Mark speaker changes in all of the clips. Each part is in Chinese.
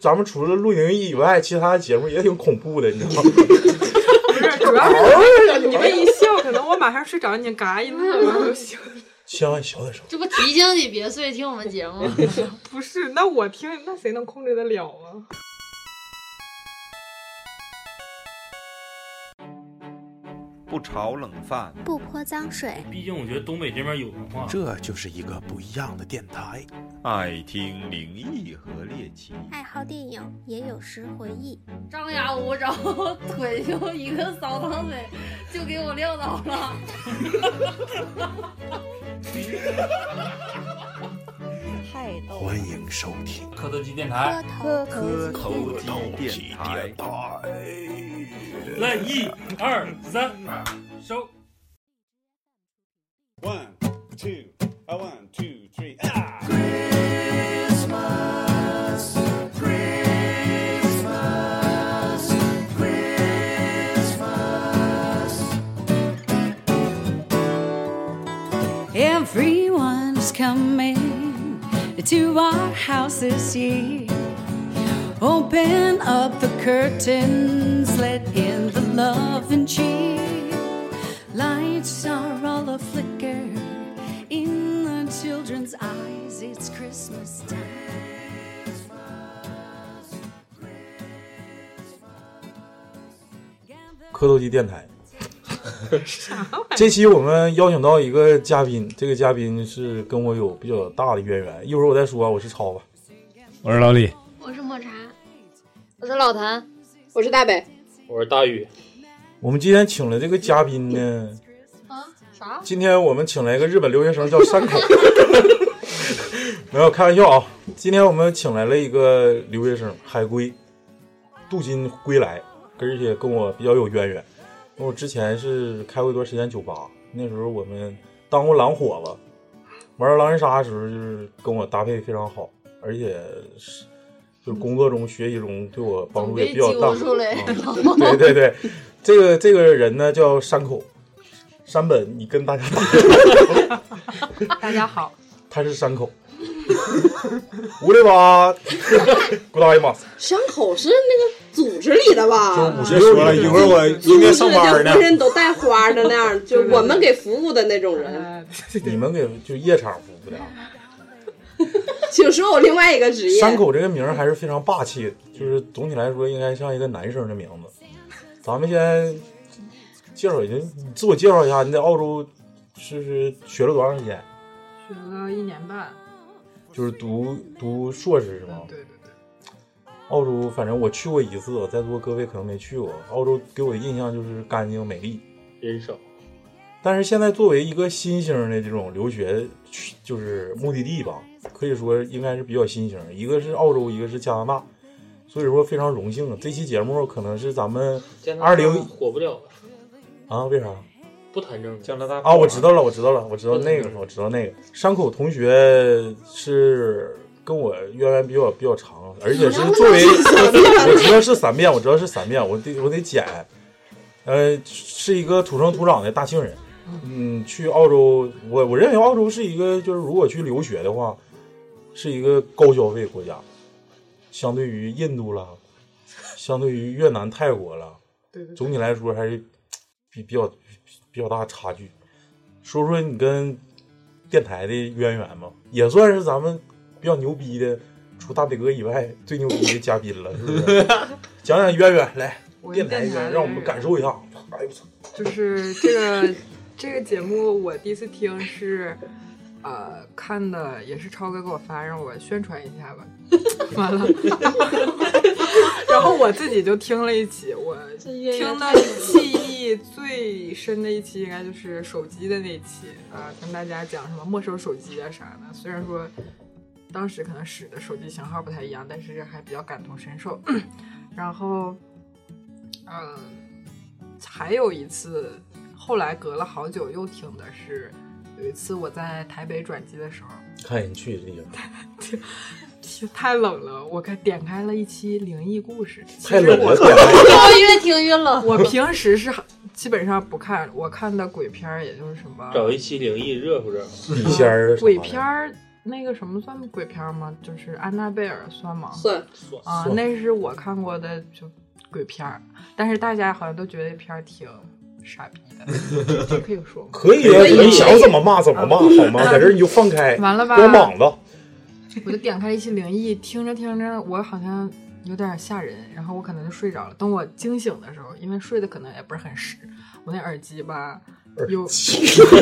Speaker 1: 咱们除了露营以外，其他节目也挺恐怖的，你知 道吗？
Speaker 2: 不是，主要
Speaker 1: 哦
Speaker 2: 是你们一笑，可能我马上睡着，你就嘎一乐，我就醒。
Speaker 1: 千万小点声。
Speaker 3: 这不提醒你别睡，听我们节目。
Speaker 2: 不是，那我听，那谁能控制得了啊？
Speaker 4: 不炒冷饭，
Speaker 5: 不泼脏水，
Speaker 6: 毕竟我觉得东北这边有文化。
Speaker 7: 这就是一个不一样的电台。
Speaker 4: 爱听灵异和猎奇。
Speaker 5: 爱好电影，也有时回忆。
Speaker 3: 张牙舞爪，腿就一个扫堂腿就给我撂倒了。
Speaker 8: 太逗了
Speaker 7: 欢。迎收听
Speaker 6: 肯德基电台，
Speaker 5: 磕头磕
Speaker 4: 头
Speaker 5: 头
Speaker 4: 基电台
Speaker 6: 来一二三，收。
Speaker 9: One, two, a one, two, three, ah!
Speaker 8: Everyone's coming to our house this year. Open up the curtains, let in the love and cheer. Lights are all a flicker in the children's eyes. It's Christmas time.
Speaker 1: 磕头机电台。这期我们邀请到一个嘉宾，这个嘉宾是跟我有比较大的渊源，一会儿我再说啊。我是超吧，
Speaker 10: 我是老李，
Speaker 3: 我是抹茶，我是老谭，
Speaker 11: 我是大北，
Speaker 6: 我是大宇，
Speaker 1: 我们今天请来这个嘉宾呢，
Speaker 3: 啊啥？
Speaker 1: 今天我们请来一个日本留学生叫山口，没有开玩笑啊。今天我们请来了一个留学生海归，镀金归来，而且跟我比较有渊源。我之前是开过一段时间酒吧，那时候我们当过狼伙子，玩狼人杀的时候就是跟我搭配非常好，而且是就是工作中、学习 中对我帮助也比较大。
Speaker 3: 总被揪
Speaker 1: 啊对对对，这个这个人呢叫山口，山本，你跟大家打，
Speaker 2: 大家好，
Speaker 1: 他是山口。乌里吧，古达伊玛，
Speaker 11: 山口是那个组织里的吧？
Speaker 1: 五
Speaker 9: 别说了，一会儿我应该上班呢
Speaker 11: 就。浑身都带花的那 样，就我们给服务的那种人，
Speaker 2: 呃，
Speaker 1: 你们给就夜场服务的啊。
Speaker 11: 请说我另外一个职业。
Speaker 1: 山口这个名儿还是非常霸气的，就是总体来说应该像一个男生的名字。咱们先介绍一下，你自我介绍一下，你在澳洲是是学了多长时间？
Speaker 2: 学了一年半，
Speaker 1: 就是读读硕士是吗？
Speaker 2: 对对对，
Speaker 1: 澳洲反正我去过一次，在座各位可能没去过。澳洲给我的印象就是干净美丽，
Speaker 6: 人少。
Speaker 1: 但是现在作为一个新兴的这种留学去就是目的地吧，可以说应该是比较新兴。一个是澳洲，一个是加拿大，所以说非常荣幸。啊这期节目可能是咱们20
Speaker 6: 火不了了，
Speaker 1: 啊，为啥
Speaker 6: 不谈政治。
Speaker 9: 加拿大
Speaker 1: 啊？我知道了，我知道了，我知道那个，我知道那个山口同学是跟我渊源比较比较长，而且是作为我知道是三遍，我知道是三遍，我得我得剪。呃，是一个土生土长的大庆人。嗯，去澳洲，我我认为澳洲是一个，就是如果去留学的话，是一个高消费国家，相对于印度啦，相对于越南、泰国啦，
Speaker 2: 对对对
Speaker 1: 总体来说还是比比较比较大差距。说说你跟电台的渊源吧，也算是咱们比较牛逼的，除大北哥以外最牛逼的嘉宾了，是不是？讲讲渊源来，
Speaker 2: 我
Speaker 1: 电
Speaker 2: 跟
Speaker 1: 台
Speaker 2: 电
Speaker 1: 渊
Speaker 2: 台
Speaker 1: 源，让我们感受一下。哎呦我操！
Speaker 2: 就是这个这个节目，我第一次听是，呃，看的也是超哥给我发，让我宣传一下吧。 完了，然后我自己就听了一期，我听的记忆最深的一期应该就是手机的那一期啊、跟大家讲什么没收手机啊啥的。虽然说当时可能使的手机型号不太一样，但是还比较感同身受。然后，嗯、还有一次，后来隔了好久又听的是，有一次我在台北转机的时候，
Speaker 1: 看你去的地方，
Speaker 2: 天太冷了，我开点开了一期灵异故事。其
Speaker 1: 太
Speaker 2: 实
Speaker 1: 冷
Speaker 2: 我
Speaker 1: 了， 点儿
Speaker 3: 我哦越听越 冷。
Speaker 2: 我平时是基本上不看，我看的鬼片儿也就是什么
Speaker 6: 找一期灵异热乎热乎。
Speaker 1: 笔仙儿什么的
Speaker 2: 鬼片儿，那个什么算鬼片儿吗？就是安娜贝尔算吗？
Speaker 11: 算
Speaker 6: 算
Speaker 2: 啊、
Speaker 1: 算
Speaker 2: 那是我看过的就鬼片儿，但是大家好像都觉得这片儿挺傻逼的，这这可以啊说 吗？
Speaker 1: 可以啊，
Speaker 11: 可以
Speaker 1: 你想怎么骂怎么骂，好吗？在这儿你就放开，
Speaker 2: 完了吧
Speaker 1: 光膀子。
Speaker 2: 我就点开一期灵异，听着听着，我好像有点吓人，然后我可能就睡着了。等我惊醒的时候，因为睡得可能也不是很实，我那耳机吧有，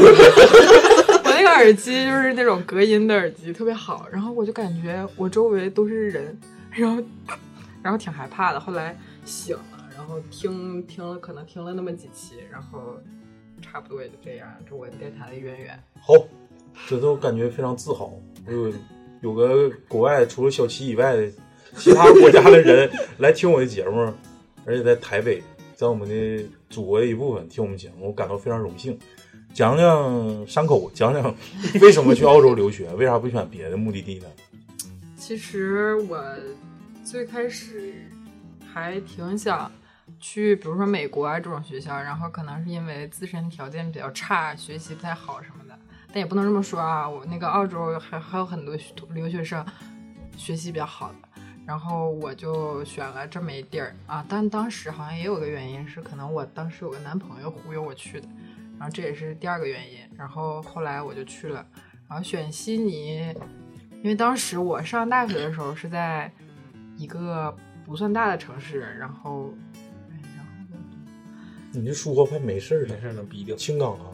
Speaker 2: 我那个耳机就是那种隔音的耳机，特别好。然后我就感觉我周围都是人，然后然后挺害怕的。后来醒了，然后听听了，可能听了那么几期，然后差不多也就这样。这我电台的渊源。
Speaker 1: 好，这都感觉非常自豪。有有个国外除了小七以外的其他国家的人来听我的节目，而且在台北，在我们的祖国的一部分听我们节目，我感到非常荣幸。讲讲山口，讲讲为什么去澳洲留学，为啥不选别的目的地呢？
Speaker 2: 其实我最开始还挺想去，比如说美国啊这种学校，然后可能是因为自身条件比较差，学习不太好什么的。但也不能这么说啊，我那个澳洲还还有很多学留学生学习比较好的，然后我就选了这么一地儿啊。但当时好像也有个原因是，可能我当时有个男朋友忽悠我去的，然后这也是第二个原因。然后后来我就去了，然后选悉尼。因为当时我上大学的时候是在一个不算大的城市，然后，哎然后
Speaker 1: 你这说话没事儿
Speaker 6: 没
Speaker 1: 了，
Speaker 6: 事能逼掉。
Speaker 1: 青冈啊，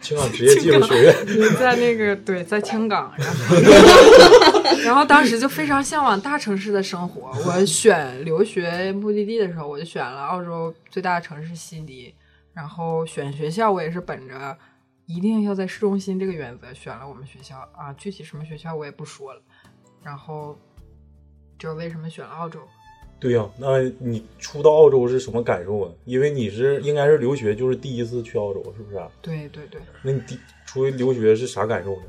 Speaker 1: 青冈职业技术学院，
Speaker 2: 在那个对，在青港，然后 然后当时就非常向往大城市的生活。我选留学目的地的时候，我就选了澳洲最大的城市悉尼，然后选学校我也是本着一定要在市中心这个原则选了我们学校啊，具体什么学校我也不说了。然后知道为什么选了澳洲？
Speaker 1: 对呀、那你初到澳洲是什么感受啊？因为你是应该是留学，就是第一次去澳洲，是不是啊、
Speaker 2: 对对对。
Speaker 1: 那你第出去留学是啥感受呢？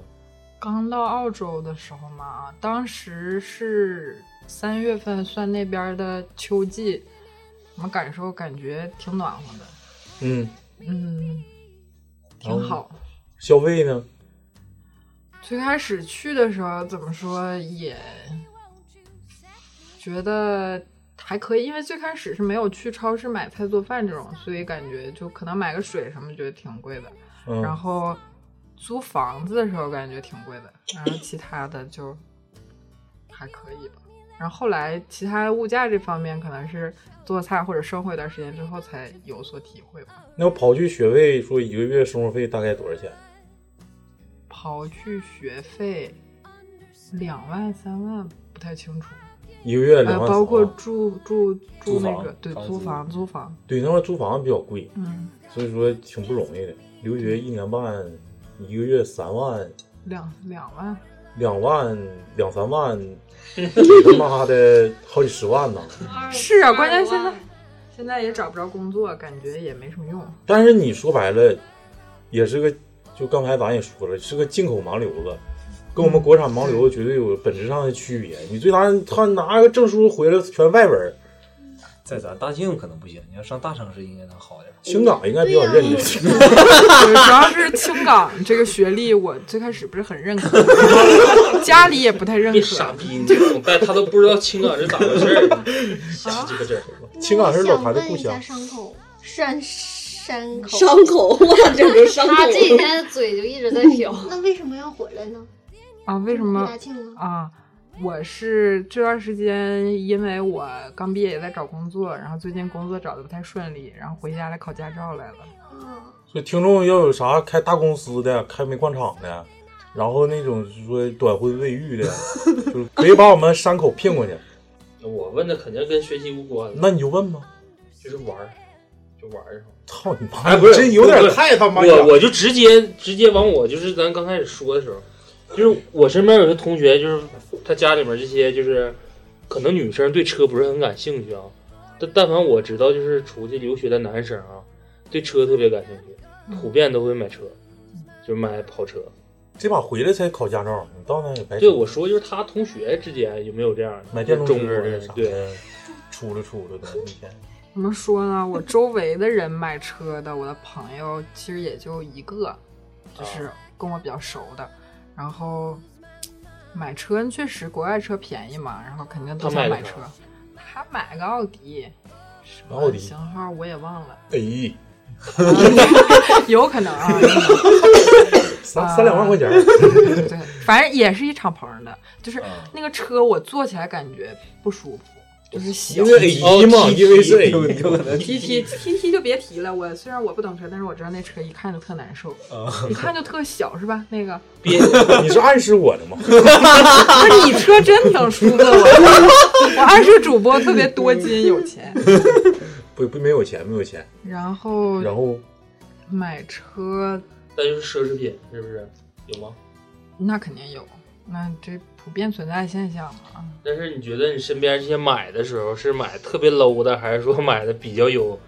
Speaker 2: 刚到澳洲的时候嘛，当时是三月份，算那边的秋季，我们感受感觉挺暖和的，
Speaker 1: 嗯，
Speaker 2: 嗯，挺好。
Speaker 1: 消费呢？
Speaker 2: 最开始去的时候，怎么说也觉得还可以，因为最开始是没有去超市买菜做饭这种，所以感觉就可能买个水什么觉得挺贵的。
Speaker 1: 嗯，
Speaker 2: 然后租房子的时候感觉挺贵的，然后其他的就还可以吧。然后后来其他物价这方面可能是做菜或者生活一段时间之后才有所体会吧。
Speaker 1: 那我刨去学费，说一个月生活费大概多少钱？
Speaker 2: 刨去学费，两万三万不太清楚，
Speaker 1: 一个月
Speaker 2: 呃
Speaker 1: 两，万、啊
Speaker 2: 包括住住
Speaker 6: 租
Speaker 2: 住那
Speaker 6: 房
Speaker 2: 个对
Speaker 6: 房
Speaker 2: 租
Speaker 6: 租
Speaker 1: 嗯
Speaker 2: 房租房，
Speaker 1: 对那块租房比较贵，
Speaker 2: 嗯，
Speaker 1: 所以说挺不容易的。留学一年半，一个月三万、
Speaker 2: 两两万
Speaker 1: 两万、两三 万，我他妈的好几十万呢。
Speaker 2: 是啊，关键现在现在也找不着工作，感觉也没什么用。
Speaker 1: 但是你说白了，也是个，就刚才咱也说了，是个进口盲流子，跟
Speaker 6: 嗯
Speaker 1: 我们国产盲流子绝对有本质上的区别。你最难他拿个证书回来全外文儿，
Speaker 10: 在咱大庆可能不行，你要上大城市应该能好点儿。
Speaker 1: 青港应该比较认真。
Speaker 2: 主要 是青港这个学历，我最开始不是很认可，家里也不太认
Speaker 6: 别傻
Speaker 2: 可。
Speaker 6: 逼，你这种带他都不知道青港是咋回事儿，
Speaker 2: 啊
Speaker 6: 这个事儿。
Speaker 1: 青港是老谭的故乡
Speaker 5: 那我想问一下山口，山山口，
Speaker 11: 伤 口，哇，这是伤口。
Speaker 3: 他这几天嘴就一直在瓢。
Speaker 5: 那为什么要回来呢？
Speaker 2: 啊，为什么
Speaker 5: 大庆呢？
Speaker 2: 啊？我是这段时间，因为我刚毕业也在找工作，然后最近工作找的不太顺利，然后回家来考驾照来了。
Speaker 5: 啊，
Speaker 1: 所以听众要有啥开大公司的、开煤矿厂的，然后那种说短婚未育的，就是可以把我们山口骗过去。
Speaker 6: 我问的肯定跟学习无关了，
Speaker 1: 那你就问吧。
Speaker 6: 就是玩儿，就玩儿一会儿。
Speaker 1: 操你妈！
Speaker 6: 哎不是
Speaker 1: 这有点
Speaker 6: 不是
Speaker 1: 太他妈
Speaker 6: 我我就直接直接往我就是咱刚开始说的时候，就是我身边有些同学，就是他家里面这些就是，可能女生对车不是很感兴趣啊，但但凡我知道就是出去留学的男生啊，对车特别感兴趣，普遍都会买车，就是买跑车。
Speaker 1: 这把回来才考驾照，你到那也白
Speaker 6: 对，我说就是他同学之间有没有这样的
Speaker 1: 买电动车
Speaker 6: 中国
Speaker 1: 这
Speaker 6: 人
Speaker 1: 啥
Speaker 6: 对，
Speaker 1: 的，出了出了的一天。
Speaker 2: 怎么说呢？我周围的人买
Speaker 1: 哦
Speaker 2: 车的，我的朋友其实也就一个，就是跟我比较熟的。然后买车确实国外车便宜嘛，然后肯定都
Speaker 6: 他
Speaker 2: 想
Speaker 6: 买
Speaker 2: 买
Speaker 6: 的啥
Speaker 2: 车。他买个奥迪，什么
Speaker 1: 奥迪
Speaker 2: 型号我也忘了，
Speaker 1: 哎，
Speaker 2: 有可能啊，
Speaker 1: 三三两万块钱儿，
Speaker 2: 对，反正也是一敞篷的，就是
Speaker 1: 嗯
Speaker 2: 那个车我坐起来感觉不舒服，就是小
Speaker 1: 因。为 A 一嘛，因为是 A 一，
Speaker 2: 提提提提就别提了，我虽然我不懂车，但是我知道那车一看就特难受，一看就特小，是吧？那 个，
Speaker 1: 你是暗示我的吗？
Speaker 2: 不是你车真挺舒服的，我我二是主播特别多金有钱，
Speaker 1: 不不，没有钱，没有钱。
Speaker 2: 然后
Speaker 1: 然后
Speaker 2: 买车
Speaker 6: 那就是奢侈品，是不是？有吗？
Speaker 2: 那肯定有，那这普遍存在的现象嘛。
Speaker 6: 但是你觉得你身边这些买的时候是买特别 low 的，还是说买的比较有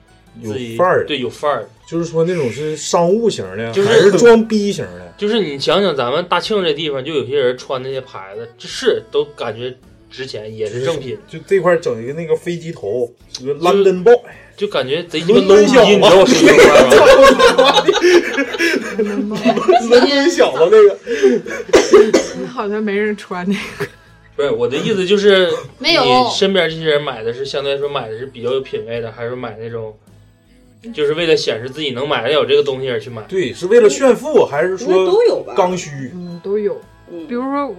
Speaker 1: 有
Speaker 6: 自己
Speaker 1: 范儿的
Speaker 6: 对，有范儿。
Speaker 1: 就是说那种是商务型的，
Speaker 6: 就是
Speaker 1: 还是装逼型的？
Speaker 6: 就是你想想，咱们大庆这地方，就有些人穿那些牌子，这是都感觉值钱，也是正品，
Speaker 1: 就这块儿整一个那个飞机头，一个 London Boy，
Speaker 6: 就感觉贼鸡巴
Speaker 1: 伦敦
Speaker 6: low
Speaker 1: 小
Speaker 6: 逼，你知道我说这话 吗？
Speaker 1: 伦敦小子那个，
Speaker 2: 好像没人穿那个，
Speaker 6: 不是我的意思就是，
Speaker 3: 没有
Speaker 6: 你身边这些人买的是相对来说买的是比较有品位的，还是买那种，就是为了显示自己能买得了这个东西而去买？
Speaker 1: 对，是为了炫富，还是
Speaker 6: 应
Speaker 1: 说
Speaker 6: 该都有吧
Speaker 1: 刚需？
Speaker 2: 嗯，都有。
Speaker 11: 比
Speaker 2: 如说，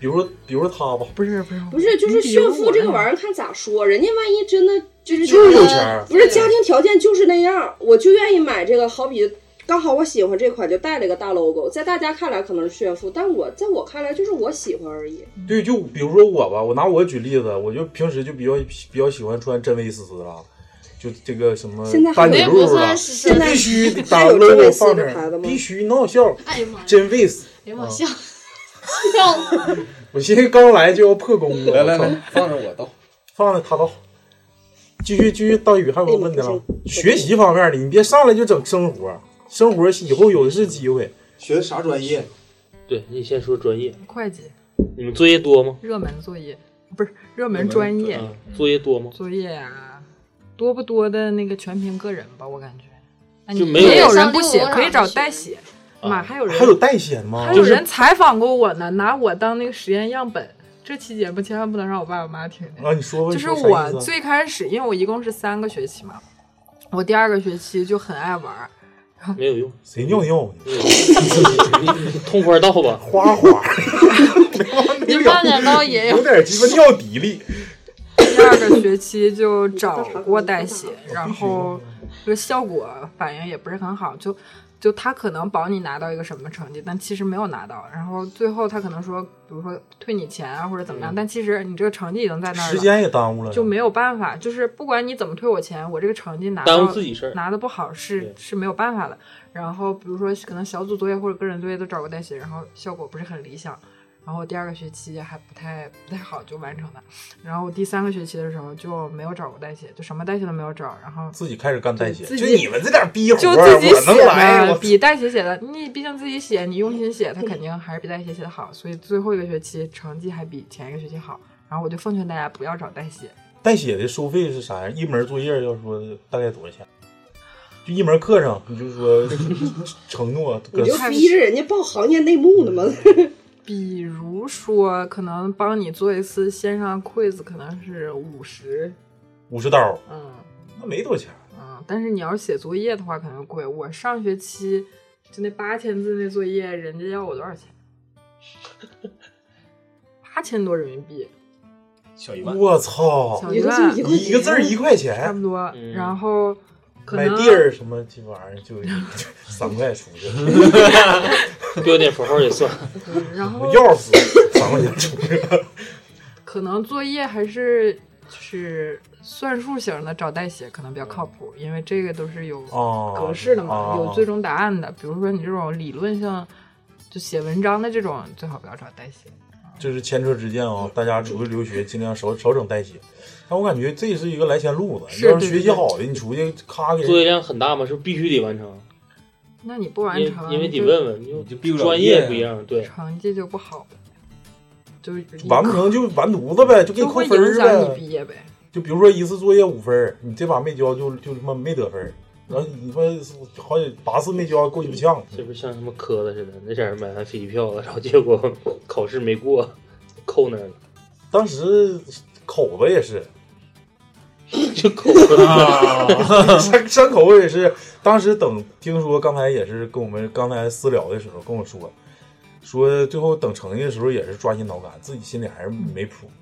Speaker 1: 比如说，比如说他吧，
Speaker 2: 不是不是
Speaker 11: 不是，就是炫富这个玩意儿，看咋说，人家万一真的就是
Speaker 1: 就是
Speaker 11: 觉得
Speaker 1: 有啊钱儿
Speaker 11: 不是家庭条件就是那样，我就愿意买这个。好比刚好我喜欢这款，就带了一个大 logo，在大家看来可能是炫富，但我在我看来就是我喜欢而已。
Speaker 1: 对，就比如说我吧，我拿我举例子，我就平时就比较比较喜欢穿真维斯啦，就这个什么
Speaker 11: 现在
Speaker 1: 丹
Speaker 11: 还
Speaker 1: 尼
Speaker 11: 没
Speaker 1: 路
Speaker 11: 不
Speaker 1: 啦
Speaker 11: 算是，现在
Speaker 1: 必须得
Speaker 11: 还
Speaker 1: 打
Speaker 11: 有真
Speaker 1: logo
Speaker 11: 维斯
Speaker 1: 放
Speaker 11: 这
Speaker 1: 那
Speaker 11: 牌子
Speaker 1: 儿，
Speaker 11: 吗
Speaker 1: 必须闹笑，
Speaker 11: 哎呀妈呀
Speaker 1: 真维斯。
Speaker 11: 别
Speaker 1: 往
Speaker 11: 下，
Speaker 1: 我寻思刚来就要破功了，
Speaker 12: 来来来，
Speaker 1: 放着我倒，放着他倒。继续继续，大宇还
Speaker 11: 哎
Speaker 1: 有问题了？学习方面的，你别上来就整生活，生活以后有的是机会。
Speaker 12: 学啥专业？
Speaker 6: 对你先说专业，
Speaker 2: 会计
Speaker 6: 你们作业多吗？
Speaker 2: 热门作业不是热门专业
Speaker 6: 啊作业多吗？
Speaker 2: 作业啊，多不多的那个全凭个人吧，我感觉。那
Speaker 6: 就
Speaker 2: 你
Speaker 6: 没有
Speaker 2: 也有人
Speaker 6: 上
Speaker 2: 不
Speaker 6: 六
Speaker 2: 写，
Speaker 6: 个
Speaker 2: 可以
Speaker 6: 小
Speaker 2: 找
Speaker 6: 时
Speaker 2: 代写。妈，还有人
Speaker 1: 啊还有代写的吗
Speaker 2: 还？有人采访过我呢，拿我当那个实验样本。这期节目千万不能让我爸我妈听见。
Speaker 1: 啊，你说吧，
Speaker 2: 就
Speaker 1: 你
Speaker 2: 是
Speaker 1: 说啥意
Speaker 2: 我
Speaker 1: 思啊
Speaker 2: 最开始，因为我一共是三个学期嘛，我第二个学期就很爱玩儿，
Speaker 3: 啊
Speaker 6: 没有用，
Speaker 1: 谁尿尿？
Speaker 6: 痛快到吧，
Speaker 1: 花花，
Speaker 2: 你慢点到也有
Speaker 1: 有点鸡巴尿底力。
Speaker 2: 第二个学期就找过代写，然后这个效果反应也不是很好，就就他可能保你拿到一个什么成绩，但其实没有拿到，然后最后他可能说，比如说退你钱啊或者怎么样，但其实你这个成绩已经在 那儿了，
Speaker 1: 时间也耽误了
Speaker 2: 就没有办法，就是不管你怎么退我钱，我这个成绩拿到
Speaker 6: 耽误自己事儿
Speaker 2: 拿的不好是是没有办法了。然后比如说可能小组作业或者个人作业都找过代写，然后效果不是很理想。然后第二个学期还不太不太好就完成了，然后第三个学期的时候就没有找过代写，就什么代写都没有找，然后
Speaker 1: 自己开始干代写，
Speaker 2: 自
Speaker 1: 就
Speaker 2: 己
Speaker 1: 你们这点逼活
Speaker 2: 就
Speaker 1: 儿，
Speaker 2: 自己
Speaker 1: 我能
Speaker 2: 写
Speaker 1: 来
Speaker 2: 的
Speaker 1: 我
Speaker 2: 比代写写的，你毕竟自己写，你用心写，他肯定还是比代写写的好，所以最后一个学期成绩还比前一个学期好。然后我就奉劝大家不要找代写，
Speaker 1: 代写的收费是啥样？一门作业要说大概多少钱？就一门课上，你就说 承诺
Speaker 11: 你
Speaker 1: 跟
Speaker 11: 就逼着人家报行业内幕呢吗？
Speaker 2: 比如说可能帮你做一次线上 quiz，可能是五十，
Speaker 1: 五十刀，
Speaker 2: 嗯，
Speaker 1: 那没多少钱。
Speaker 2: 嗯，但是你要是写作业的话，可能贵。我上学期就那八千字那作业，人家要我多少钱？八千多人民币，
Speaker 1: 小一万。我操！
Speaker 2: 小一万，
Speaker 1: 一个字儿一嗯块钱，
Speaker 2: 差不多。然后可
Speaker 1: 买
Speaker 2: 能
Speaker 1: 地儿什么这玩意儿就 三块出去，
Speaker 6: 标点符号也算。
Speaker 2: 然后
Speaker 1: 钥匙三块钱出去。
Speaker 2: 可能作业还是就是算术型的找代写可能比较靠谱，因为这个都是有
Speaker 1: 哦
Speaker 2: 格式的嘛，
Speaker 1: 哦
Speaker 2: 有最终答案的。比如说你这种理论性就写文章的这种，最好不要找代写。
Speaker 1: 这是前车之鉴啊！大家出去留学尽量少少整代写，但我感觉这是一个来钱路子。
Speaker 6: 是
Speaker 1: 你要
Speaker 6: 对
Speaker 1: 是
Speaker 6: 对
Speaker 1: 学习好的，你出去咔给
Speaker 6: 作业量很大吗？是不是必须得完成？
Speaker 2: 那你不完
Speaker 6: 因为
Speaker 2: 成，
Speaker 6: 因为得
Speaker 2: 就
Speaker 6: 问问，
Speaker 1: 毕不了
Speaker 6: 专
Speaker 1: 业
Speaker 6: 业
Speaker 1: 呀
Speaker 6: 不一样，对。
Speaker 2: 成绩就不好，就
Speaker 1: 完不成就完犊子呗，就给
Speaker 2: 就
Speaker 1: 你扣
Speaker 2: 会
Speaker 1: 分
Speaker 2: 影
Speaker 1: 儿
Speaker 2: 响你
Speaker 1: 呗。
Speaker 2: 毕业呗。
Speaker 1: 就比如说一次作业五分儿，你这把没交就就他妈没得分儿，然后你说好几八次没交，够你不呛。
Speaker 6: 这不是像什么磕的似的？那家人买完飞机票了， 然后结果考试没过，扣那儿了。
Speaker 1: 当时口子也是，
Speaker 6: 就口
Speaker 1: 子山山口子也是。当时等听说，刚才也是跟我们刚才私聊的时候跟我说，说最后等成绩的时候也是抓心挠肝，自己心里还是没谱。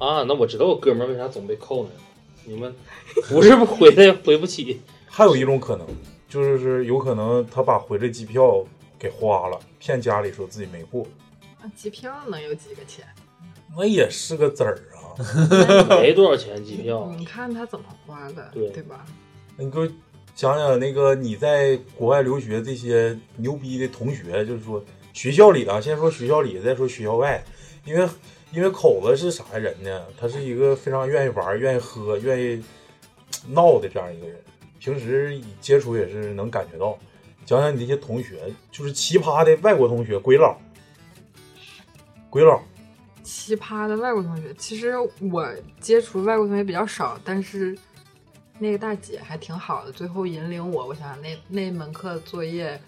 Speaker 6: 啊，那我知道我哥们儿为啥总被扣呢？你们不是不回来回不起，
Speaker 1: 还有一种可能，就是是有可能他把回来机票给花了，骗家里说自己没货，
Speaker 2: 啊机票能有几个钱？
Speaker 1: 那也是个子儿啊。
Speaker 6: 没多少钱机票。
Speaker 2: 你看他怎么花的，
Speaker 6: 对
Speaker 2: 对吧？
Speaker 1: 那你给我讲讲那个你在国外留学这些牛逼的同学，就是说学校里啊，先说学校里，再说学校外，因为因为口子是啥人呢？他是一个非常愿意玩、愿意喝、愿意闹的这样一个人，平时一接触也是能感觉到。讲讲你那些同学，就是奇葩的外国同学，鬼佬，鬼佬，
Speaker 2: 奇葩的外国同学，其实我接触外国同学比较少，但是那个大姐还挺好的，最后引领我。我想想那那门课作业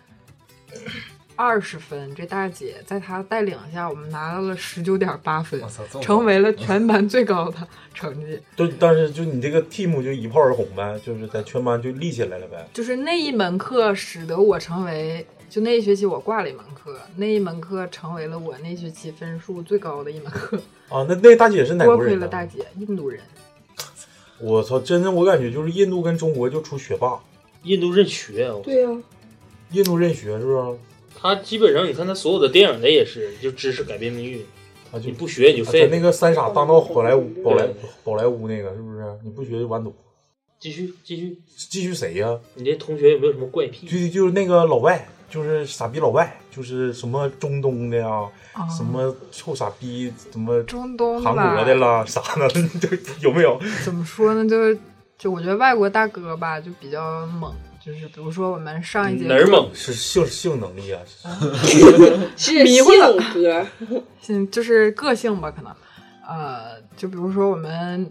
Speaker 2: 二十分，这大姐在她带领下，我们拿到了十九点八分
Speaker 10: 我操这，么高
Speaker 2: 成为了全班最高的成绩。
Speaker 1: 就但是就你这个 team 就一炮而红呗，就是在全班就立起来了呗。
Speaker 2: 就是那一门课使得我成为，就那一学期我挂了一门课，那一门课成为了我那学期分数最高的一门课，
Speaker 1: 啊，那那大姐是哪
Speaker 2: 多
Speaker 1: 国
Speaker 2: 亏
Speaker 1: 人
Speaker 2: 了
Speaker 1: 呢？
Speaker 2: 大姐，印度人。
Speaker 1: 我操，真的，我感觉就是印度跟中国就出学霸，
Speaker 6: 印度认学啊！
Speaker 11: 对呀、
Speaker 1: 印度认学是不
Speaker 6: 他基本上你看他所有的电影里也是，就知识改变命运。
Speaker 1: 是？
Speaker 6: 你不学你
Speaker 1: 啊就
Speaker 6: 就废了。嗯
Speaker 1: 那个三傻大闹好莱坞、宝莱宝莱坞那个是不是？你不学就完犊子。
Speaker 6: 继续继续，
Speaker 1: 继续谁呀、
Speaker 6: 你这同学有没有什么怪癖？
Speaker 2: 嗯
Speaker 1: 就就是那个老外，就是傻逼老外，就是什么中东的呀、
Speaker 2: 啊
Speaker 1: 什么臭傻逼，什么
Speaker 2: 中东
Speaker 1: 韩国的啦，啥的， 就有没有？
Speaker 2: 怎么说呢？就是就我觉得外国大哥吧，就比较猛，就是比如说我们上一节
Speaker 6: 嗯哪儿猛？
Speaker 1: 是性性能力啊？
Speaker 11: 是
Speaker 2: 迷
Speaker 11: 性
Speaker 2: 糊了
Speaker 11: 格，
Speaker 2: 嗯，就是个性吧，可能，呃，就比如说我们，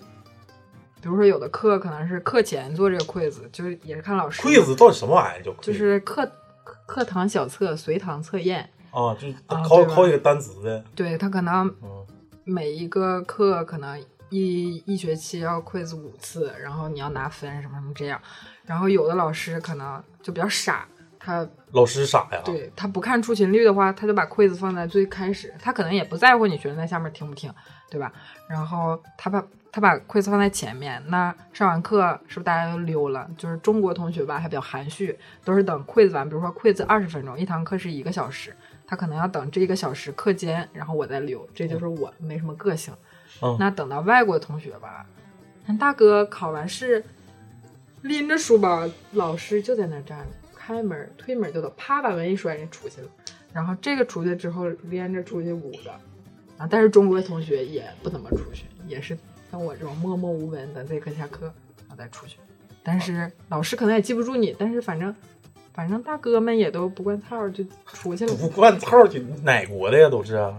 Speaker 2: 比如说有的课可能是课前做这个 quiz，就是也是看老师
Speaker 1: 柜子到底什么玩意儿叫
Speaker 2: 就
Speaker 1: quiz？
Speaker 2: 是课课课堂小测、随堂测验，
Speaker 1: 啊，就是
Speaker 2: 啊
Speaker 1: 考
Speaker 2: 对吧
Speaker 1: 考几个单词呗。
Speaker 2: 对他可能
Speaker 1: 嗯
Speaker 2: 每一个课可能一一学期要 quiz 五次，然后你要拿分什么什么这样，然后有的老师可能就比较傻，他
Speaker 1: 老师傻呀？
Speaker 2: 对他不看出勤率的话，他就把 quiz 放在最开始，他可能也不在乎你学生在下面听不听，对吧？然后他把他把 quiz 放在前面，那上完课是不是大家都溜了？就是中国同学吧，还比较含蓄，都是等 quiz 完，比如说 quiz 二十分钟，一堂课是一个小时，他可能要等这一个小时课间，然后我再溜，这就是我没什么个性。
Speaker 1: 嗯
Speaker 2: 那等到外国同学吧，那大哥考完试，拎着书包，老师就在那儿站着，开门推门就走，啪把门一摔，人出去了。然后这个出去之后，连着出去五个，啊，但是中国同学也不怎么出去，也是像我这种默默无闻的，在课下课，然后再出去。但是老师可能也记不住你，但是反正，反正大哥们也都不惯套儿，就出去了。
Speaker 1: 不惯套去哪国的呀？都是啊。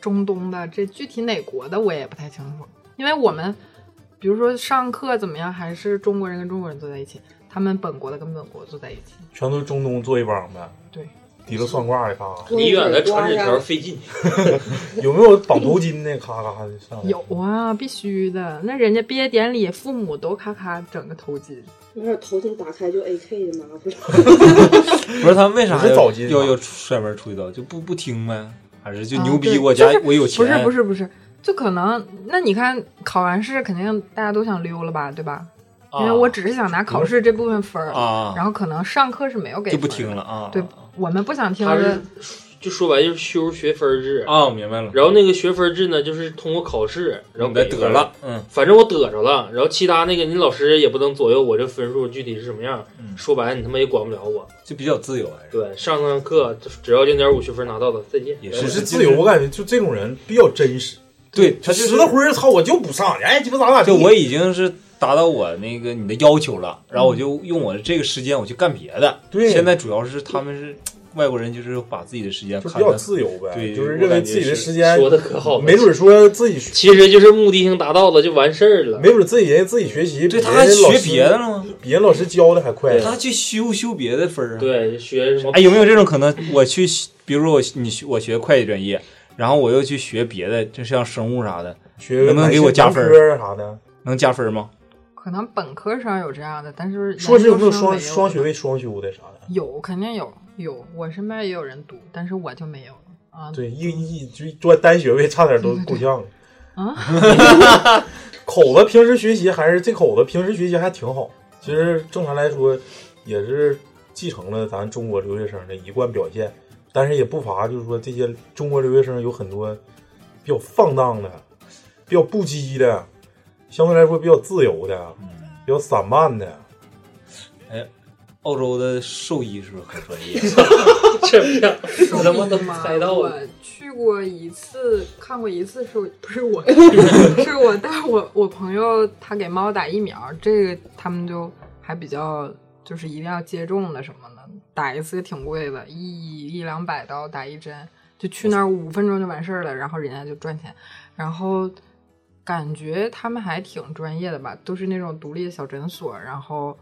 Speaker 2: 中东的，这具体哪国的我也不太清楚，因为我们比如说上课怎么样，还是中国人跟中国人坐在一起，他们本国的跟本国坐在一起。
Speaker 1: 全都是中东坐一帮呗，
Speaker 2: 对，
Speaker 1: 提了算卦的咔咔，
Speaker 6: 离远了传纸条费劲。
Speaker 1: 有没有绑头巾的咔咔的上来？
Speaker 2: 有啊，必须的。那人家毕业典礼，父母都咔咔整个头巾，
Speaker 11: 没事，头巾打开就 AK 就拿回来。
Speaker 10: 不是他们为啥
Speaker 1: 不是
Speaker 10: 要
Speaker 1: 早进
Speaker 10: 要
Speaker 1: 吗
Speaker 10: 要摔门出去的，就不不听呗？还是就
Speaker 2: 啊
Speaker 10: 牛逼？
Speaker 2: 对
Speaker 10: 我家
Speaker 2: 就是
Speaker 10: 我有钱，
Speaker 2: 不是不是不是，就可能那你看考完试肯定大家都想溜了吧，对吧？
Speaker 10: 啊
Speaker 2: 因为我只是想拿考试这部分分儿，
Speaker 10: 啊
Speaker 2: 然后可能上课是没有给
Speaker 10: 就不
Speaker 2: 分儿
Speaker 10: 听
Speaker 2: 的
Speaker 10: 了啊
Speaker 2: 对，我们不想听
Speaker 6: 他
Speaker 2: 的
Speaker 6: 是，就说白就是修学分制
Speaker 1: 哦
Speaker 10: 啊！我明白了，
Speaker 6: 然后那个学分制呢，就是通过考试，然后
Speaker 10: 你再
Speaker 6: 给分
Speaker 10: 得了，，嗯，
Speaker 6: 反正我得着了。然后其他那个你老师也不能左右我这分数具体是什么样，
Speaker 10: 嗯
Speaker 6: 说白了你他妈也管不了我。
Speaker 10: 就比较自由还是？
Speaker 6: 对，上上课只要零点五学分拿到的，再见。
Speaker 10: 也
Speaker 1: 只是
Speaker 10: 是
Speaker 1: 自由，我感觉就这种人比较真实。
Speaker 10: 对，
Speaker 1: 他
Speaker 10: 他
Speaker 1: 就
Speaker 10: 就是是
Speaker 1: 了灰儿，操，我就不上，哎，鸡巴咋咋地。
Speaker 10: 就我已经是达到我那个你的要求了，然后我就用我这个时间我去干别的。
Speaker 1: 对
Speaker 10: 现在主要是他们是外国人，就是把自己的时间
Speaker 1: 就
Speaker 10: 看
Speaker 1: 比较
Speaker 10: 得
Speaker 1: 自由呗，
Speaker 10: 对
Speaker 1: 就是认为自己的时间，
Speaker 6: 说的可好了，
Speaker 1: 没准说自己学，
Speaker 6: 其实就是目的性达到了就完事儿了。
Speaker 1: 没准自己人自己学习，别
Speaker 10: 对，他
Speaker 1: 人
Speaker 10: 还
Speaker 1: 老
Speaker 10: 学
Speaker 1: 师
Speaker 10: 别的了吗？
Speaker 1: 比人老师教的还快。
Speaker 10: 他去修修别的分儿啊。
Speaker 6: 对，学什么？
Speaker 10: 哎，有没有这种可能？我去学，比如说我你学我学会计专业，然后我又去学别的，就像生物啥的，
Speaker 1: 学
Speaker 10: 能不能给我加分
Speaker 1: 文科啥的？
Speaker 10: 能加分吗？
Speaker 2: 可能本科生有这样的，但是
Speaker 1: 说是有没有
Speaker 2: 研究
Speaker 1: 双
Speaker 2: 生没有
Speaker 1: 双学位双修的啥的？
Speaker 2: 有肯定有有，我身边也有人读，但是我就没有啊。
Speaker 1: 对，一一就专单学位，差点都够呛 了。
Speaker 2: 啊，
Speaker 1: 口子平时学习还是这口子平时学习还挺好，其实正常来说也是继承了咱中国留学生的一贯表现，但是也不乏就是说这些中国留学生有很多比较放荡的、比较不羁的，相对来说比较自由的、比较散漫的。
Speaker 10: 哎，澳洲的兽医是不是很专业？
Speaker 6: 我他妈都猜到
Speaker 2: 我
Speaker 6: 了。
Speaker 2: 去过一次，看过一次兽，不是我， 是我带我我朋友他给猫打疫苗，这个他们就还比较就是一定要接种的什么的，打一次也挺贵的，一一两百刀打一针，就去那儿五分钟就完事儿了，然后人家就赚钱，然后。感觉他们还挺专业的吧，都是那种独立的小诊所。然后，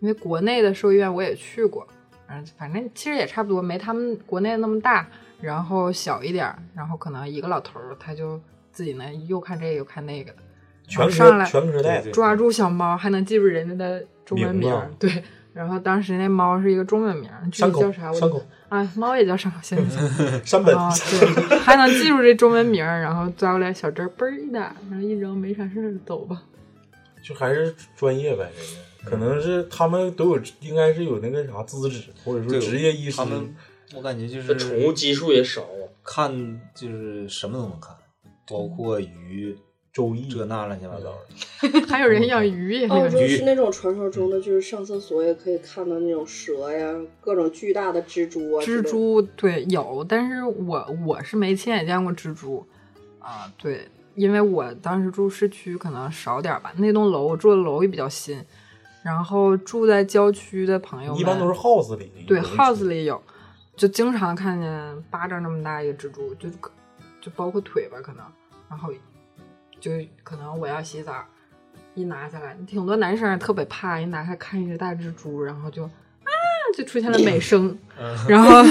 Speaker 2: 因为国内的兽医院我也去过，嗯，反正其实也差不多，没他们国内那么大，然后小一点儿，然后可能一个老头儿他就自己呢又看这个又看那个的，然后
Speaker 1: 全科
Speaker 2: 上来
Speaker 1: 全科带对对
Speaker 2: 抓住小猫，还能记住人家的中文名
Speaker 1: 名啊
Speaker 2: 儿
Speaker 1: 字，
Speaker 2: 对。然后当时那猫是一个中文名儿，具
Speaker 1: 山
Speaker 2: 体
Speaker 1: 口
Speaker 2: 叫啥我
Speaker 1: 山
Speaker 2: 就
Speaker 1: 口
Speaker 2: 啊，猫也叫山口，行 行行，
Speaker 1: 山本
Speaker 2: 啊，对，还能记住这中文名儿，然后抓过来小针儿嘣儿一打，然后一扔没啥事儿，走吧。
Speaker 1: 就还是专业呗，人家可能是他们都有，应该是有那个啥资质，或者说
Speaker 10: 对
Speaker 1: 职业医师。
Speaker 10: 他们我感觉就
Speaker 6: 那
Speaker 10: 是
Speaker 6: 宠物基数也少，啊
Speaker 10: 看就是什么都能看，包括鱼、
Speaker 1: 周易
Speaker 10: 这那乱七八糟的。
Speaker 2: 还有
Speaker 1: 哦
Speaker 2: 人养鱼也
Speaker 11: 澳
Speaker 2: 那
Speaker 11: 洲
Speaker 2: 个，
Speaker 11: 是那种传说中的，就是上厕所也可以看到那种蛇呀，各种巨大的蜘蛛啊之类
Speaker 2: 蜘
Speaker 11: 的。
Speaker 2: 蛛对有，但是我我是没亲眼见过蜘蛛啊，对，因为我当时住市区可能少点儿吧，那栋楼我住的楼也比较新，然后住在郊区的朋友们
Speaker 1: 一般都是 house 里
Speaker 2: 对
Speaker 1: 有一只
Speaker 2: house 里有，就经常看见巴掌这么大一个蜘蛛，就可就包括腿吧，可能，然后就可能我要洗澡，一拿下来，挺多男生特别怕，一拿开看一只大蜘蛛，然后就啊，就出现了美声，
Speaker 1: 嗯
Speaker 2: 然后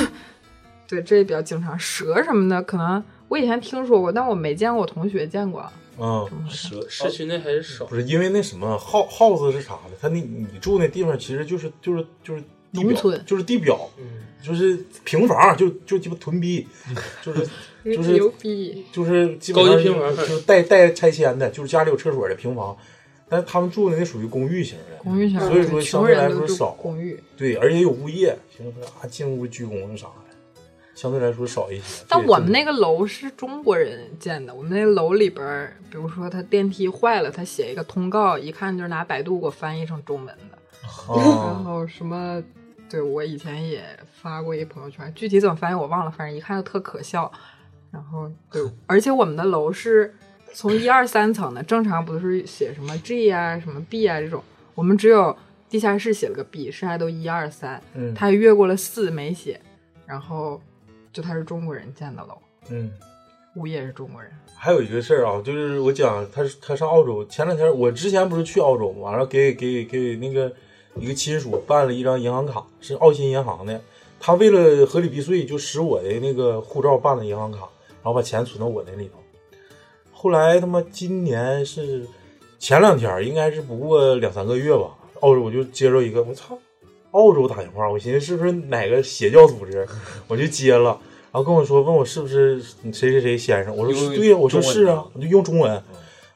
Speaker 2: 对这也比较经常，蛇什么的可能。我以前听说过，但我没见过，我同学见过。
Speaker 1: 嗯，
Speaker 10: 蛇
Speaker 6: 市区内还是少。
Speaker 1: 不是因为那什么 house house 是啥的，他那你住那地方其实就是就是就是地
Speaker 2: 农
Speaker 1: 表，
Speaker 2: 村
Speaker 1: 就是地表，就是平房，就就鸡巴屯逼，就是就是
Speaker 2: 牛逼！
Speaker 1: 就是基本上
Speaker 6: 高级平房
Speaker 1: 就是带带拆迁的，就是家里有厕所的平房，但是他们住的那属于公寓型的，
Speaker 2: 公寓型的
Speaker 1: 所以说相
Speaker 2: 嗯穷
Speaker 1: 对来
Speaker 2: 人
Speaker 1: 说
Speaker 2: 都住
Speaker 1: 少，
Speaker 2: 公寓，
Speaker 1: 对，而且有物业，平时啊进屋鞠躬啥的，相对来说少一些。
Speaker 2: 但
Speaker 1: 这也
Speaker 2: 我们
Speaker 1: 正
Speaker 2: 那个楼是中国人建的，我们那楼里边儿，比如说他电梯坏了，他写一个通告，一看就是拿百度给我翻译成中文的。然
Speaker 1: 哦
Speaker 2: 后什么，对我以前也发过一朋友圈，具体怎么翻译我忘了，反正一看就特可笑。然后对，而且我们的楼是从一二三层的，正常不是写什么 G 啊、什么 B 啊这种，我们只有地下室写了个 B，剩下都一二三，
Speaker 1: 嗯
Speaker 2: 他还越过了四没写，然后就他是中国人建的楼，
Speaker 1: 嗯。
Speaker 2: 物业是中国人，
Speaker 1: 还有一个事儿啊，就是我讲他是他上澳洲，前两天我之前不是去澳洲嘛，完了给给给那个一个亲属办了一张银行卡，是澳新银行的。他为了合理避税，就使我的那个护照办了银行卡，然后把钱存到我那里头。后来他妈今年是前两天，应该是不过两三个月吧，澳洲我就接着一个，我操，澳洲打电话，我寻思是不是哪个邪教组织，我就接了，然后跟我说问我是不是谁谁谁先生，我说
Speaker 10: 用
Speaker 1: 是对呀、我说
Speaker 10: 中文嗯
Speaker 1: 是啊，我就用中文，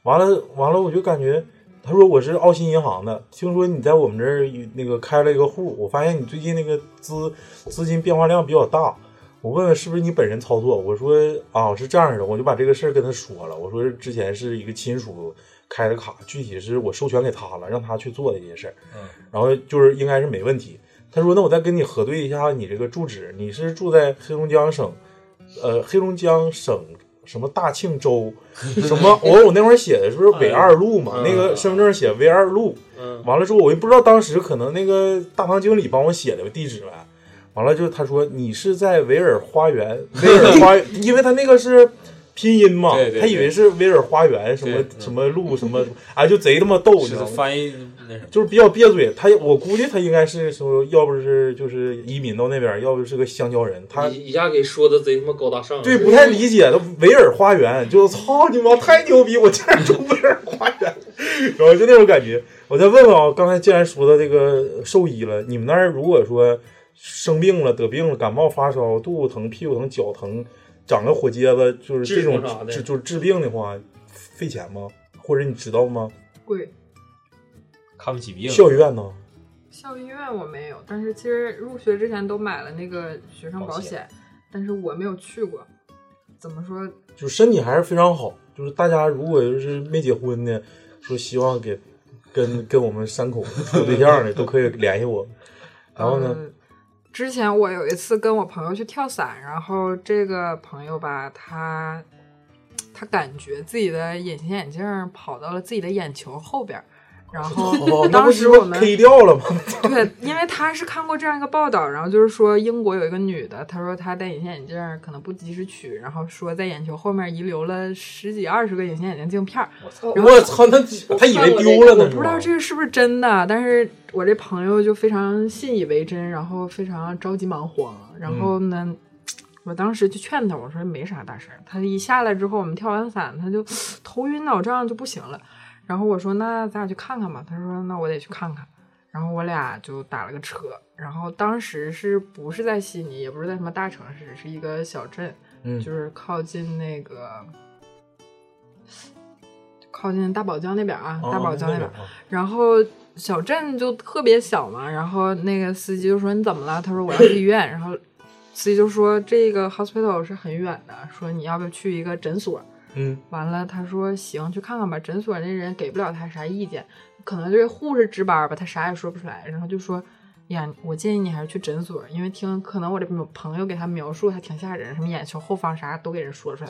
Speaker 1: 完了完了我就感觉。他说我是澳新银行的，听说你在我们这儿有那个开了一个户，我发现你最近那个资资金变化量比较大，我问问是不是你本人操作，我说啊是这样的，我就把这个事儿跟他说了，我说之前是一个亲属开的卡，具体是我授权给他了，让他去做的这些事儿，然后就是应该是没问题。他说那我再跟你核对一下你这个住址，你是住在黑龙江省，呃黑龙江省。什么大庆州，什么哦我我那会儿写的是不是纬二路嘛？那个身份证写纬二路，完了之后我也不知道当时可能那个大堂经理帮我写的地址呗， 完了就他说你是在维尔花园，维尔花园，因为他那个是拼音嘛
Speaker 10: 对对，对嗯
Speaker 1: 他以为是威尔花园什么什么路什么，哎，就贼他妈逗，你知
Speaker 10: 是
Speaker 1: 道吗？
Speaker 10: 翻译那什么，
Speaker 1: 就是比较憋嘴。他我估计他应该是说，要不是就是移民到那边，要不就是个香蕉人。他
Speaker 6: 一一下给说的贼他妈高大上了，
Speaker 1: 对不太理解，他维尔花园，就操你妈太牛逼，我竟然住维尔花园，然后就那种感觉。我再问问啊，刚才既然说到这个兽医了，你们那儿如果说生病了、得病了、感冒、发烧、肚子疼、屁股疼、脚疼，长个火疖子，就是这种
Speaker 6: 治啥的
Speaker 1: 治就是治病的话，费钱吗？或者你知道吗？
Speaker 2: 贵。
Speaker 10: 看不起病。
Speaker 1: 校医院呢？
Speaker 2: 校医院我没有，但是其实入学之前都买了那个学生保
Speaker 1: 保
Speaker 2: 险，但是我没有去过。怎么说？
Speaker 1: 就身体还是非常好。就是大家如果就是没结婚的，说希望给跟跟我们山口处对象的，都可以联系我。然后呢，
Speaker 2: 呃之前我有一次跟我朋友去跳伞，然后这个朋友吧，他他感觉自己的隐形眼镜儿跑到了自己的眼球后边儿，然后
Speaker 1: 哦，那
Speaker 2: 嗯当
Speaker 1: 不是
Speaker 2: 时我们
Speaker 1: K 掉了吗？
Speaker 2: 对，因为他是看过这样一个报道，然后就是说英国有一个女的，她说她戴隐形眼镜儿可能不及时取，然后说在眼球后面遗留了十几二十个隐形眼镜镜片儿。然后
Speaker 1: 我操，那他以为丢了呢，是
Speaker 2: 不知道
Speaker 1: 吧？
Speaker 2: 这个是不是真的，但是我这朋友就非常信以为真，然后非常着急忙慌，然后呢，我当时就劝他，我说没啥大事儿。他一下来之后，我们跳完伞，他就 头晕脑胀就不行了，然后我说那咱俩去看看吧，他说那我得去看看，然后我俩就打了个车，然后当时是不是在悉尼，也不是在什么大城市，是一个小镇，
Speaker 1: 嗯
Speaker 2: 就是靠近那个。靠近大堡礁那边啊，
Speaker 1: 哦
Speaker 2: 大堡礁那边，
Speaker 1: 哦
Speaker 2: 然后小镇就特别小嘛，然后那个司机就说你怎么了？他说我要去医院，然后司机就说这个 hospital 是很远的，说你要不要去一个诊所？
Speaker 1: 嗯，
Speaker 2: 完了，他说行，去看看吧。诊所那人给不了他啥意见，可能就是护士值班吧，他啥也说不出来。然后就说，呀，我建议你还是去诊所，因为听可能我这朋友给他描述还挺吓人，什么眼球后方啥都给人说出来。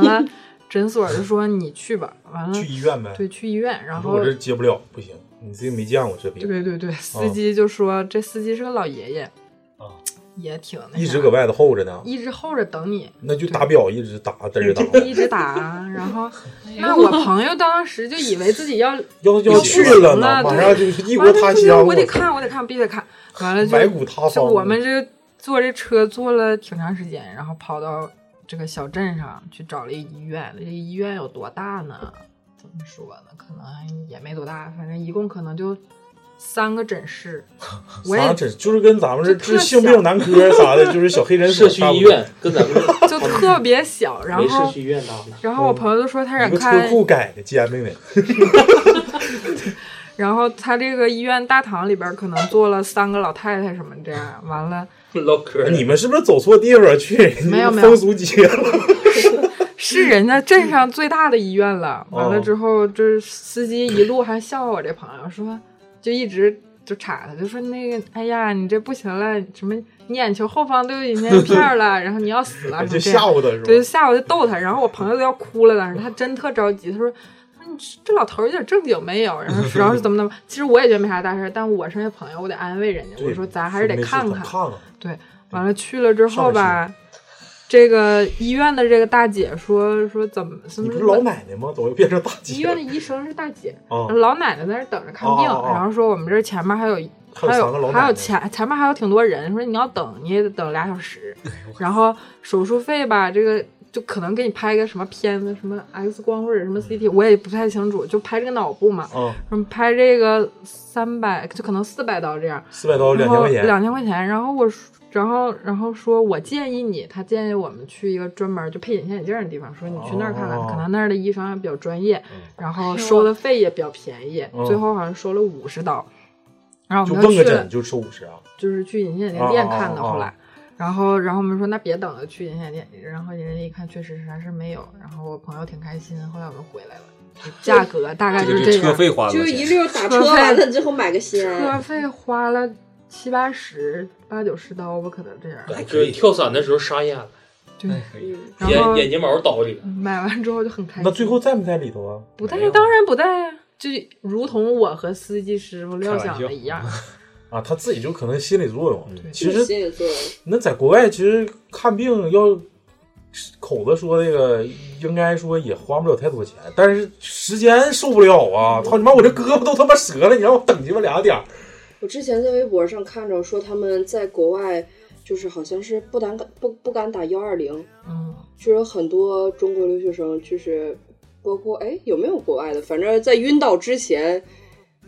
Speaker 2: 了，诊所就说你去吧。完了，
Speaker 1: 去医院呗
Speaker 2: 嗯对，去医院。然
Speaker 1: 你
Speaker 2: 后
Speaker 1: 说我这接不了，不行，你这没见过这病，
Speaker 2: 对对对，司
Speaker 1: 啊
Speaker 2: 机就说、这司机是个老爷爷，也挺那
Speaker 1: 一
Speaker 2: 啥
Speaker 1: 直搁外头候着呢，
Speaker 2: 一直候着等你，
Speaker 1: 那就打表一直打，嘚儿打，
Speaker 2: 一直打，然 后那我朋友当时就以为自己要
Speaker 1: 要要去
Speaker 2: 了
Speaker 1: 了呢，马
Speaker 2: 对
Speaker 1: 上就异
Speaker 2: 完
Speaker 1: 国
Speaker 2: 了
Speaker 1: 他
Speaker 2: 就
Speaker 1: 乡，
Speaker 2: 我得
Speaker 1: 操
Speaker 2: 看，我得看，必须得看。完了就
Speaker 1: 白骨塌
Speaker 2: 就
Speaker 1: 方
Speaker 2: 我们这坐这车坐了挺长时间，然后跑到这个小镇上去找了一医院。这医院有多大呢？怎么说呢？可能也没多大，反正一共可能就三个诊室。 我
Speaker 1: 啥
Speaker 2: 也
Speaker 1: 诊就是跟咱们这
Speaker 2: 就特
Speaker 1: 治性病男科啥 的，就是小黑诊所
Speaker 6: 社区
Speaker 1: 差不多
Speaker 6: 医院跟咱们
Speaker 2: 就特别小，然
Speaker 6: 没嗯社
Speaker 2: 后
Speaker 6: 区医院大呢。
Speaker 2: 然后我朋友就说他
Speaker 1: 你
Speaker 2: 想
Speaker 1: 们
Speaker 2: 看
Speaker 1: 车库改的尖没没？
Speaker 2: 然后他这个医院大堂里边儿可能坐了三个老太太什么这样，完了
Speaker 6: 嗯唠嗑，
Speaker 1: 哎你们是不是走错地方去？
Speaker 2: 没有没有
Speaker 1: 风俗街了。
Speaker 2: 是人家镇上最大的医院了。完了之后，就是司机一路还笑话我这朋友说，就一直就插他，就说那个哎呀你这不行了，什么你眼球后方都有隐形眼片儿了，然后你要 死了，什
Speaker 1: 就
Speaker 2: 么这样
Speaker 1: 吓唬他是吧
Speaker 2: 啊对，就吓唬就逗他，然后我朋友都要哭了，当时他真特着急，他说。嗯这老头儿有点正经没有，然后然后是怎么怎么，其实我也觉得没啥大事儿，但我身为朋友，我得安慰人家，我说咱还是得
Speaker 1: 没事
Speaker 2: 看
Speaker 1: 咱
Speaker 2: 看，
Speaker 1: 看啊看。
Speaker 2: 对，完了去了之后
Speaker 1: 上哪
Speaker 2: 吧，这个医院的这个大姐说说怎么，
Speaker 1: 你
Speaker 2: 么
Speaker 1: 不是老奶奶吗？怎么变成大
Speaker 2: 医
Speaker 1: 姐
Speaker 2: 院
Speaker 1: 了
Speaker 2: 的？医生是大姐，
Speaker 1: 哦
Speaker 2: 老奶奶在那儿等着看病，
Speaker 1: 哦哦哦
Speaker 2: 然后说我们这儿前面还有。
Speaker 1: 还有
Speaker 2: 还
Speaker 1: 三个老
Speaker 2: 有
Speaker 1: 奶奶
Speaker 2: 还有前前面还有挺多人，说你要等你也得等俩小时，
Speaker 1: 哎
Speaker 2: 然后手术费吧，这个就可能给你拍个什么片子，什么 X 光或者什么 CT，我也不太清楚，就拍这个脑部嘛，
Speaker 1: 嗯
Speaker 2: 什么拍这个三百就可能四百刀这样，
Speaker 1: 400刀
Speaker 2: 然后
Speaker 1: 哦2000块钱
Speaker 2: 两千块钱，然后我说然后然后说我建议你，他建议我们去一个专门就配隐形眼镜的地方，说你去那儿看看，
Speaker 1: 哦
Speaker 2: 可能那儿的医生比较专业，然后收的费也比较便宜，
Speaker 1: 嗯
Speaker 2: 最后好像收了五十刀，然后
Speaker 1: 就
Speaker 2: 我们
Speaker 1: 问
Speaker 2: 就
Speaker 1: 个
Speaker 2: 去了哎
Speaker 1: 诊，就收五十啊？
Speaker 2: 就是去隐形眼镜店看
Speaker 1: 哦哦
Speaker 2: 的，
Speaker 1: 哦哦
Speaker 2: 后来。然后，然后我们说那别等了，去隐形眼店。然后人家一看，确实啥事没有。然后我朋友挺开心。后来我们回来了，价格大概就是样。
Speaker 10: 花
Speaker 11: 就是一溜打车
Speaker 2: 车费
Speaker 11: 完了之后买个仙
Speaker 2: 车
Speaker 11: 儿，
Speaker 2: 费花了七八十、八九十刀吧，可能这样。
Speaker 6: 就是跳伞的时候沙眼了，
Speaker 2: 对，嗯然后
Speaker 6: 眼眼睫毛倒里了。
Speaker 2: 买完之后就很开心。
Speaker 1: 那最后在没在里头啊？
Speaker 2: 不带，当然不带啊，就如同我和司机师傅料想的 一样。
Speaker 1: 啊，他自己就可能心理作用。其
Speaker 11: 就是
Speaker 1: 实
Speaker 11: 心理作用。
Speaker 1: 那在国外，其实看病要口子说那个应该说也花不了太多钱，但是时间受不了
Speaker 6: 嗯
Speaker 1: 啊！操你妈，我这胳膊都他妈折了，你让我等鸡巴俩点儿。
Speaker 11: 我之前在微博上看着说他们在国外，就是好像是不敢不不敢打幺二零，
Speaker 2: 嗯，
Speaker 11: 就是很多中国留学生，就是包括哎有没有国外的，反正在晕倒之前，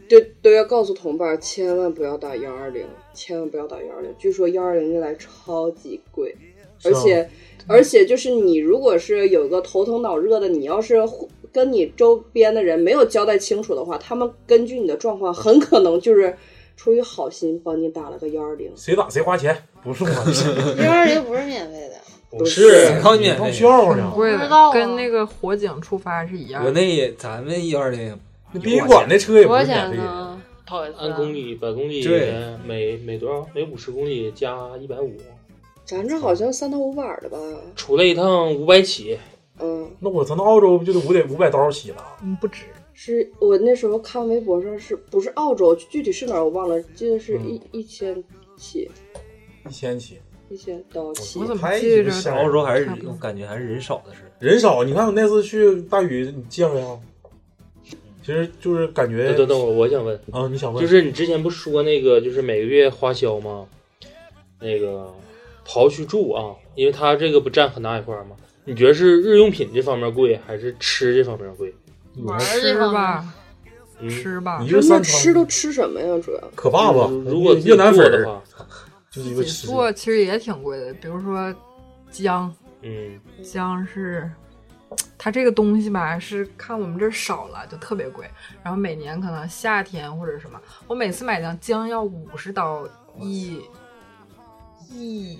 Speaker 11: 就都要告诉同伴千万不要打幺二零，千万不要打幺二零。据说幺二零一来超级贵，
Speaker 12: 是
Speaker 11: 而
Speaker 12: 啊
Speaker 11: 且而且就是你如果是有个头疼脑热的，你要是互跟你周边的人没有交代清楚的话，他们根据你的状况，很可能就是出于好心帮你打了个幺二零。
Speaker 1: 谁打谁花钱，不 是我的事。
Speaker 12: 幺二零不是免费的，
Speaker 1: 不
Speaker 10: 是靠你哎免费
Speaker 1: 放笑话呢
Speaker 2: 很。贵
Speaker 12: 不
Speaker 2: 的
Speaker 12: 知道，啊
Speaker 2: 跟那个火警触发是一样
Speaker 10: 我
Speaker 2: 的。
Speaker 10: 那也咱们幺二零，
Speaker 6: 哎
Speaker 10: 那
Speaker 1: 殡仪馆那车也不是免费的。
Speaker 12: 呢？头
Speaker 3: 啊
Speaker 12: 一次
Speaker 6: 按公里百公里，
Speaker 10: 对
Speaker 6: 每每多少？每五十公里加一百五，
Speaker 11: 咱这好像三到五百儿的吧？
Speaker 6: 出来一趟五百起。
Speaker 11: 嗯，
Speaker 1: 那我操，那澳洲不就得五得五百刀起了？
Speaker 2: 嗯，不止。
Speaker 11: 是我那时候看微博上是不是澳洲，具体是哪儿我忘了，记得是一、一千起，
Speaker 1: 一千起，
Speaker 11: 一千刀起。
Speaker 1: 太鸡巴吓人
Speaker 10: 澳
Speaker 1: 了
Speaker 10: 洲还是我感觉还是人少的事儿。
Speaker 1: 人少，你看我那次去大宇，你见没有？其实就是感觉。
Speaker 6: 等等等会儿，我想问
Speaker 1: 啊，你想问？
Speaker 6: 就是你之前不说那个，就是每个月花销吗？那个刨去住啊，因为它这个不占很大一块儿吗？你觉得是日用品这方面贵，还是吃这方面贵？嗯
Speaker 2: 玩
Speaker 12: 儿这
Speaker 2: 吃
Speaker 12: 方面
Speaker 2: 吧，吃吧，
Speaker 1: 你
Speaker 11: 他
Speaker 1: 这
Speaker 11: 们
Speaker 1: 三
Speaker 11: 吃
Speaker 1: 餐
Speaker 11: 都吃什么呀？主要
Speaker 1: 可爸爸，
Speaker 6: 如果自
Speaker 1: 啊
Speaker 6: 己
Speaker 1: 越南粉
Speaker 6: 嗯做的
Speaker 1: 儿
Speaker 6: 话，
Speaker 1: 就是一
Speaker 2: 自
Speaker 1: 个
Speaker 2: 己
Speaker 1: 吃。
Speaker 2: 做其实也挺贵的，比如说姜，
Speaker 6: 嗯，
Speaker 2: 姜是它这个东西吧，是看我们这儿少了就特别贵，然后每年可能夏天或者什么，我每次买姜姜要五十刀一一，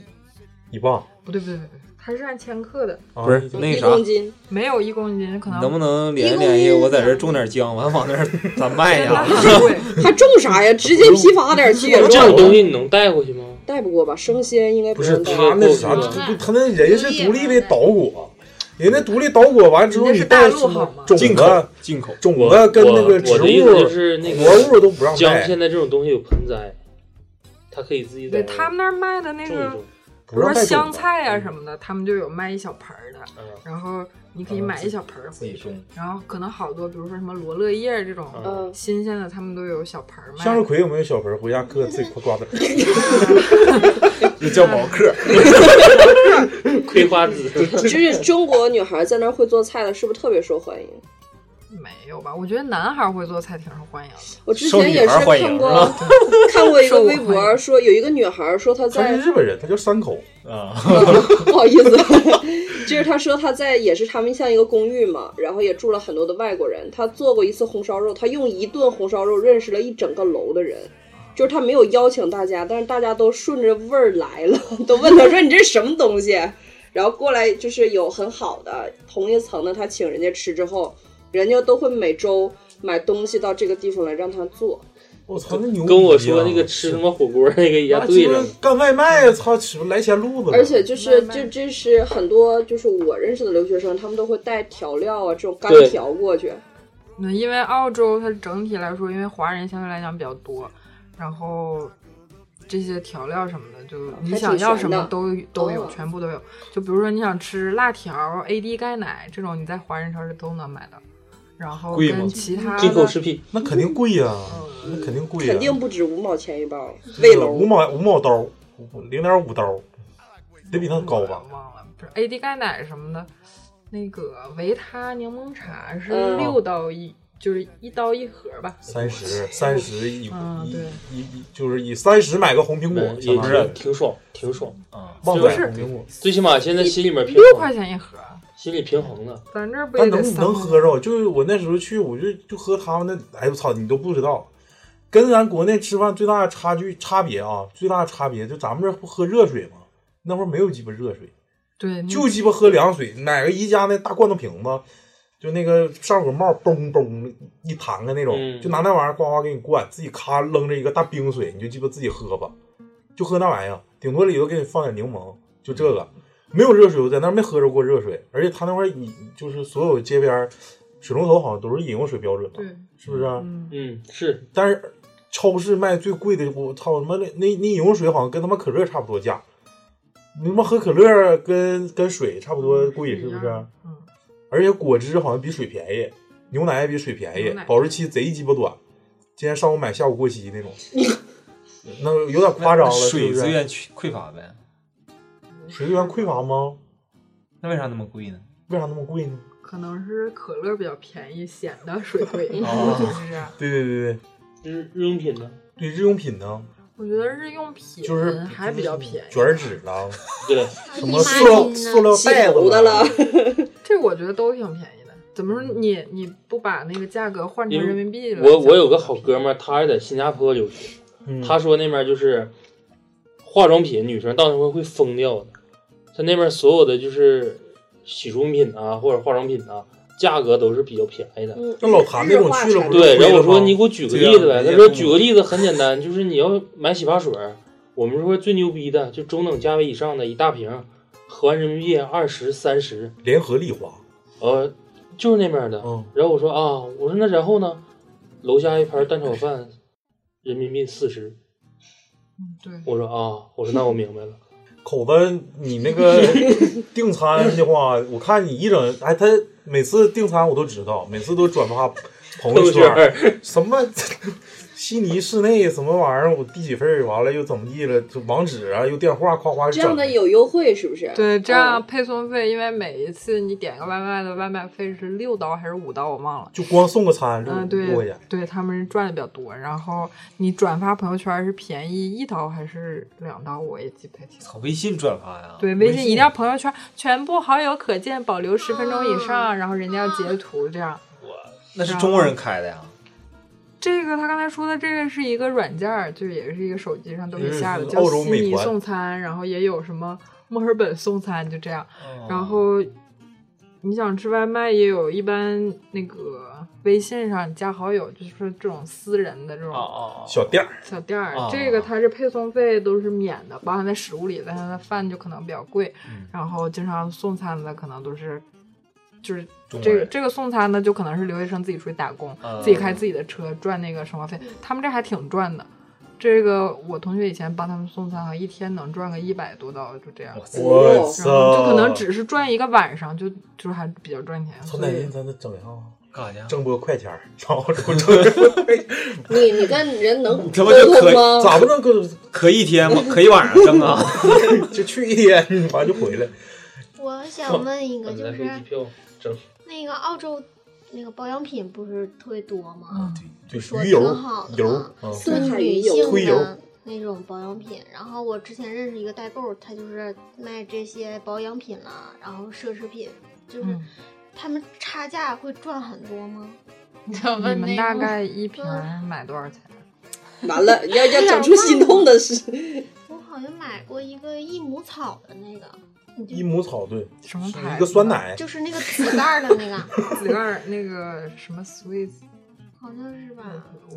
Speaker 1: 一磅
Speaker 2: 不对不对不对，它是按千克的，
Speaker 10: 啊不是那啥一公斤
Speaker 2: 没有一公斤，可能
Speaker 10: 能不能联系联系？我在这种点姜，完往那 儿咱卖啊呀。
Speaker 11: 还种啥呀？直接批发点儿去也
Speaker 6: 这
Speaker 11: 种
Speaker 6: 种东西你能带回去吗？
Speaker 11: 带不过吧？生鲜应该
Speaker 1: 不
Speaker 11: 能
Speaker 1: 是
Speaker 11: 带
Speaker 1: 他那啥，他他那人是独立的岛国，人家独立岛国完之后，你带什么种
Speaker 10: 进
Speaker 1: 子
Speaker 10: 口、进口
Speaker 1: 种
Speaker 6: 我
Speaker 1: 子跟那
Speaker 6: 我
Speaker 1: 个植
Speaker 6: 我的意思
Speaker 1: 物、
Speaker 6: 就是那个
Speaker 1: 活物都不让
Speaker 6: 姜
Speaker 1: 带，
Speaker 6: 现在这种东西有盆栽，它可以自己在
Speaker 2: 对他们那儿卖的那个，比
Speaker 1: 不
Speaker 2: 如
Speaker 1: 让
Speaker 2: 说
Speaker 1: 带种
Speaker 2: 香菜啊什么的，他们就有卖一小盆儿的，然后你可以
Speaker 1: 嗯
Speaker 2: 买一
Speaker 1: 自
Speaker 2: 小盆儿
Speaker 1: 自己
Speaker 2: 回去
Speaker 1: 种，
Speaker 2: 然后可能好多，比如说什么罗勒叶这种
Speaker 1: 嗯
Speaker 2: 新鲜的，他们都有小盆儿卖。
Speaker 1: 向日葵有没有小盆儿回家嗑自 己嗑瓜子儿？这叫毛 嗑，
Speaker 6: 葵花 籽。
Speaker 11: 就是中国女孩在那儿会做菜的，是不是特别受欢迎？
Speaker 2: 没有吧？我觉得男孩儿会做菜挺受欢迎的。
Speaker 11: 我之前也是看过看过一个微博，说有一个女孩说她
Speaker 1: 他
Speaker 11: 在
Speaker 1: 是日本人，他叫山口啊。
Speaker 11: 不好意思，就是她说她在也是他们像一个公寓嘛，然后也住了很多的外国人。她做过一次红烧肉，她用一顿红烧肉认识了一整个楼的人。就是她没有邀请大家，但是大家都顺着味儿来了，都问她说你这是什么东西？啊然后过来就是有很好的同一层的，她请人家吃之后，人家都会每周买东西到这个地方来让她做。
Speaker 1: 我操，那牛啊
Speaker 6: 跟我说那个吃他妈火锅那个一
Speaker 2: 啊
Speaker 6: 样对着。
Speaker 1: 干外卖，操，吃来钱路子了。
Speaker 11: 而且就是这这是很多就是我认识的留学生，他们都会带调料啊这种干
Speaker 2: 对
Speaker 11: 调过去。
Speaker 2: 那因为澳洲它整体来说，因为华人相对来讲比较多，然后这些调料什么的，就你想要什么都都有，
Speaker 11: 哦
Speaker 2: 全部都有。就比如说你想吃辣条、AD 钙奶这种，你在华人超市都能买到。然后
Speaker 1: 贵吗
Speaker 2: 跟其他的
Speaker 1: 进口
Speaker 6: 食品
Speaker 1: 那肯定贵呀，
Speaker 2: 嗯
Speaker 1: 那肯定贵呀，
Speaker 11: 肯定不止五毛钱一包，卫
Speaker 1: 五
Speaker 11: 龙
Speaker 1: 毛五毛刀，零点五刀，得比他高吧？
Speaker 2: 不是 AD 钙奶什么的，那个维他柠檬茶是
Speaker 1: 嗯
Speaker 2: 六刀一，就是一刀一盒吧，
Speaker 1: 三十，三十一
Speaker 2: 嗯
Speaker 1: 一
Speaker 2: 对
Speaker 1: 一一，就是以三十买个红苹果，相
Speaker 6: 也
Speaker 1: 当
Speaker 6: 是
Speaker 1: 于
Speaker 6: 挺爽，挺爽
Speaker 1: 啊旺
Speaker 6: 就
Speaker 1: 仔
Speaker 6: 是
Speaker 1: 红苹果
Speaker 6: 最起码现在心里面平
Speaker 2: 六块
Speaker 6: 衡，
Speaker 2: 钱一盒，
Speaker 6: 心里平衡了。
Speaker 2: 咱这儿不
Speaker 1: 但
Speaker 2: 也得
Speaker 1: 能
Speaker 2: 三
Speaker 1: 能
Speaker 2: 块
Speaker 1: 喝着，就是我那时候去，我就就喝他们那，哎呦我操，你都不知道，跟咱国内吃饭最大的差距差别啊，最大的差别就咱们这儿不喝热水吗？那会儿没有鸡巴热水，
Speaker 2: 对，你
Speaker 1: 就鸡巴喝凉水，哪个宜家那大罐头瓶子，就那个上火帽嘣嘣一弹开那种，
Speaker 6: 嗯
Speaker 1: 就拿那玩意儿呱呱给你灌，自己咔扔着一个大冰水，你就鸡巴自己喝吧，就喝那玩意儿，顶多里头给你放点柠檬，就这个，没有热水，我在那儿没喝着过热水，而且他那块儿你就是所有街边儿水龙头好像都是饮用水标准的，
Speaker 2: 对，
Speaker 1: 是不是、啊？
Speaker 6: 嗯，是，
Speaker 1: 但是超市卖最贵的，我操他妈的那那饮用水好像跟他妈可乐差不多价。你他妈喝可乐跟跟水差不多贵，是不是？嗯。而且果汁好像比水便宜，牛奶也比水便
Speaker 2: 牛
Speaker 1: 宜
Speaker 2: 奶，
Speaker 1: 保质期贼鸡巴短，今天上午买下午过期那种，那有点夸张了。是
Speaker 10: 水
Speaker 1: 不是
Speaker 10: 资源缺匮乏呗？
Speaker 1: 水资源匮乏吗？
Speaker 10: 那为啥那么贵呢？
Speaker 1: 为啥那么贵呢？
Speaker 2: 可能是可乐比较便宜，显得水贵，是
Speaker 6: 哦
Speaker 1: 啊
Speaker 2: 不
Speaker 1: 对
Speaker 2: 是？
Speaker 1: 对对对。
Speaker 6: 日日用品呢？
Speaker 1: 对日用品呢，
Speaker 2: 我觉得日用品
Speaker 1: 就是
Speaker 2: 嗯还比较便宜，
Speaker 1: 卷儿纸 啦，
Speaker 6: 对，
Speaker 1: 什么塑料塑料袋子啦，
Speaker 2: 这我觉得都挺便宜的。怎么说你你不把那个价格换成人民币了？
Speaker 6: 嗯我我有个好哥们儿，他是在新加坡留学，
Speaker 1: 嗯
Speaker 6: 他说那边就是化妆品，女生到那会会疯掉的。他那边所有的就是洗漱用品啊，或者化妆品啊，价格都是比较便宜的。
Speaker 11: 嗯
Speaker 1: 那老谭那种去嗯了不是
Speaker 6: 对，然后
Speaker 1: 亏
Speaker 6: 我
Speaker 1: 了
Speaker 6: 说
Speaker 1: 吗
Speaker 6: 你给我举个例子呗，
Speaker 1: 对
Speaker 6: 他
Speaker 1: 啊
Speaker 6: 说举个例子很简单，就是你要买洗发水儿，我们说最牛逼的就中等价位以上的一大瓶，合完人民币二十三十，
Speaker 1: 联合利华，
Speaker 6: 呃，就是那边的。
Speaker 1: 嗯
Speaker 6: 然后我说啊，我说那然后呢？楼下一盘蛋炒饭，人民币四十。
Speaker 2: 对，
Speaker 6: 我说啊，我说那我明白了。
Speaker 1: 口子，你那 个订餐的话，我看你一整，哎，他每次订餐我都知道，每次都转发 朋友圈
Speaker 6: 朋友
Speaker 1: 儿，什么 悉尼室内什么玩意儿，我第几份儿完了又怎么地了，就网址啊，又电话，夸夸
Speaker 11: 这样
Speaker 1: 整。哦
Speaker 11: 的有优惠是不是？
Speaker 2: 对，这
Speaker 11: 嗯
Speaker 6: 哦
Speaker 2: 样配送费，因为每一次你点个外卖的外卖费是六刀还是五刀，我忘了。
Speaker 1: 就光送个餐六
Speaker 2: 嗯，
Speaker 1: 六块
Speaker 2: 对
Speaker 1: 钱，，
Speaker 2: 对他们赚的比较多。然后你转发朋友圈是便宜一刀还是两刀，我也记不太清。
Speaker 10: 操，微信转发呀？
Speaker 2: 对，微信一定要朋友圈全部好友可见，保留十分钟以上，然后人家要截图这样。
Speaker 10: 那是中国人开的呀？
Speaker 2: 这个他刚才说的这个是一个软件儿，就是也是一个手机上都可以下的，
Speaker 10: 嗯
Speaker 2: 叫
Speaker 10: 澳洲
Speaker 2: 悉
Speaker 10: 美
Speaker 2: 尼
Speaker 10: 团
Speaker 2: 送餐，然后也有什么墨尔本送餐，就这样。
Speaker 10: 哦
Speaker 2: 然后你想吃外卖，也有一般那个微信上加好友，就是说这种私人的这种
Speaker 10: 哦
Speaker 1: 小店儿，
Speaker 2: 小店儿，
Speaker 1: 哦
Speaker 2: 这个它是配送费都是免的，包含在食物里，但是它饭就可能比较贵，然后经常送餐的可能都是。就是
Speaker 13: 中国
Speaker 2: 这个
Speaker 13: 人
Speaker 2: 这个送餐的，就可能是留学生自己出去打工，
Speaker 13: 嗯
Speaker 2: 自己开自己的车赚那个生活费，他们这还挺赚的。这个我同学以前帮他们送餐，好啊像一天能赚个一百多刀，就这样。
Speaker 1: 我
Speaker 2: 然后哦就可能
Speaker 1: 操
Speaker 2: 只是赚一个晚上，就就是还比较赚钱。
Speaker 1: 操，
Speaker 2: 所
Speaker 1: 那
Speaker 2: 以
Speaker 1: 人咱得整一下，
Speaker 10: 干啥去？
Speaker 1: 挣波快钱儿，然后挣挣，
Speaker 11: 你你跟人能
Speaker 10: 这
Speaker 11: 沟
Speaker 10: 不就可
Speaker 11: 通吗？
Speaker 1: 咋不能搁
Speaker 10: 可一天吗？可一晚上挣啊？
Speaker 1: 就去一天，完就回来。
Speaker 5: 我想问一个，就
Speaker 6: 来回
Speaker 5: 是
Speaker 6: 机票整
Speaker 1: 嗯
Speaker 5: 那个澳洲那个保养品不是特别多吗？
Speaker 2: 嗯
Speaker 1: 对
Speaker 5: 说
Speaker 1: 鱼油
Speaker 5: 挺好的
Speaker 1: 油
Speaker 5: 嘛，
Speaker 1: 嗯
Speaker 5: 对
Speaker 11: 对
Speaker 5: 女
Speaker 1: 推
Speaker 5: 性
Speaker 1: 油
Speaker 5: 的那种保养品。然后我之前认识一个代购，他就是卖这些保养品啦，然后奢侈品，
Speaker 2: 嗯
Speaker 5: 就是他们差价会赚很多吗？
Speaker 2: 你们大概一瓶儿买多少钱？
Speaker 11: 完了，要要整出心痛的事。
Speaker 5: 我好像买过一个益母草的那个，你就
Speaker 1: 一亩草对，什
Speaker 2: 么牌
Speaker 1: 一个酸奶，
Speaker 5: 就是那个紫盖儿的那个，
Speaker 2: 紫盖儿那个什么 Swiss，
Speaker 5: 好像是吧？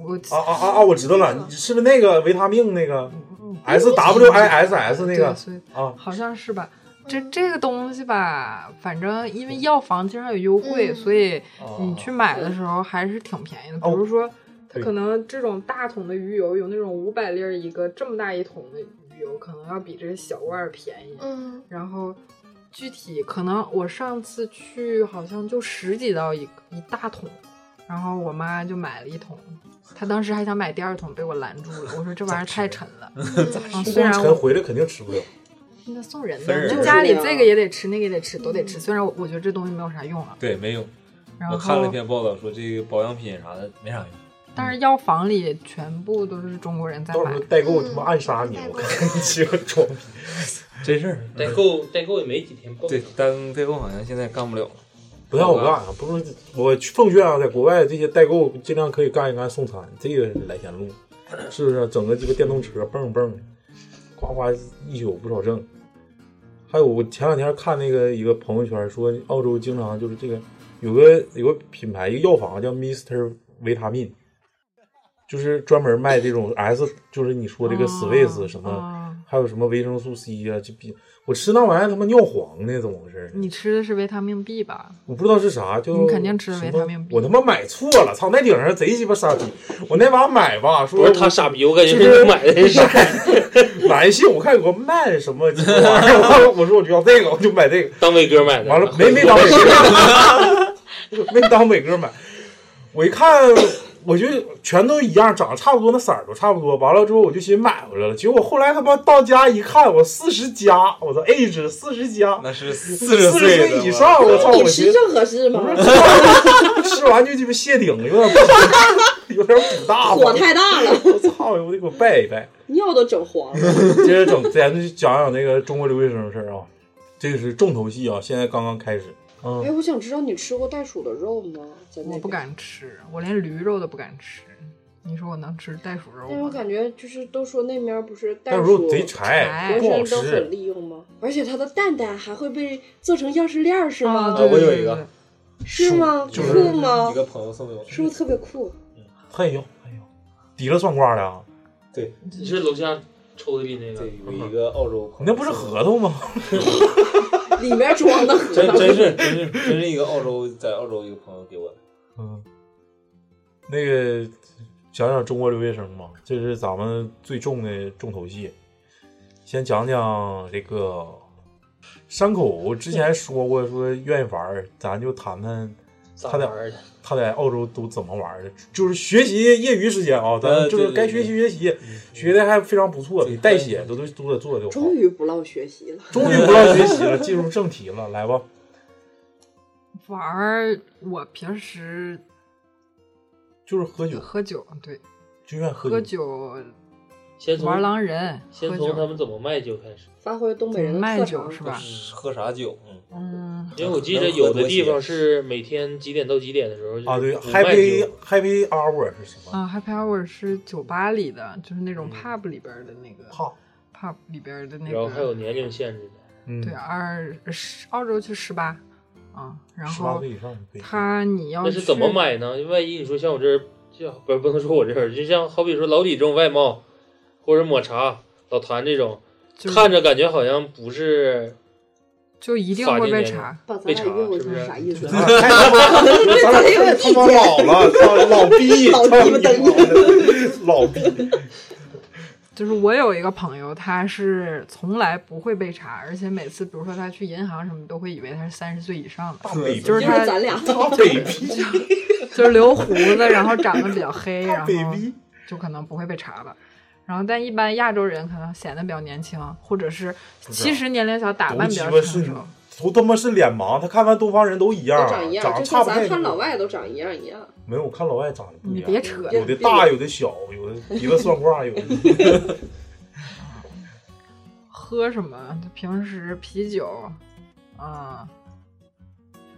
Speaker 2: 我
Speaker 1: 啊啊啊啊！我知道了，是不是那个维他命那个
Speaker 2: 嗯
Speaker 1: S W I S S 那个
Speaker 2: 对所以
Speaker 1: 啊？
Speaker 2: 好像是吧？这这个东西吧，反正因为药房经常有优惠，所以
Speaker 10: 哦
Speaker 2: 你嗯去买的时候还是挺便宜的。比如说，它可能这种大桶的鱼油有那种五百粒儿一个，这么大一桶的鱼油可能要比这个小罐儿便宜。
Speaker 5: 嗯，
Speaker 2: 然后具体可能我上次去好像就十几刀一一大桶，然后我妈就买了一桶。她当时还想买第二桶，被我拦住了。我说这玩意儿太沉 了，嗯虽然
Speaker 1: 晨
Speaker 2: 我
Speaker 1: 回来肯定吃不了，
Speaker 2: 那送人
Speaker 1: 分
Speaker 2: 的，
Speaker 1: 人
Speaker 2: 就家里这个啊也得吃，那个也得吃，都得吃。虽然我我觉得这东西没有啥用啊，
Speaker 10: 对，没有。
Speaker 2: 然后
Speaker 10: 我看了一篇报道说这个保养品啥的没啥用。
Speaker 2: 但是药房里全部都是中国人在
Speaker 1: 到时
Speaker 2: 买
Speaker 1: 候。代购
Speaker 2: 嗯
Speaker 1: 他妈暗杀你，我看你这个装逼，
Speaker 10: 真事儿。
Speaker 6: 代购代购也没几天报。
Speaker 10: 对，但代购好像现在干不了了。
Speaker 1: 不让我干啊！不是我奉劝啊，在国外这些代购尽量可以干一干送餐，这个来钱路，是不是？整个鸡巴电动车蹦蹦，夸夸一宿不少挣。还有我前两天看那个一个朋友圈说，澳洲经常就是这个有个有个品牌一个药房叫 Mister 维他命，
Speaker 2: 哦
Speaker 1: 就是专门卖这种 S，就是你说这个 Space 什么，还有什么维生素 C 啊，这比我吃那玩意儿他妈尿黄呢，怎么回事呢？
Speaker 2: 你吃的是维他命 B 吧？
Speaker 1: 我不知道是啥，就
Speaker 2: 你肯定吃维他
Speaker 1: 命 B。我他妈买错了，操！那顶上贼鸡巴傻逼，我那把买吧，说
Speaker 6: 不是他傻逼，我感觉
Speaker 1: 就是是
Speaker 6: 你买的傻。
Speaker 1: 来信，我看有个卖什么鸡巴玩意儿， 我我说我就要这个，我就买这个。
Speaker 6: 当伟哥买的，啊
Speaker 1: 完了没没 当伟哥，没当伟哥买。我一看，我就全都一样，长得差不多，那色儿都差不多。完了之后，我就寻思买回来了。结果后来他妈到家一看，我四十加，我操，age 四十加，
Speaker 10: 那是
Speaker 1: 四
Speaker 10: 40岁的
Speaker 1: 岁以上，我操，
Speaker 11: 你
Speaker 1: 我
Speaker 11: 吃
Speaker 1: 寻思
Speaker 11: 正合适吗？
Speaker 1: 吃完就鸡巴谢顶了，有点不有点补大了，
Speaker 11: 火太大了，
Speaker 1: 我操，我得给我拜一拜。
Speaker 11: 尿都整黄了。
Speaker 1: 接着整，咱就讲讲那个中国留学生的事儿啊，这个是重头戏啊，现在刚刚开始。嗯
Speaker 11: 哎，，我想知道你吃过袋鼠的肉吗？在那
Speaker 2: 我不
Speaker 11: 边。
Speaker 2: 敢吃，我连驴肉都不敢吃。你说我能吃袋鼠肉
Speaker 11: 但是我
Speaker 2: 吗？
Speaker 11: 感觉就是都说那面不是袋
Speaker 1: 袋鼠肉贼柴不好
Speaker 11: 浑身都
Speaker 1: 吃
Speaker 11: 很利用吗？而且它的蛋蛋还会被做成钥匙链儿是吗？
Speaker 10: 啊，我有一个，
Speaker 11: 是吗？
Speaker 10: 就是
Speaker 11: 酷吗
Speaker 10: 一？个朋友送给我，
Speaker 11: 是不是特别 酷？
Speaker 1: 还有还有，提了算卦的啊？
Speaker 10: 对，
Speaker 6: 你是楼下抽的里那个？嗯
Speaker 10: 有一个澳洲朋
Speaker 1: 你那不是合同吗？
Speaker 11: 里面装的
Speaker 10: 真真是真是真是一个澳洲在澳洲一个朋友给我的，
Speaker 1: 嗯，那个讲讲中国留学生吧，这是咱们最重的重头戏。先讲讲这个山口，之前说过说愿意玩儿，咱就谈谈他在
Speaker 6: 咋玩儿的
Speaker 1: 他在澳洲都怎么玩儿的，就是学习业余时间啊，咱们
Speaker 10: 呃
Speaker 1: 就
Speaker 10: 对
Speaker 1: 是
Speaker 10: 对
Speaker 1: 该
Speaker 10: 对
Speaker 1: 学习学习，学的还非常不错，比代写都都都得做的。
Speaker 11: 终于不落学习了，
Speaker 1: 终于不让学习了，进入正题了，来吧。
Speaker 2: 玩儿，我平时
Speaker 1: 就是喝酒，
Speaker 2: 喝酒，对，
Speaker 1: 就愿
Speaker 2: 喝
Speaker 1: 喝酒。
Speaker 2: 酒，
Speaker 6: 先从
Speaker 2: 玩狼人，
Speaker 6: 先
Speaker 2: 喝
Speaker 6: 从
Speaker 2: 酒
Speaker 6: 他们怎么卖酒开始，
Speaker 11: 发挥东北人的
Speaker 2: 卖
Speaker 11: 特
Speaker 2: 酒
Speaker 11: 长
Speaker 2: 是吧？
Speaker 10: 喝啥酒？嗯，
Speaker 2: 嗯，
Speaker 6: 因为我记得有的地方是每天几点到几点的时候
Speaker 1: 啊，对
Speaker 6: 就是不卖
Speaker 1: ，Happy
Speaker 6: 酒
Speaker 1: Happy Hour 是什么？
Speaker 2: 啊，Happy Hour 是酒吧里的，就是那种 pub 里边儿的那个
Speaker 1: pub
Speaker 2: pub 里边儿的那个，
Speaker 6: 然后还有年龄限制的，
Speaker 1: 嗯
Speaker 2: 对，啊二十澳洲就十八，啊，然
Speaker 1: 18
Speaker 2: 后
Speaker 1: 岁以上可以
Speaker 2: 他你要
Speaker 6: 那是怎么
Speaker 2: 去
Speaker 6: 买呢？万一你说像我这儿，就不是不能说我这儿，就像好比说老李这种外贸，或者抹茶、老谭这种，
Speaker 2: 就是
Speaker 6: 看着感觉好像不是
Speaker 2: 就一定
Speaker 6: 法
Speaker 2: 会
Speaker 6: 定
Speaker 2: 被
Speaker 6: 年龄
Speaker 2: 查
Speaker 11: 把咱
Speaker 6: 被
Speaker 11: 俩
Speaker 6: 查
Speaker 11: 约回
Speaker 6: 是
Speaker 11: 去
Speaker 6: 不
Speaker 11: 是
Speaker 6: 是
Speaker 11: 啥意思？
Speaker 1: 咱俩
Speaker 11: 有
Speaker 1: 他妈 老了，操老逼，
Speaker 11: 老
Speaker 1: 操
Speaker 11: 逼不登
Speaker 1: 你妈的老逼，
Speaker 2: 就是我有一个朋友，他是从来不会被查，而且每次比如说他去银行什么，都会以为他是三十岁以上的，
Speaker 1: 北
Speaker 2: 就
Speaker 11: 就是
Speaker 2: 他
Speaker 11: 咱俩，
Speaker 1: 北逼，
Speaker 2: 就是留胡子，然后长得比 较黑，然后
Speaker 1: 北逼，
Speaker 2: 就可能不会被查吧。然后但一般亚洲人可能显得比较年轻，或者是
Speaker 1: 不是啊
Speaker 2: 其实年龄小，打
Speaker 1: 都
Speaker 2: 扮比
Speaker 1: 鸡
Speaker 2: 较
Speaker 1: 巴
Speaker 2: 成
Speaker 1: 是
Speaker 2: 熟。，
Speaker 1: 都他妈是脸盲，他看完东方人都一样
Speaker 11: 都，长一样，
Speaker 1: 长
Speaker 11: 就
Speaker 1: 得差
Speaker 11: 像
Speaker 1: 不
Speaker 11: 咱
Speaker 1: 太
Speaker 11: 看
Speaker 1: 多。
Speaker 11: 老外都长一样一样。
Speaker 1: 没有，我看老外长得不一
Speaker 2: 你
Speaker 1: 样，
Speaker 2: 别扯
Speaker 1: 有的大，有的小，有的提了算卦，有 的
Speaker 2: 喝什么？就平时啤酒，啊、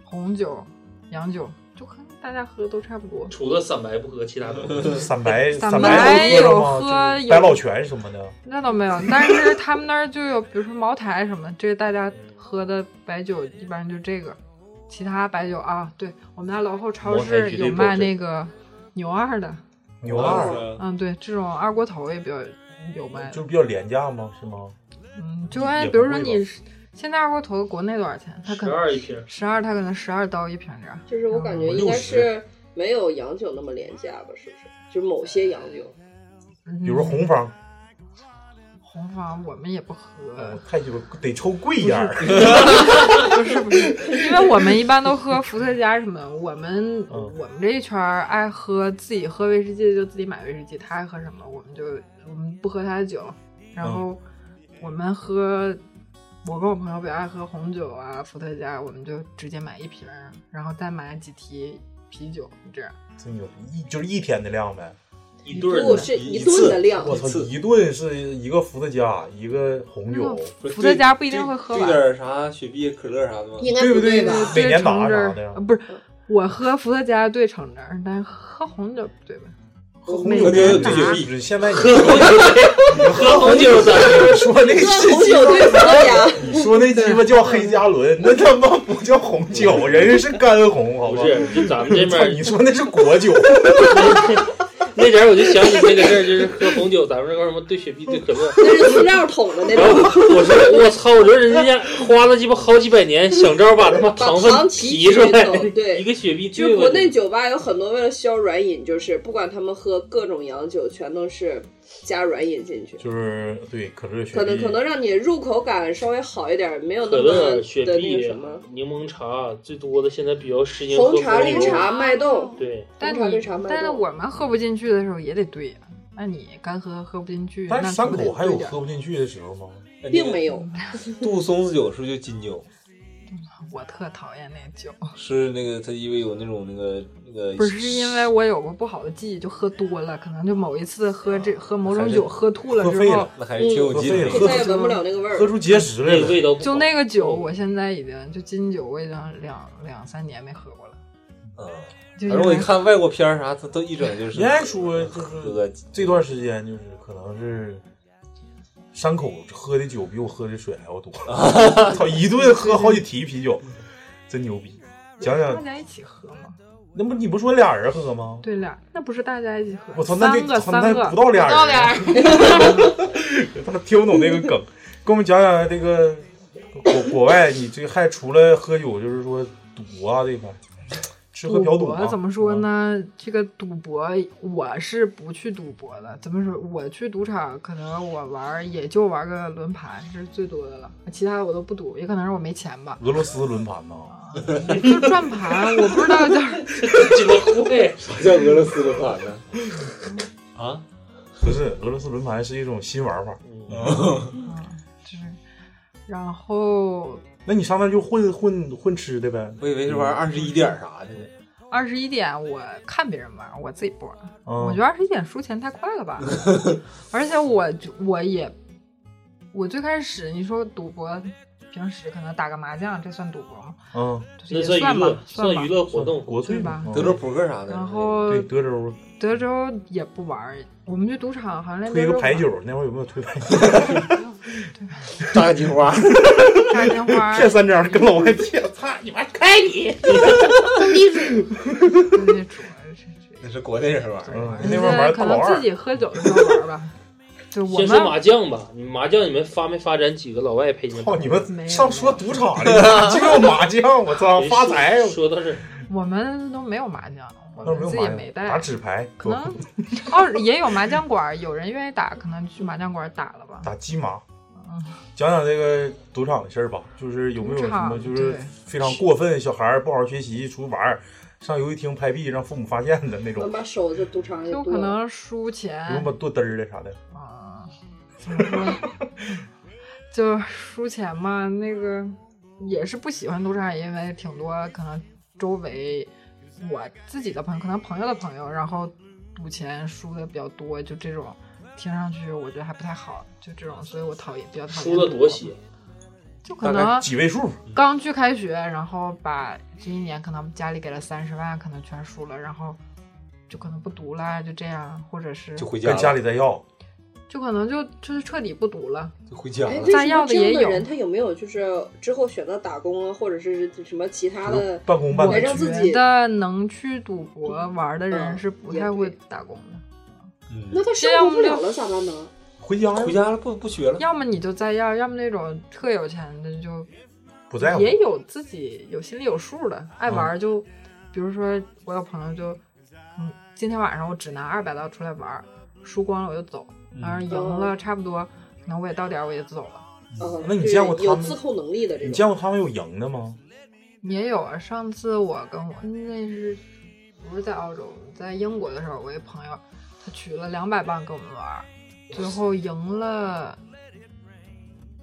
Speaker 2: 红酒、洋酒，就和大家喝都差不多。
Speaker 6: 除了散白不喝，其他都喝。
Speaker 1: 散白
Speaker 2: 散
Speaker 1: 散
Speaker 2: 白
Speaker 1: 白
Speaker 2: 有
Speaker 1: 都喝了吗？
Speaker 2: 喝
Speaker 1: 就
Speaker 2: 有
Speaker 1: 百老泉什么的，
Speaker 2: 那倒没有，但是他们那儿就有，比如说茅台什么，这大家喝的白酒一般就这个，其他白酒啊，对我们家楼后超市有卖那个牛二的，
Speaker 1: 牛二
Speaker 10: 啊
Speaker 2: 嗯，对，这种二锅头也比较有卖的，
Speaker 1: 就比较廉价吗？是吗？
Speaker 2: 嗯，就
Speaker 1: 也
Speaker 2: 按
Speaker 1: 也
Speaker 2: 比如
Speaker 1: 不
Speaker 2: 说
Speaker 1: 贵
Speaker 2: 你现在二锅头国内多少钱？它可
Speaker 6: 十
Speaker 2: 能
Speaker 6: 二一瓶，
Speaker 2: 十二，它可能十二刀一瓶啊这样。
Speaker 11: 就是我感觉应该是没有洋酒那么廉价吧，是不是？就某些洋酒，
Speaker 1: 比如说红方，
Speaker 2: 嗯红房我们也不喝
Speaker 1: 呃，太鸡巴得抽贵烟儿，
Speaker 2: 不是不是， 因为我们一般都喝伏特加什么的，我们、
Speaker 1: 嗯
Speaker 2: 我们这一圈儿爱喝自己喝威士忌就自己买威士忌，他爱喝什么我们就我们不喝他的酒，然
Speaker 1: 嗯
Speaker 2: 后我们喝。我跟我朋友比较爱喝红酒啊、伏特加，我们就直接买一瓶儿，然后再买几提啤酒，这样。
Speaker 1: 这有一就是一天的量呗。
Speaker 6: 一
Speaker 11: 不
Speaker 6: 对儿
Speaker 11: 是
Speaker 1: 一
Speaker 11: 一顿的量。
Speaker 1: 我操，一顿是一个伏特加，一个红酒，
Speaker 10: 不是
Speaker 2: 伏特加不一定会喝
Speaker 10: 兑
Speaker 2: 完
Speaker 10: 兑点啥雪碧、可乐啥的吗？
Speaker 11: 应该
Speaker 1: 对
Speaker 11: 不
Speaker 1: 不
Speaker 11: 对
Speaker 1: 对
Speaker 11: 吧？
Speaker 2: 对
Speaker 1: 每年
Speaker 2: 橙
Speaker 1: 拿
Speaker 2: 汁
Speaker 1: 啥
Speaker 2: 儿
Speaker 1: 的呀
Speaker 2: 呃？不是，我喝伏特加兑橙汁儿，但是喝红酒不对吧？
Speaker 1: 喝红
Speaker 2: 每
Speaker 1: 酒
Speaker 2: 年
Speaker 10: 有
Speaker 2: 拿
Speaker 10: 兑雪碧
Speaker 1: 不是现在你喝
Speaker 6: 红酒的
Speaker 1: 说那
Speaker 11: 喝
Speaker 1: 是
Speaker 11: 红酒对伏特加，
Speaker 1: 你说那鸡巴叫黑加仑，那他妈不叫红酒，人家是干红，好
Speaker 6: 不
Speaker 1: 吧？
Speaker 6: 是，就咱们这
Speaker 1: 操
Speaker 6: 边
Speaker 1: 你说那是果酒，
Speaker 6: 那点儿我就想起那个事儿，就是喝红酒，咱们那块儿什么兑雪碧、兑可乐，
Speaker 11: 那是塑料桶的那
Speaker 6: 然后
Speaker 11: 种。
Speaker 6: 我说我操，我说人家花了鸡巴好几百年，想招把他妈糖
Speaker 11: 把
Speaker 6: 分
Speaker 11: 糖
Speaker 6: 提
Speaker 11: 提
Speaker 6: 出来
Speaker 11: 取走，对
Speaker 6: 一个雪碧
Speaker 11: 就是
Speaker 6: 兑
Speaker 11: 国
Speaker 6: 过
Speaker 11: 内
Speaker 6: 去。
Speaker 11: 酒吧有很多为了消软饮，就是不管他们喝各种洋酒，全都是加软饮进去，
Speaker 1: 就是对可乐雪
Speaker 11: 可能
Speaker 1: 碧
Speaker 11: 可，能让你入口感稍微好一点，没有
Speaker 6: 可
Speaker 11: 那么
Speaker 6: 乐、雪
Speaker 11: 的那个
Speaker 1: 啊
Speaker 6: 碧
Speaker 11: 什么。、
Speaker 6: 柠檬茶，最多的现在比较适应喝
Speaker 11: 红茶、
Speaker 6: 红
Speaker 11: 绿
Speaker 6: 牛
Speaker 2: 啊
Speaker 11: 茶、脉动，
Speaker 6: 对，
Speaker 2: 但
Speaker 11: 红茶
Speaker 2: 你
Speaker 11: 绿茶脉
Speaker 2: 但是
Speaker 11: 动
Speaker 2: 我们喝不进去的时候也得兑呀、啊那你干喝喝不进去，
Speaker 1: 但是
Speaker 2: 那
Speaker 1: 山
Speaker 2: 可不
Speaker 1: 口
Speaker 2: 得
Speaker 1: 还有
Speaker 2: 兑点儿
Speaker 1: 喝不进去的时候吗？
Speaker 11: 并没有。
Speaker 10: 哎
Speaker 2: 嗯
Speaker 10: 杜松子酒是不是就金酒？
Speaker 2: 我特讨厌那酒，
Speaker 10: 是那个它因为有那种那个那个
Speaker 2: 不是因为我有过不好的记忆，就喝多了，可能就某一次喝这喝某种酒喝吐了
Speaker 1: 喝
Speaker 2: 之
Speaker 1: 废
Speaker 2: 后
Speaker 1: 了，，
Speaker 10: 那还是挺有劲的
Speaker 1: 嗯喝废
Speaker 11: 现在也
Speaker 1: 了，
Speaker 11: 闻不了那个味
Speaker 1: 喝
Speaker 11: 儿
Speaker 1: 喝。出结石来了，
Speaker 6: 味道不
Speaker 2: 就那个酒，我现在已经就金酒，我已经两两三年没喝过了。
Speaker 10: 嗯，
Speaker 2: 就
Speaker 10: 反正
Speaker 2: 因
Speaker 10: 我一
Speaker 2: 为
Speaker 10: 看外国片儿啥，它都一整就是
Speaker 1: 人家说就
Speaker 10: 喝
Speaker 1: 是这段时间就是可能是山口喝的酒比我喝的水还要多，操一顿喝好几提啤酒，真牛逼！讲
Speaker 2: 大
Speaker 1: 讲，
Speaker 2: 家一起喝嘛，
Speaker 1: 那不你不说俩人喝吗？
Speaker 2: 对俩，那不是大家一起喝，
Speaker 1: 我操，那
Speaker 2: 三
Speaker 1: 就
Speaker 2: 个
Speaker 1: 操
Speaker 2: 三
Speaker 1: 那
Speaker 2: 个
Speaker 1: 不到俩人，
Speaker 2: 人，
Speaker 1: 他听不懂那个梗，给我们讲讲这个国国外，你这还除了喝酒，就是说赌啊这块，吃喝嫖赌
Speaker 2: 博
Speaker 1: 啊，。
Speaker 2: 怎么说呢？这个赌博我是不去赌博的。怎么说？我去赌场，可能我玩儿也就玩个轮盘是最多的了，其他我都不赌，也可能是我没钱吧
Speaker 1: 俄罗斯轮盘呐，
Speaker 2: 就转盘，我不知道叫
Speaker 6: 鸡巴会，
Speaker 10: 啥叫俄罗斯的款呢？啊，
Speaker 1: 不是俄罗斯轮盘是一种新玩法。
Speaker 6: 嗯
Speaker 2: 就是，然后
Speaker 1: 那你上那就混混混吃的呗？
Speaker 10: 我以为是玩二十一点儿啥的呢。
Speaker 2: 二十一点我看别人玩，我自己不玩。
Speaker 1: 嗯
Speaker 2: 我觉得二十一点输钱太快 了吧，而且我就我也，我最开始你说赌博，平时可能打个麻将，这算赌博吗？
Speaker 1: 嗯，
Speaker 2: 就是也
Speaker 6: 那算娱乐
Speaker 2: 吧，，
Speaker 6: 算
Speaker 2: 吧
Speaker 6: 娱。乐活动。
Speaker 1: 国粹
Speaker 2: 对吧
Speaker 1: 嘛嗯
Speaker 10: 德州扑克啥的，
Speaker 2: 然后
Speaker 1: 对德州
Speaker 2: 德州也不玩儿，我们去赌场好像连
Speaker 1: 推
Speaker 2: 德
Speaker 1: 个
Speaker 2: 州
Speaker 1: 牌
Speaker 2: 玩
Speaker 1: 九，那会儿有没有推牌九？
Speaker 10: 炸金花，
Speaker 2: 炸金花 儿，
Speaker 1: 骗三张，跟老外骗，操你妈！
Speaker 3: 开你！
Speaker 2: 对对主
Speaker 10: 那是国内人玩儿。
Speaker 1: 嗯，那
Speaker 2: 现
Speaker 1: 会儿玩大
Speaker 2: 在可
Speaker 1: 老
Speaker 2: 能自
Speaker 1: 二，
Speaker 2: 己喝酒的时候玩儿吧。就我
Speaker 6: 先说麻
Speaker 2: 们
Speaker 6: 将吧，你麻将你们发没发展几个老外陪你们打？
Speaker 1: 操你们上说赌场的，就要麻将，我操，
Speaker 6: 没
Speaker 1: 发
Speaker 6: 说
Speaker 1: 财！啊
Speaker 6: 说到这儿，
Speaker 2: 我们都没有麻将，我
Speaker 1: 那
Speaker 2: 们
Speaker 1: 没有
Speaker 2: 自
Speaker 1: 麻
Speaker 2: 己没
Speaker 1: 将，
Speaker 2: 带，
Speaker 1: 打纸牌，
Speaker 2: 可能 哦也有麻将馆儿，有人愿意打，可能去麻将馆儿打了吧。
Speaker 1: 打鸡麻
Speaker 2: 嗯。
Speaker 1: 讲讲这个赌场的事儿吧，就是有没有
Speaker 2: 赌
Speaker 1: 什
Speaker 2: 场
Speaker 1: 么就是
Speaker 2: 对
Speaker 1: 非常过分，小孩儿不好好学习，出去玩儿，上游戏厅拍币，让父母发现的那
Speaker 11: 能
Speaker 1: 种，
Speaker 11: 把手就堵肠里
Speaker 2: 就
Speaker 11: 堵
Speaker 2: 可
Speaker 11: 了。
Speaker 2: 能输
Speaker 1: 有没有
Speaker 2: 钱
Speaker 1: 把剁嘚儿的啥的？
Speaker 2: 啊，怎么说呢？就输钱嘛，那个也是不喜欢赌场，因为挺多可能周围我自己的朋友，可能朋友的朋友，然后赌钱输的比较多，就这种听上去我觉得还不太好，就这种，所以我讨厌比较讨厌。
Speaker 6: 输了多些，，
Speaker 2: 就可
Speaker 10: 大
Speaker 2: 能
Speaker 1: 几位数？
Speaker 2: 刚去开学，然后把这一年可能家里给了三十万，可能全输了，然后就可能不读了，就这样，或者是
Speaker 10: 就回家
Speaker 1: 跟
Speaker 10: 了，
Speaker 1: 家里再要，
Speaker 2: 就可能就就是彻底不读了。
Speaker 10: 就回家
Speaker 1: 啊
Speaker 11: 哎，
Speaker 10: 了
Speaker 11: 为。
Speaker 2: 炸
Speaker 11: 什
Speaker 2: 药
Speaker 11: 么
Speaker 2: 的
Speaker 11: 这样
Speaker 2: 也有
Speaker 11: 的人他有没有就是之后选择打工啊，或者是什么其他的？
Speaker 1: 半工半
Speaker 2: 我
Speaker 11: 来
Speaker 1: 读
Speaker 11: 让自
Speaker 2: 觉
Speaker 11: 己
Speaker 2: 得能去赌博玩的人
Speaker 11: 嗯
Speaker 2: 是不
Speaker 11: 也
Speaker 2: 太会
Speaker 11: 对
Speaker 2: 打工的，
Speaker 10: 嗯，
Speaker 11: 那他生活不了了咋办呢？
Speaker 1: 回家呀
Speaker 10: 回家了，不不学了。
Speaker 2: 要么你就再要，要么那种特有钱的就
Speaker 1: 不在乎，
Speaker 2: 也有自己有心里有数的，爱玩
Speaker 11: 嗯
Speaker 2: 儿就，比如说我有朋友就，嗯，今天晚上我只拿二百刀出来玩儿，输光了我就走，然
Speaker 10: 嗯
Speaker 11: 嗯
Speaker 2: 后赢了差不多，可能我也到点儿我也走了。
Speaker 11: 啊，
Speaker 1: 那你
Speaker 11: 对
Speaker 1: 见过他
Speaker 11: 有
Speaker 1: 们
Speaker 11: 自控能力的这
Speaker 1: 你
Speaker 11: 种？
Speaker 1: 见过他们有赢的吗？
Speaker 2: 也有啊，上次我跟我那是不是在澳洲，在英国的时候，我一朋友他取了两百磅跟我们玩儿，最后赢了，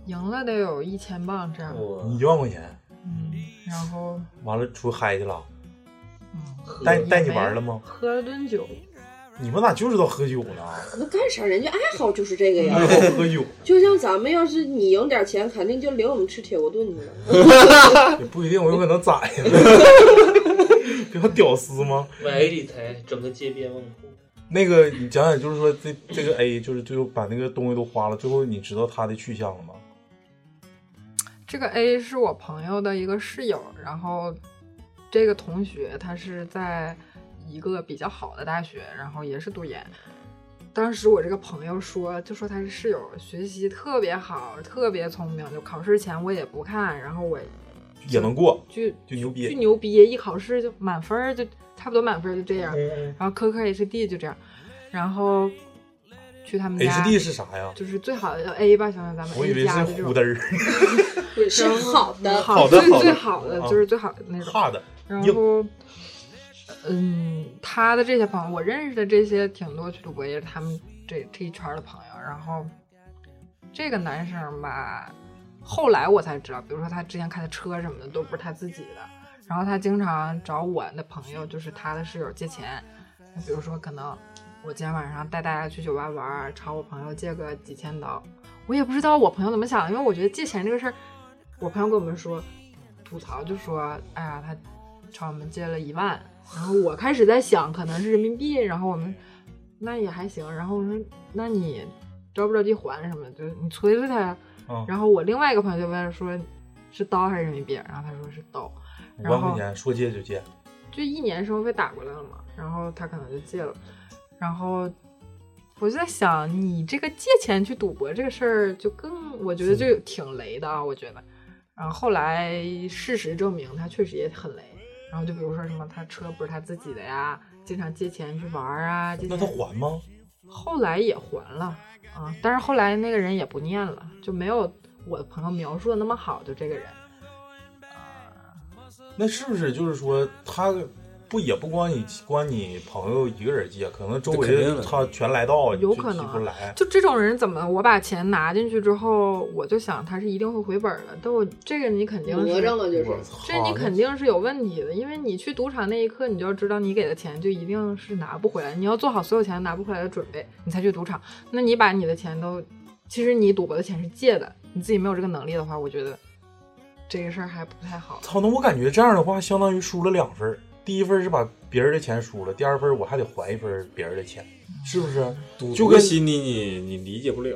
Speaker 2: 赢了得有一千磅这样，
Speaker 6: 哦
Speaker 10: 我
Speaker 1: 一万块钱，
Speaker 2: 嗯，然后
Speaker 1: 完了出去嗨去了，
Speaker 2: 嗯，
Speaker 1: 带
Speaker 2: 也
Speaker 1: 带你
Speaker 2: 没
Speaker 1: 玩了吗？
Speaker 2: 喝了顿酒。
Speaker 1: 你们咋就知道喝酒呢？
Speaker 2: 哎
Speaker 11: 那干啥？人家爱好就是这个呀。
Speaker 1: 爱好喝酒
Speaker 11: 就像咱们要是你赢点钱，肯定就领我们吃铁锅炖去了。
Speaker 1: 也不一定，我有可能宰呀。 比较屌丝吗？
Speaker 6: 买个理财，整个街边问户。
Speaker 1: 那个，你讲讲，就是说这这个 A，就是最后把那个东西都花了，最后你知道他的去向了吗？
Speaker 2: 这个 A 是我朋友的一个室友，然后这个同学他是在一个比较好的大学，然后也是读研。当时我这个朋友说，就说他是室友，学习特别好，特别聪明，就考试前我也不看，然后我
Speaker 1: 也能过，
Speaker 2: 就
Speaker 1: 就牛
Speaker 2: 巨
Speaker 1: 逼。
Speaker 2: 牛逼，一考试就满分儿，就差不多满分儿就这样。
Speaker 1: 嗯
Speaker 2: 然后科科 HD 就这样，然后去他们家。
Speaker 1: HD 是啥呀？
Speaker 2: 就是最好的叫 A 吧，想想咱们
Speaker 1: 我
Speaker 2: A
Speaker 1: 以为
Speaker 2: 加
Speaker 1: 是
Speaker 2: 的这
Speaker 1: 胡
Speaker 2: 种
Speaker 1: 嘚，儿，
Speaker 11: 也是好的，
Speaker 2: 好
Speaker 1: 的
Speaker 2: 最
Speaker 1: 好的
Speaker 2: 最好的
Speaker 1: 啊
Speaker 2: 就是最好的那种。
Speaker 1: 差的。
Speaker 2: 然
Speaker 1: 硬
Speaker 2: 后，嗯，他的这些朋友，我认识的这些挺多主播也是他们这这一圈儿的朋友。然后，这个男生吧，后来我才知道，比如说他之前开的车什么的都不是他自己的，然后他经常找我的朋友，就是他的室友借钱，比如说可能我今天晚上带大家去酒吧玩儿，朝我朋友借个几千刀，我也不知道我朋友怎么想的，因为我觉得借钱这个事儿，我朋友跟我们说吐槽就说，哎呀，他朝我们借了一万，然后我开始在想可能是人民币，然后我们那也还行，然后我说那你着不着急还什么的，就是你催催他呀。
Speaker 1: 嗯
Speaker 2: 然后我另外一个朋友就问说，是刀还是人民币？然后他说是刀，
Speaker 1: 五
Speaker 2: 然
Speaker 1: 万块
Speaker 2: 后
Speaker 1: 钱说借就借，
Speaker 2: 就一年生活费打过来了嘛，然后他可能就借了，然后我就在想，你这个借钱去赌博这个事儿，就更我觉得就挺雷的啊，我觉得。然后后来事实证明，他确实也很雷。然后就比如说什么，他车不是他自己的呀，经常借钱去玩儿啊。借
Speaker 1: 那他
Speaker 2: 钱
Speaker 1: 还吗？
Speaker 2: 后来也还了啊，但是后来那个人也不念了，就没有我的朋友描述的那么好，就这个人。
Speaker 1: 那是不是就是说他不也不光你光你朋友一个人借，可能周
Speaker 10: 这肯
Speaker 1: 围
Speaker 10: 定的
Speaker 1: 他全来到，你就
Speaker 2: 有可
Speaker 1: 提
Speaker 2: 能啊
Speaker 1: 不来。
Speaker 2: 就这种人怎么我把钱拿进去之后，我就想他是一定会回本儿的，但我这个你肯定是
Speaker 11: 魔怔了就是
Speaker 1: 我操
Speaker 2: 这你肯定是有问题的，因为你去赌场那一刻，你就要知道你给的钱就一定是拿不回来，你要做好所有钱拿不回来的准备，你才去赌场。那你把你的钱都，其实你赌博的钱是借的，你自己没有这个能力的话，我觉得这个事儿还不太好。
Speaker 1: 操！那我感觉这样的话，相当于输了两分儿。第一分儿是把别人的钱输了，第二分儿我还得还一分儿别人的钱，是不是？
Speaker 10: 赌
Speaker 1: 就
Speaker 10: 徒
Speaker 1: 跟
Speaker 10: 的心理你你理解不了，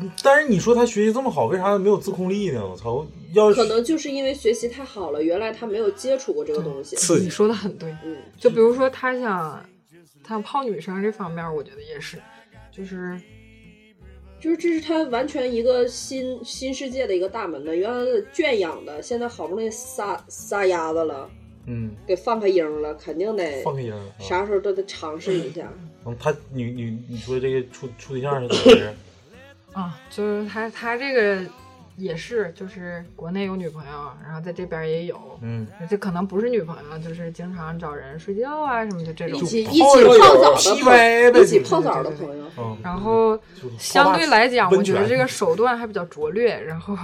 Speaker 1: 嗯但是你说他学习这么好，为啥没有自控力呢？我操！要
Speaker 11: 可能就是因为学习太好了，原来他没有接触过这个东西，
Speaker 1: 刺激
Speaker 2: 你说的很对，
Speaker 11: 嗯，
Speaker 2: 就比如说他想他泡女生这方面，我觉得也是，就是
Speaker 11: 就是这是他完全一个新新世界的一个大门的，原来的圈养的，现在好不容易撒撒丫子了，
Speaker 1: 嗯，
Speaker 11: 给放开鹰了，肯定得
Speaker 1: 放开鹰了啊
Speaker 11: 呃啥时候都得尝试一下。
Speaker 1: 嗯他你你你说这个处处对象是怎么回事？
Speaker 2: 啊，就是他他这个也是，就是国内有女朋友，然后在这边也有，
Speaker 1: 嗯，
Speaker 2: 这可能不是女朋友，就是经常找人睡觉啊什么的这种，
Speaker 11: 一起一起泡澡的朋友，一起泡澡的朋友，
Speaker 1: 嗯，
Speaker 2: 然后相对来讲，我觉得这个手段还比较拙劣，然 后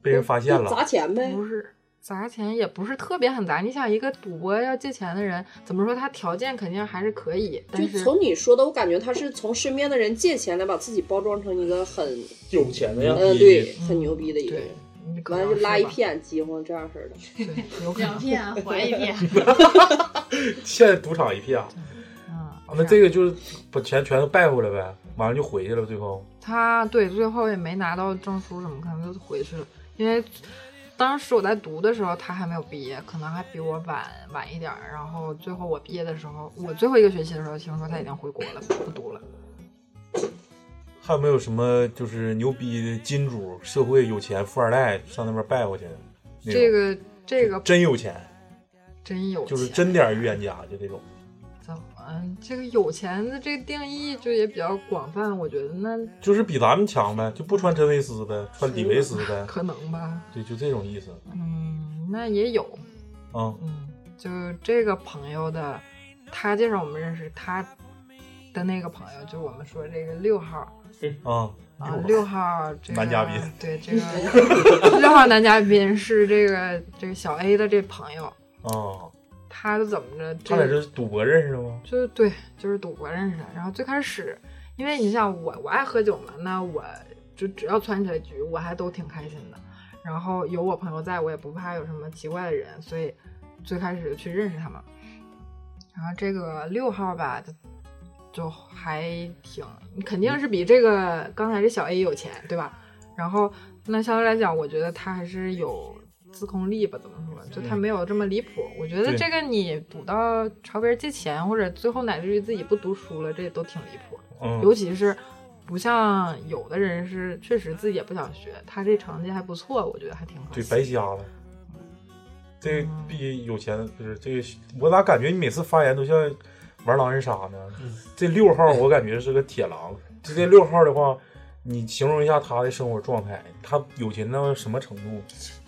Speaker 1: 被人发现
Speaker 11: 就砸
Speaker 1: 了，
Speaker 11: 钱呗，
Speaker 2: 不是砸钱也不是特别很砸。你想一个赌博要借钱的人，怎么说他条件肯定还是可以，但
Speaker 11: 就是从你说的，我感觉他是从身边的人借钱来把自己包装成一个很，
Speaker 6: 有钱的呀，
Speaker 11: 呃，对，很牛逼的一个人，
Speaker 2: 可
Speaker 11: 完
Speaker 2: 能
Speaker 11: 了就是拉一
Speaker 2: 吧
Speaker 11: 片饥荒这样式的。
Speaker 2: 有可能
Speaker 3: 两 片还一片，
Speaker 1: 现在赌场一片啊。
Speaker 2: 嗯
Speaker 1: 啊那这个就是把钱全都败回来呗，完了就回去了，最后。
Speaker 2: 他对最后也没拿到证书什么，可能就回去了。因为当时我在读的时候，他还没有毕业，可能还比我晚晚一点儿。然后最后我毕业的时候，我最后一个学期的时候，听说他已经回国了，不读了。
Speaker 1: 还有没有什么就是牛逼的金主、社会有钱富二代上那边拜过去的那种？
Speaker 2: 这个这个
Speaker 1: 真有钱，
Speaker 2: 真有
Speaker 1: 就是
Speaker 2: 钱
Speaker 1: 真点儿预言家，就那种。
Speaker 2: 怎么这个有钱的这个定义就也比较广泛，我觉得那
Speaker 1: 就是比咱们强呗，就不穿真维斯呗，穿李维斯呗，
Speaker 2: 可能吧，
Speaker 1: 对，就这种意思。
Speaker 2: 嗯，那也有。
Speaker 1: 嗯，
Speaker 2: 就这个朋友的，他介绍我们认识他的那个朋友，就我们说这个六号
Speaker 1: 啊
Speaker 2: 啊，六号这个
Speaker 1: 男嘉宾
Speaker 2: 对这个六号男嘉宾是这个这个小 A 的这朋友，
Speaker 1: 啊，
Speaker 2: 他就怎么着，这
Speaker 1: 他俩是赌博认识的吗？
Speaker 2: 就是对，就是赌博认识的。然后最开始，因为你像我，我爱喝酒嘛，那我就只要窜起来局，我还都挺开心的。然后有我朋友在，我也不怕有什么奇怪的人，所以最开始就去认识他们。然后这个六号吧，就就还挺，肯定是比这个刚才这小 A 有钱，对吧？然后那相对来讲，我觉得他还是有自控力吧，怎么说？就他
Speaker 13: 嗯
Speaker 2: 没有这么离谱。我觉得
Speaker 13: 对
Speaker 2: 这个你补到朝别人借钱，或者最后乃至于自己不读书了，这也都挺离谱的。
Speaker 13: 嗯
Speaker 2: 尤其是不像有的人是确实自己也不想学，他这成绩还不错，我觉得还挺好。
Speaker 1: 对，白瞎了。这比有钱不是这个，我咋感觉你每次发言都像玩狼人杀呢？这六号我感觉是个铁狼，就这六号的话，你形容一下他的生活状态，他有钱到什么程度？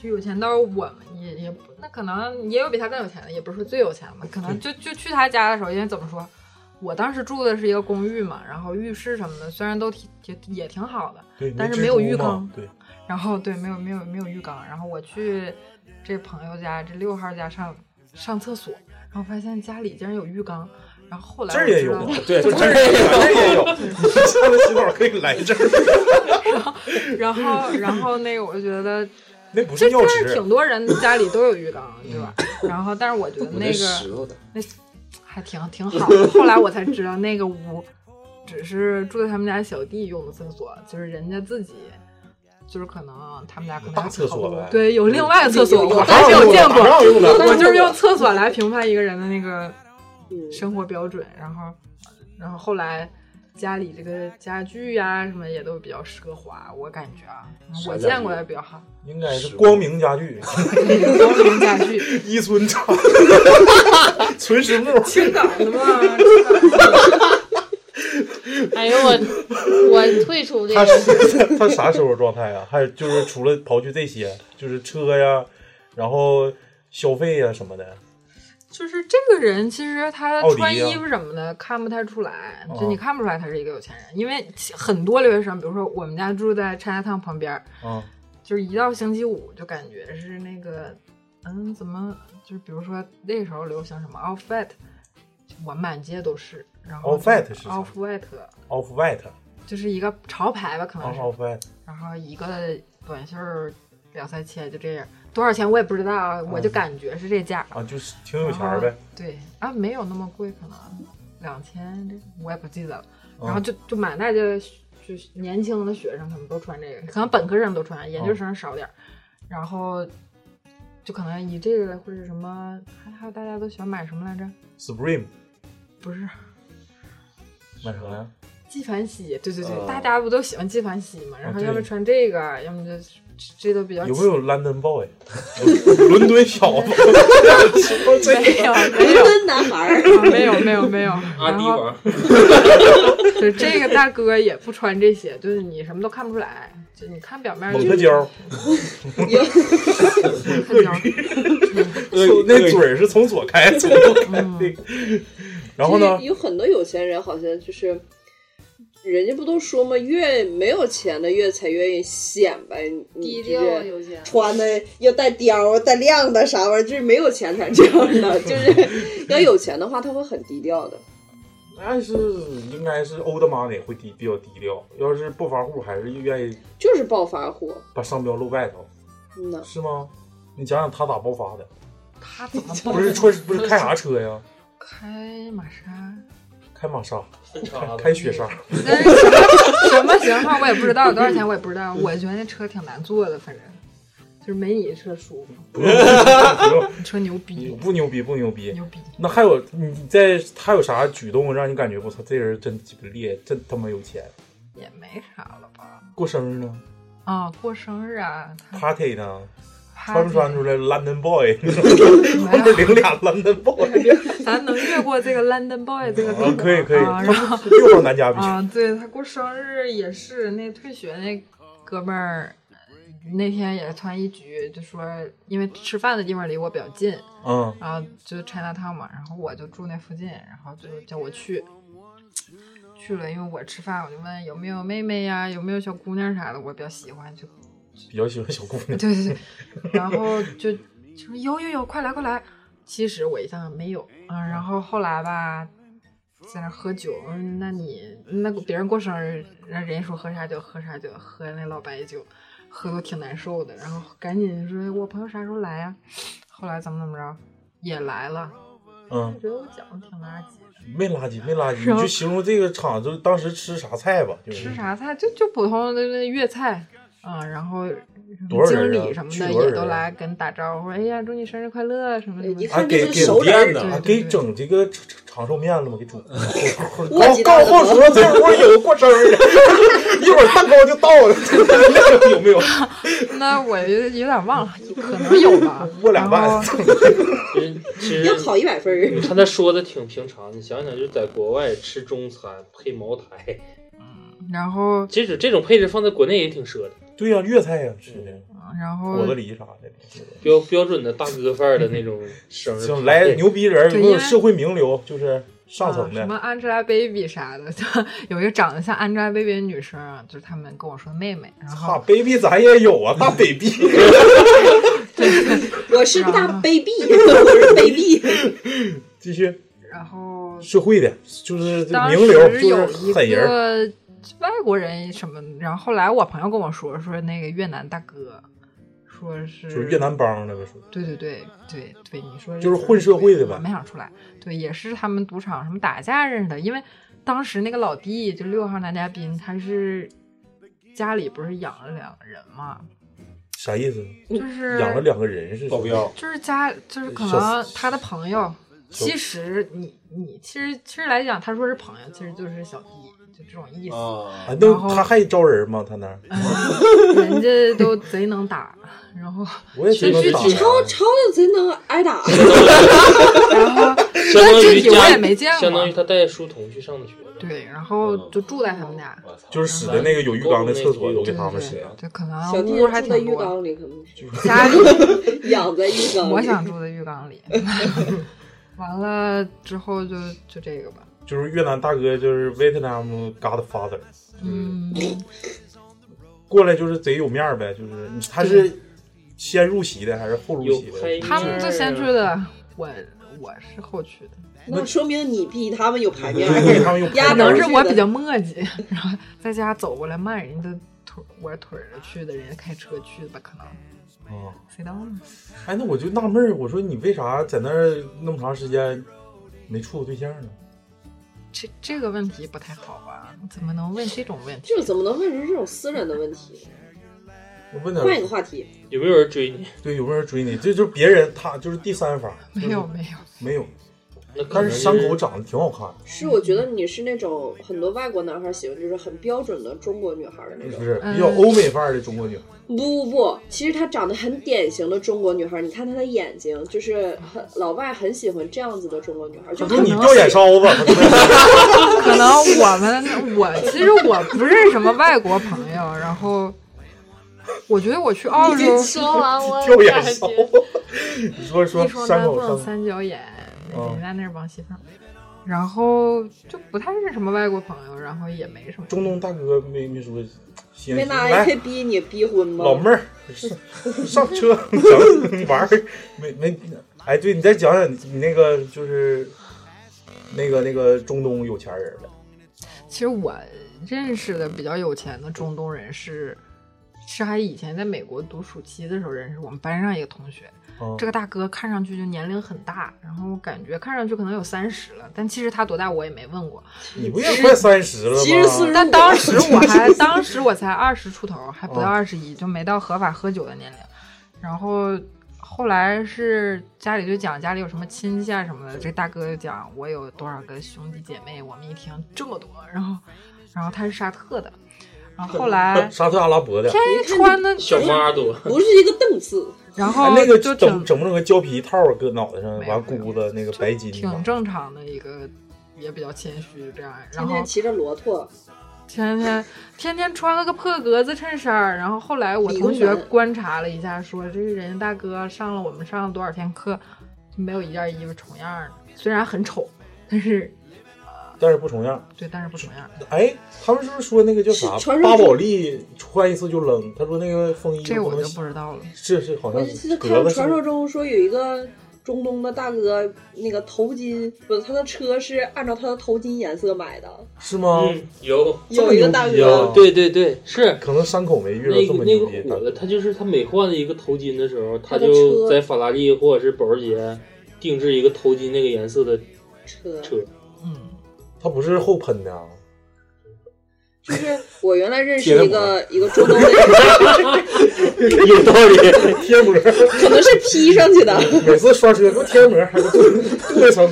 Speaker 2: 就有钱到我们也也不那可能也有比他更有钱的，也不是说最有钱吧，可能就就去他家的时候，因为怎么说，我当时住的是一个公寓嘛，然后浴室什么的虽然都挺也也挺好
Speaker 1: 对
Speaker 2: 的，，但是没有
Speaker 1: 蜘蛛
Speaker 2: 浴
Speaker 1: 嘛
Speaker 2: 缸，
Speaker 1: 对，
Speaker 2: 然后对没有没有没有浴缸，然后我去这朋友家这六号家上上厕所，然后发现家里竟然有浴缸。然后后来
Speaker 1: 这
Speaker 2: 我
Speaker 1: 儿也
Speaker 2: 知
Speaker 1: 有
Speaker 2: 道
Speaker 1: 啊，就这儿也有，这儿也有。你下次洗澡可以来这 儿，
Speaker 2: 然后，然后那个，我就觉得
Speaker 1: 那不是嗯
Speaker 2: 这
Speaker 1: 钥匙
Speaker 2: 但是挺多人家里都有浴缸，对吧？然后，但是我觉得那
Speaker 13: 我这石头
Speaker 2: 个
Speaker 13: 的
Speaker 2: 那还挺挺好的。后来我才知道，那个屋只是住在他们家小弟用的厕所，就是人家自己。就是可能他们家可能
Speaker 1: 大厕所呗嗯
Speaker 2: 对，有另外的厕
Speaker 1: 有
Speaker 2: 所，
Speaker 1: 有
Speaker 2: 我还是有见过
Speaker 1: 哪有用的，
Speaker 2: 但是就是用厕所来评判一个人的那个
Speaker 11: 嗯
Speaker 2: 生活标准。然后，然后后来家里这个家具呀、什么也都比较奢华，我感觉啊，我见过的比较好。
Speaker 1: 应该是光明家具，
Speaker 2: 光明家具，
Speaker 1: 一村长， 纯实木，
Speaker 2: 青岛的嘛。
Speaker 12: 哎呦我，我退出这
Speaker 1: 他
Speaker 12: 个。
Speaker 1: 是他啥生活状态啊？还有就是除了刨去这些，就是车呀，然后消费呀什么的，
Speaker 2: 就是这个人，其实他
Speaker 1: 奥迪
Speaker 2: 穿
Speaker 1: 呀
Speaker 2: 衣服什么的看不太出来，
Speaker 1: 哦
Speaker 2: 就你看不出来他是一个有钱人，因为其很多留学生，比如说我们家住在 China Town 旁边儿，
Speaker 1: 嗯，
Speaker 2: 就是一到星期五就感觉是那个，嗯，怎么就是比如说那时候流行什么 off white，我满街都是，然后
Speaker 1: Off-White 是啥
Speaker 2: off white
Speaker 1: off white，啊
Speaker 2: 就是一个潮牌吧，可能是
Speaker 1: off white，
Speaker 2: 然后一个短袖儿两三千就这样，多少钱我也不知道啊，我就感觉是这价儿。
Speaker 1: 啊，就是挺有钱儿呗。
Speaker 2: 对啊，没有那么贵，可能两千这我也不记得了。
Speaker 1: 嗯
Speaker 2: 然后就就满大街就是年轻的学生，他们都穿这个，可能本科生都穿，研究
Speaker 1: 嗯
Speaker 2: 生少点儿。然后就可能以这个或者什么，还还有大家都喜欢买什么来着？
Speaker 1: Supreme
Speaker 2: 不是
Speaker 1: 买啥呀？
Speaker 2: 纪梵希，对对对，
Speaker 1: 哦
Speaker 2: 大家不都喜欢纪梵希嘛？然后
Speaker 1: 对
Speaker 2: 要么穿这个，要么就这都比较
Speaker 1: 有没有 London boy？伦敦小子，这
Speaker 2: 没有，没有
Speaker 11: 伦敦男孩儿
Speaker 2: 啊 没有，没有， 没有。
Speaker 6: 阿
Speaker 2: 然
Speaker 6: 迪
Speaker 2: 后
Speaker 6: 王，
Speaker 2: 就这个大哥也不穿这些，就是你什么都看不出来，就你看表面就
Speaker 1: 蒙
Speaker 2: 是。
Speaker 1: 特 娇，
Speaker 2: 特娇，
Speaker 1: 那嘴儿是从左开，从右开。
Speaker 2: 嗯
Speaker 1: 那个 然后呢
Speaker 11: 其实？有很多有钱人好像就是，人家不都说嘛，越没有钱的越才愿意显摆你
Speaker 3: 低
Speaker 11: 这
Speaker 3: 调有钱
Speaker 11: 穿的又带貂儿带亮的啥玩意儿，就是没有钱才这样的，就是要有钱的话他会很低调的。
Speaker 1: 那是应该是欧的妈也会低比较低调，要是暴发户还是愿意
Speaker 11: 就是暴发户，
Speaker 1: 把商标露外头，
Speaker 11: 嗯呐，
Speaker 1: 是吗？你讲讲他咋爆发的？
Speaker 2: 他怎么
Speaker 1: 不是说不是开啥车呀？
Speaker 2: 开玛 莎？
Speaker 1: 开玛莎，
Speaker 6: 啊
Speaker 1: 开开雪莎，
Speaker 2: 但是什么什么型号我也不知道，多少钱我也不知道。我觉得那车挺难坐的，反正就是没你车舒服。
Speaker 1: 不用不用，
Speaker 2: 你说牛逼
Speaker 1: 不牛逼不牛逼？
Speaker 2: 牛逼！
Speaker 1: 那还有你在他有啥举动让你感觉我操，这人真鸡巴烈，真他妈有钱？
Speaker 2: 也没啥了吧？
Speaker 1: 过生日呢
Speaker 2: 啊，过生日啊，他
Speaker 1: ，party 呢，
Speaker 2: Party
Speaker 1: 穿不穿出来 London boy？后面领俩 London boy，
Speaker 2: 咱能越过这个 London Boy 这个
Speaker 1: 啊
Speaker 2: 梗，
Speaker 1: 可以可以
Speaker 2: 啊，然后
Speaker 1: 又到男嘉宾
Speaker 2: 啊，对他过生日也是那退学那哥们儿，呃那天也突然一局就说，因为吃饭的地方离我比较近，
Speaker 1: 嗯
Speaker 2: 然后就 China Town 嘛，然后我就住那附近，然后就叫我去。去了，因为我吃饭，我就问有没有妹妹呀，有没有小姑娘啥的，我比较喜欢，就
Speaker 1: 比较喜欢小姑娘。
Speaker 2: 对对对，然后就就说有有有，快来快来。其实我一向没有，嗯，然后后来吧，在那喝酒，嗯那你那别人过生日，让人家说喝啥酒喝啥酒，喝那老白酒，喝的挺难受的。然后赶紧说，哎我朋友啥时候来呀、 后来怎么怎么着，也来了。
Speaker 1: 嗯
Speaker 2: 我觉得我讲的挺垃圾，
Speaker 1: 没垃圾，没垃圾，
Speaker 2: 然
Speaker 1: 你
Speaker 2: 后
Speaker 1: 就形容这个场，就是当时吃啥菜吧，就是
Speaker 2: 吃啥菜就就普通的那粤菜，嗯，然后
Speaker 1: 多少
Speaker 2: 经
Speaker 1: 人啊
Speaker 2: 理什么
Speaker 1: 去
Speaker 2: 的
Speaker 1: 多少
Speaker 2: 也
Speaker 1: 人
Speaker 2: 都
Speaker 1: 啊
Speaker 2: 来跟你打招呼，哎呀，祝你生日快乐什么什么的。
Speaker 1: 啊，给给店呢，啊给整这个长长寿面了吗？给 煮，
Speaker 2: 我
Speaker 1: 高
Speaker 2: 记得
Speaker 1: 高后厨这会儿有个过生日， 一会儿蛋糕就到了，有没 有？
Speaker 2: 那我有有点 忘了，可能有吧。
Speaker 1: 过两万，
Speaker 2: 哦
Speaker 6: 其实
Speaker 11: 要考100分儿
Speaker 6: 你看他说的挺平常，你想想，就是在国外吃中餐配茅台，
Speaker 2: 然后
Speaker 6: 即使这种配置放在国内也挺奢的。
Speaker 1: 对呀，粤菜呀，是的，
Speaker 2: 然后
Speaker 1: 果子狸啥的，
Speaker 6: 标标准的大哥范儿的 那种生嗯日派对，
Speaker 1: 行，来牛逼人，有
Speaker 2: 对
Speaker 1: 没
Speaker 2: 因
Speaker 1: 有
Speaker 2: 为
Speaker 1: 社会名流？就是上层
Speaker 2: 啊什么
Speaker 1: 的，
Speaker 2: Angelababy 啥的， 有一个长得像 Angelababy 的女生啊，就是他们跟我说妹妹，然后
Speaker 1: 哈，baby 咱也有啊，大 baby，
Speaker 11: 我是大卑鄙，我是卑鄙。
Speaker 1: 继续，
Speaker 2: 然后
Speaker 1: 社会的，就是
Speaker 2: 当
Speaker 1: 名流，
Speaker 2: 时
Speaker 1: 就
Speaker 2: 有
Speaker 1: 是
Speaker 2: 一
Speaker 1: 狠人，
Speaker 2: 个外国人什么，然后后来我朋友跟我说，说那个越南大哥，说是
Speaker 1: 就是越南帮的呗，属于
Speaker 2: 对对对对对，你说
Speaker 1: 就是混社会的呗
Speaker 2: 我没想出来。对，也是他们赌场什么打架认识的，因为当时那个老弟就六号男嘉宾，他是家里不是养了两个人嘛，
Speaker 1: 啥意思？
Speaker 2: 就是
Speaker 1: 养了两个人是保镖
Speaker 2: 就是家就是可
Speaker 1: 小
Speaker 2: 能他的朋友，
Speaker 1: 小
Speaker 2: 其实你你其实其实来讲，他说是朋友，其实就是小弟，就这种意思。
Speaker 1: 啊，那他还招人吗？他那儿
Speaker 2: 人家都贼能打，然后
Speaker 1: 我也觉得
Speaker 2: 具
Speaker 1: 打
Speaker 2: 体
Speaker 11: 超超的贼能挨打，
Speaker 6: 相当
Speaker 2: 具
Speaker 6: 于
Speaker 2: 体我
Speaker 6: 家
Speaker 2: 也没见过
Speaker 6: 相当于他带书童去上的学，
Speaker 2: 对，啊然后就住在他们家，
Speaker 6: 嗯
Speaker 1: 就是使的那个有浴缸的厕所都给他
Speaker 2: 嗯
Speaker 1: 们使
Speaker 6: 啊
Speaker 1: 了，
Speaker 2: 就可能
Speaker 11: 小弟
Speaker 2: 屋还
Speaker 11: 住在
Speaker 2: 挺
Speaker 11: 浴
Speaker 2: 多。
Speaker 11: 缸里，可能是
Speaker 2: 家里
Speaker 11: 养在浴缸里。
Speaker 2: 我想住在浴缸里。 完了之后就就这个吧，
Speaker 1: 就是越南大哥就是 Vietnam Godfather，
Speaker 2: 嗯，
Speaker 1: 过来就是贼有面儿呗，就是你他是先入席的还是后入席的？
Speaker 2: 他们是先去的，我我是后去的，
Speaker 11: 那说明你比他们有排面
Speaker 1: 对，他们有
Speaker 2: 可
Speaker 11: 压轴
Speaker 2: 能是
Speaker 11: 去
Speaker 2: 我
Speaker 11: 的
Speaker 2: 比较磨叽，然后在家走过来慢人家腿，我腿着去的，人家开车去的吧，可能
Speaker 1: 啊，
Speaker 2: 谁当呢？
Speaker 1: 哎，那我就纳闷儿，我说你为啥在那儿那么长时间没处过对象呢？
Speaker 2: 这这个问题不太好吧？怎么能问这种问题？
Speaker 11: 这怎么能问出这种私人的问题？
Speaker 1: 我问点
Speaker 11: 换一个话题，
Speaker 6: 有没有人追你？
Speaker 1: 对，有没有人追你？这就是别人，他就是第三方，
Speaker 2: 没有没有，
Speaker 1: 没有。
Speaker 6: 可
Speaker 1: 但
Speaker 6: 能
Speaker 1: 是
Speaker 6: 是
Speaker 1: 山口长得挺好看的，
Speaker 11: 是我觉得你是那种很多外国男孩喜欢，就是很标准的中国女孩的那
Speaker 1: 是
Speaker 11: 种。
Speaker 1: 不是比较欧美范儿的中国女孩？
Speaker 11: 不不不，其实她长得很典型的中国女孩，你看她的眼睛，就是很老外很喜欢这样子的中国女孩，就
Speaker 1: 可
Speaker 11: 很
Speaker 1: 能你掉眼梢子，
Speaker 2: 可能我们我其实我不认识什么外国朋友，然后我觉得我去澳洲
Speaker 12: 你说完我
Speaker 1: 掉眼梢。 你说说
Speaker 2: 一双
Speaker 1: 山
Speaker 2: 丹
Speaker 1: 口
Speaker 2: 凤
Speaker 1: 上
Speaker 2: 三角眼，
Speaker 1: 嗯
Speaker 2: 人家那是王熙凤，然后就不太认识什么外国朋友，然后也没什么。
Speaker 1: 中东大哥没没说，先
Speaker 11: 没拿
Speaker 1: 来
Speaker 11: AKB 你逼婚吗？
Speaker 1: 老妹儿 上车整玩儿，没没哎，对你再讲讲你那个就是那个那个中东有钱人呗，
Speaker 2: 其实我认识的比较有钱的中东人是，是还以前在美国读暑期的时候认识我们班上一个同学。
Speaker 1: 哦
Speaker 2: 这个大哥看上去就年龄很大，然后感觉看上去可能有三十了，但其实他多大我也没问过。
Speaker 1: 你不也快三十了吗？
Speaker 2: 但
Speaker 1: 啊
Speaker 2: 当时我还，当时我才二十出头，还不
Speaker 1: 哦
Speaker 2: 到二十一，就没到合法喝酒的年龄。然后后来是家里就讲家里有什么亲戚啊什么的，这大哥就讲我有多少个兄弟姐妹，我们一听这么多，然后然后他是沙特的，然后 后来
Speaker 1: 沙特阿拉伯的，
Speaker 2: 哎天穿的
Speaker 6: 小妈
Speaker 1: 啊
Speaker 6: 多，
Speaker 11: 不是一个档次。
Speaker 2: 然
Speaker 1: 哎
Speaker 2: 后
Speaker 1: 那个
Speaker 2: 啊就
Speaker 1: 整
Speaker 2: 挺
Speaker 1: 整不整个胶皮套搁脑袋上，完箍子那个白金
Speaker 2: 挺正常的一个，也比较谦虚这样，然
Speaker 11: 天
Speaker 2: 后
Speaker 11: 天骑着骆驼，
Speaker 2: 天天天天穿了个破格子衬衫儿，然后后来我同
Speaker 11: 理
Speaker 2: 学
Speaker 11: 工男
Speaker 2: 观察了一下说，这个人家大哥上了我们上了多少天课，没有一件衣服重样儿的，虽然很丑，但是
Speaker 1: 但是不重样。
Speaker 2: 对，但是不重样儿。
Speaker 1: 哎，他们是不是说那个叫啥
Speaker 2: 传说
Speaker 1: 巴
Speaker 2: 中
Speaker 1: 宝莉穿一次就扔？他说那个风衣
Speaker 2: 这我就
Speaker 1: 不
Speaker 2: 知道了，
Speaker 1: 是是好
Speaker 11: 我
Speaker 1: 像
Speaker 11: 就记得看
Speaker 1: 格子是
Speaker 11: 传说中说有一个中东的大哥，那个头巾不是他的车是按照他的头巾颜色买的，
Speaker 1: 是吗？
Speaker 6: 嗯有
Speaker 11: 有一个大
Speaker 6: 有
Speaker 1: 啊
Speaker 11: 哥
Speaker 6: 对对对，是
Speaker 1: 可能山口没遇到
Speaker 6: 那
Speaker 1: 这
Speaker 6: 个
Speaker 1: 么
Speaker 6: 那
Speaker 1: 牛
Speaker 6: 个
Speaker 1: 逼的大
Speaker 6: 火
Speaker 1: 哥。
Speaker 6: 的，他就是他每换一个头巾的时候，他
Speaker 11: 他的
Speaker 6: 就
Speaker 11: 车
Speaker 6: 在法拉利或者是保时捷定制一个头巾那个颜色的
Speaker 11: 车
Speaker 6: 车。
Speaker 1: 他不是后喷的啊，
Speaker 11: 就是我原来认识
Speaker 6: 贴了
Speaker 11: 一个一个中东的人，
Speaker 6: 有道理，
Speaker 1: 贴膜，
Speaker 11: 可能是 P 上去的。
Speaker 1: 每次刷车给我贴膜，还给我镀一层。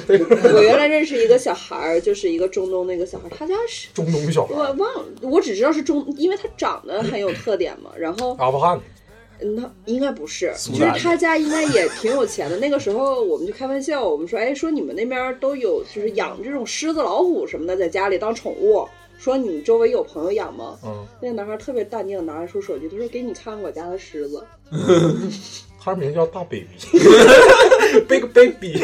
Speaker 11: 我原来认识一个小孩儿，就是一个中东那个小孩儿，他家是
Speaker 1: 中东小孩
Speaker 11: 我忘了，我只知道是中，因为他长得很有特点嘛。然后
Speaker 1: 阿富汗
Speaker 11: 嗯那应该不是，
Speaker 1: 苏
Speaker 11: 就是
Speaker 1: 丹
Speaker 11: 他家应该也挺有钱的。那个时候我们就开玩笑，我们说，哎，说你们那边都有就是养这种狮子、老虎什么的，在家里当宠物。说你周围有朋友养吗？
Speaker 1: 嗯，
Speaker 11: 那个男孩特别淡定，拿出手机，他说：“给你看我家的狮子。
Speaker 1: 他名叫大 baby，big baby。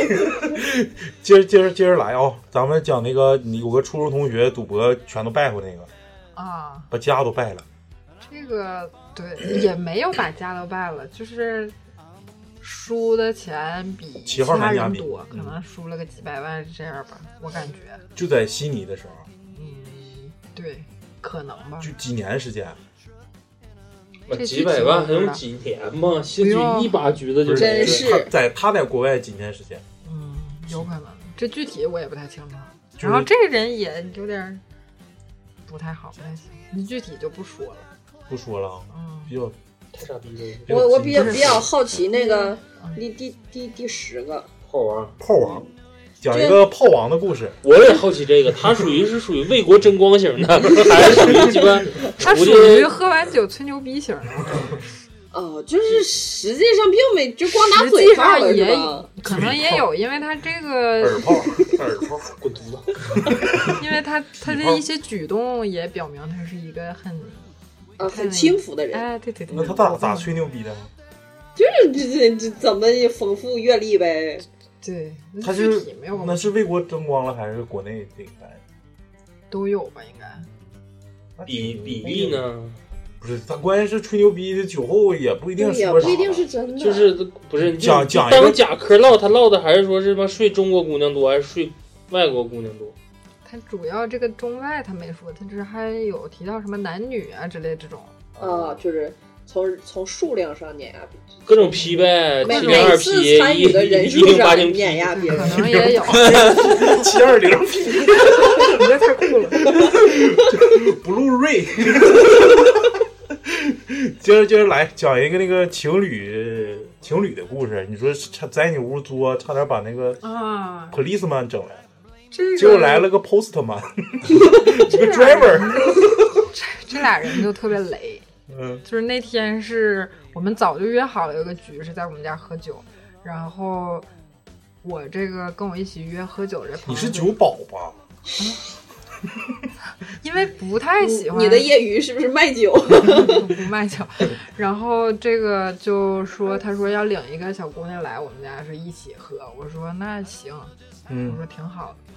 Speaker 1: 接着接着接着来啊、咱们讲那个你有个初中同学赌博全都败过那个，
Speaker 2: 啊，
Speaker 1: 把家都败了。
Speaker 2: 这个对也没有把家都败了，就是输的钱比
Speaker 1: 其
Speaker 2: 其
Speaker 1: 他
Speaker 2: 他
Speaker 1: 人家
Speaker 2: 人
Speaker 1: 比
Speaker 2: 多，可能输了个几百万这样吧，我感觉嗯
Speaker 1: 就在悉尼的时候，
Speaker 2: 对，可能吧。
Speaker 1: 就几年时间，
Speaker 6: 妈几百万还用几年吗？兴
Speaker 11: 哎
Speaker 6: 许一把橘子就没了
Speaker 1: 他在他在国外几年时间，
Speaker 2: 有可能，这具体我也不太清楚。
Speaker 1: 就是
Speaker 2: 然后这个人也有点儿不太好，不太行，你具体就不说了。嗯
Speaker 1: 不说了啊，比较
Speaker 6: 太傻逼了”
Speaker 1: 比较
Speaker 11: 我我比较
Speaker 1: 精
Speaker 11: 比较好奇那个第第第第十个，
Speaker 6: 炮王，
Speaker 1: 炮王，讲一个炮王的故事。
Speaker 6: 我也好奇这个，他属于是属于为国争光型的，
Speaker 11: 嗯
Speaker 6: 还是属于鸡巴？
Speaker 2: 他属于喝完酒吹牛逼型的，
Speaker 11: 哦，就是实际上并没就光打
Speaker 2: 实
Speaker 11: 嘴
Speaker 2: 际
Speaker 11: 炮了
Speaker 2: 上
Speaker 11: 是
Speaker 2: 也
Speaker 11: 吧？
Speaker 2: 可能也有，因为他这 个
Speaker 1: 耳 炮，耳炮，滚犊子！
Speaker 2: 因为他他的一些举动也表明他是一个很
Speaker 11: 呃
Speaker 2: 很
Speaker 11: 很轻浮的人
Speaker 2: 哎，对对对。
Speaker 1: 那他咋咋吹牛逼的呢？
Speaker 11: 就是 这这这怎么丰富阅历呗？
Speaker 2: 对，
Speaker 1: 他是那是为国争光了，还是国内这一代？
Speaker 2: 都有吧，应该。
Speaker 6: 比比例呢？
Speaker 1: 不是，他关键是吹牛逼，酒后也不一定是
Speaker 11: 也不一定是真的，啊
Speaker 6: 就是不是你就
Speaker 1: 讲
Speaker 6: 你
Speaker 1: 讲一个
Speaker 6: 当假嗑唠，他唠的还是说是他妈睡中国姑娘多，还是睡外国姑娘多？
Speaker 2: 他主要这个中外他没说，他只是还有提到什么男女啊之类这种。
Speaker 11: 啊，就是从从数量上碾压别
Speaker 6: 各种批呗，
Speaker 11: 每
Speaker 6: 七零二
Speaker 11: 每次
Speaker 6: P，
Speaker 11: 参与的人
Speaker 6: 一
Speaker 11: 数
Speaker 6: 零八
Speaker 11: 上
Speaker 6: 零 P，
Speaker 11: 碾压别人，
Speaker 2: 可能也有
Speaker 1: 七二零 P，
Speaker 2: 你这太酷了。
Speaker 1: 不入 瑞。接着接着来讲一个那个情侣情侣的故事。你说差在你屋作，差点把那个
Speaker 2: 啊，
Speaker 1: policeman 整 来，
Speaker 2: 这个
Speaker 1: 结果来了个 postman，一个 driver。
Speaker 2: 这俩人就特别雷。
Speaker 1: 嗯，
Speaker 2: 就是那天是我们早就约好了有个局是在我们家喝酒，然后我这个跟我一起约喝酒这朋友，
Speaker 1: 你是酒保吧？
Speaker 2: 因为不太喜欢
Speaker 11: 你的业余是不是卖酒？
Speaker 2: 不 卖酒，然后这个就说他说要领一个小姑娘来我们家是一起喝，我说那行，
Speaker 1: 嗯
Speaker 2: 我说挺好的，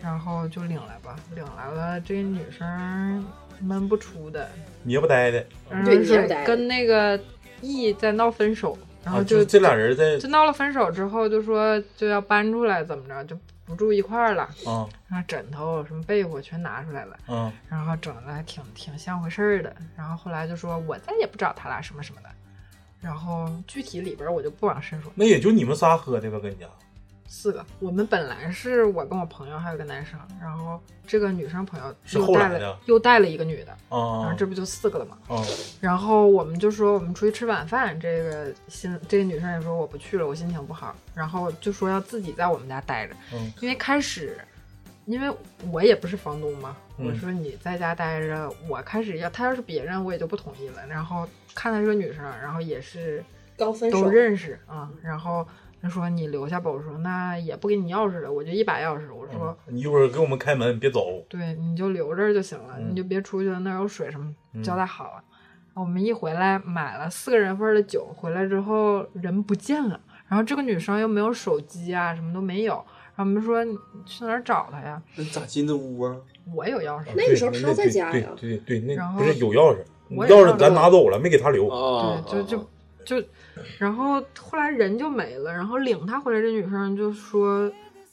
Speaker 2: 然后就领来吧，领来了这个女生闷不出的，
Speaker 1: 捏不呆的。
Speaker 2: 然
Speaker 11: 对
Speaker 2: 后
Speaker 11: 你也
Speaker 2: 是
Speaker 11: 不待
Speaker 2: 跟那个 E 在闹分手，然后
Speaker 1: 啊就是这俩人在
Speaker 2: 就闹了分手之后，就说就要搬出来，怎么着就不住一块儿了。
Speaker 1: 啊
Speaker 2: 然后枕头什么被窝全拿出来了，
Speaker 1: 嗯，
Speaker 2: 然后整的还挺挺像回事儿的。然后后来就说我再也不找他了什么什么的，然后具体里边儿我就不往深说。
Speaker 1: 那也就你们仨喝的吧，跟你家。
Speaker 2: 四个，我们本来是我跟我朋友还有个男生，然后这个女生朋友
Speaker 1: 是
Speaker 2: 又
Speaker 1: 后
Speaker 2: 带
Speaker 1: 来的
Speaker 2: 了又带了一个女的，
Speaker 1: 啊
Speaker 2: 然后这不就四个了吗？
Speaker 1: 啊
Speaker 2: 然后我们就说我们出去吃晚饭，这个心这个女生也说我不去了，我心情不好，然后就说要自己在我们家待着，
Speaker 1: 嗯
Speaker 2: 因为开始，因为我也不是房东嘛，
Speaker 1: 嗯
Speaker 2: 我说你在家待着，我开始要他要是别人我也就不同意了，然后看她是个女生，然后也是
Speaker 11: 刚分手
Speaker 2: 都认识啊，然后他说你留下吧，我说那也不给你钥匙了，我就一把钥匙，我说。
Speaker 1: 啊你一会儿给我们开门，别走。啊
Speaker 2: 对，你就留这儿就行了，
Speaker 1: 嗯
Speaker 2: 你就别出去了，那儿有水什么
Speaker 1: 嗯，
Speaker 2: 交代好了。我们一回来买了四个人份儿的酒，回来之后人不见了，然后这个女生又没有手机啊，什么都没有，然后我们说你去哪儿找她呀？
Speaker 10: 那咋进的屋啊？
Speaker 2: 我有钥匙，
Speaker 1: 对那对对对对，
Speaker 2: 然
Speaker 1: 那
Speaker 2: 后
Speaker 1: 不是有钥匙，
Speaker 2: 我哦也
Speaker 1: 钥匙
Speaker 2: 钥
Speaker 1: 咱
Speaker 2: 匙
Speaker 1: 拿走了，没给他留。哦
Speaker 10: 啊
Speaker 2: 对，就就就，然后后来人就没了，然后领她回来这女生就说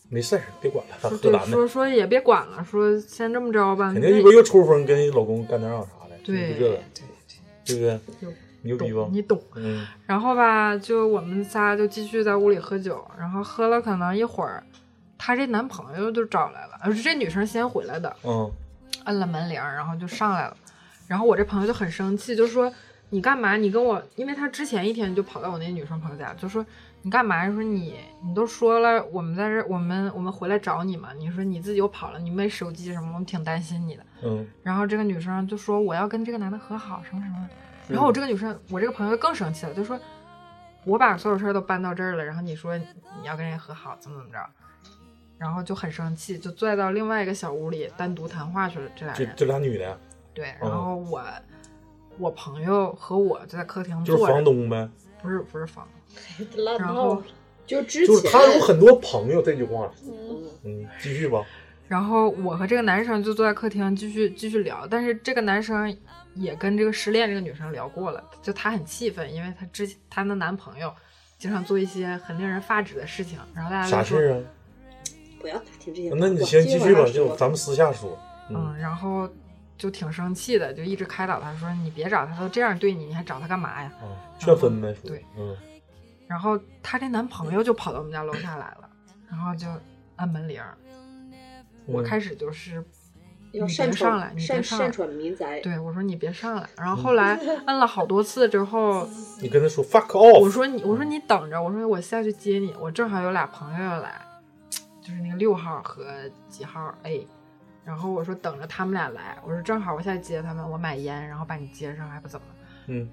Speaker 1: 没事儿，别管了，他
Speaker 2: 说
Speaker 1: 喝
Speaker 2: 对
Speaker 1: 咱
Speaker 2: 说
Speaker 1: 的，
Speaker 2: 说也别管了，说先这么着吧，
Speaker 1: 肯定一会儿又抽风跟老公干点啥啥的，就
Speaker 2: 对
Speaker 1: 这个，对不对？牛逼吧？
Speaker 2: 你懂。
Speaker 1: 嗯，
Speaker 2: 然后吧，就我们仨就继续在屋里喝酒，然后喝 了可能一会儿，她这男朋友就找来了，而是这女生先回来的。
Speaker 1: 嗯，
Speaker 2: 摁了门铃儿，然后就上来了。然后我这朋友就很生气，就说你干嘛？你跟我，因为他之前一天就跑到我那女生朋友家，就说你干嘛？说你你都说了，我们在这儿，我们我们回来找你嘛。你说你自己又跑了，你没手机什么，我们挺担心你的。
Speaker 1: 嗯，
Speaker 2: 然后这个女生就说我要跟这个男的和好什么什么的，
Speaker 1: 嗯
Speaker 2: 然后我这个女生，我这个朋友更生气了，就说我把所有事儿都搬到这儿了，然后你说你要跟人家和好，怎么怎么着，然后就很生气，就拽到另外一个小屋里单独谈话去了。这俩
Speaker 1: 这
Speaker 2: 人，
Speaker 1: 这俩女的，
Speaker 2: 对，
Speaker 1: 哦
Speaker 2: 然后我、我朋友和我就在客厅
Speaker 1: 就是
Speaker 2: 坐着，
Speaker 1: 房东呗，
Speaker 2: 不是不是房东，
Speaker 11: 烂
Speaker 2: 然
Speaker 11: 套
Speaker 2: 后
Speaker 11: 了就之
Speaker 1: 就是他有很多朋友这句话，
Speaker 11: 嗯
Speaker 1: 嗯，继续吧，
Speaker 2: 然后我和这个男生就坐在客厅继续继续聊，但是这个男生也跟这个失恋这个女生聊过了，就他很气愤，因为他之她的男朋友经常做一些很令人发指的事情，然后大家
Speaker 1: 啥
Speaker 2: 就
Speaker 1: 事
Speaker 2: 说，
Speaker 1: 儿啊？
Speaker 11: 不要打听这些八卦。
Speaker 1: 那你先继续吧，
Speaker 11: 今晚
Speaker 1: 就
Speaker 11: 上
Speaker 1: 咱们私下说。
Speaker 11: 啊
Speaker 2: 嗯，然后就挺生气的，就一直开导他说你别找他，他都这样对你，你还找他干嘛呀？
Speaker 1: 啊劝分呗，
Speaker 2: 嗯对，
Speaker 1: 嗯，
Speaker 2: 然后她这男朋友就跑到我们家楼下来了，然后就按门铃儿，
Speaker 1: 嗯
Speaker 2: 我开始就是。你
Speaker 11: 要
Speaker 2: 别
Speaker 11: 擅
Speaker 2: 上来，你别
Speaker 11: 擅
Speaker 2: 上来
Speaker 11: 擅，闯民宅。
Speaker 2: 对，我说你别上来。然后后来摁了好多次之后，
Speaker 1: 你跟他说 fuck off，
Speaker 2: 我说你，我说
Speaker 1: 嗯
Speaker 2: 你等着，我说我下去接你，我正好有俩朋友要来，就是那个六号和几号 A，然后我说等着他们俩来，我说正好我下去接他们，我买烟，然后把你接上，还不怎么。
Speaker 1: 嗯，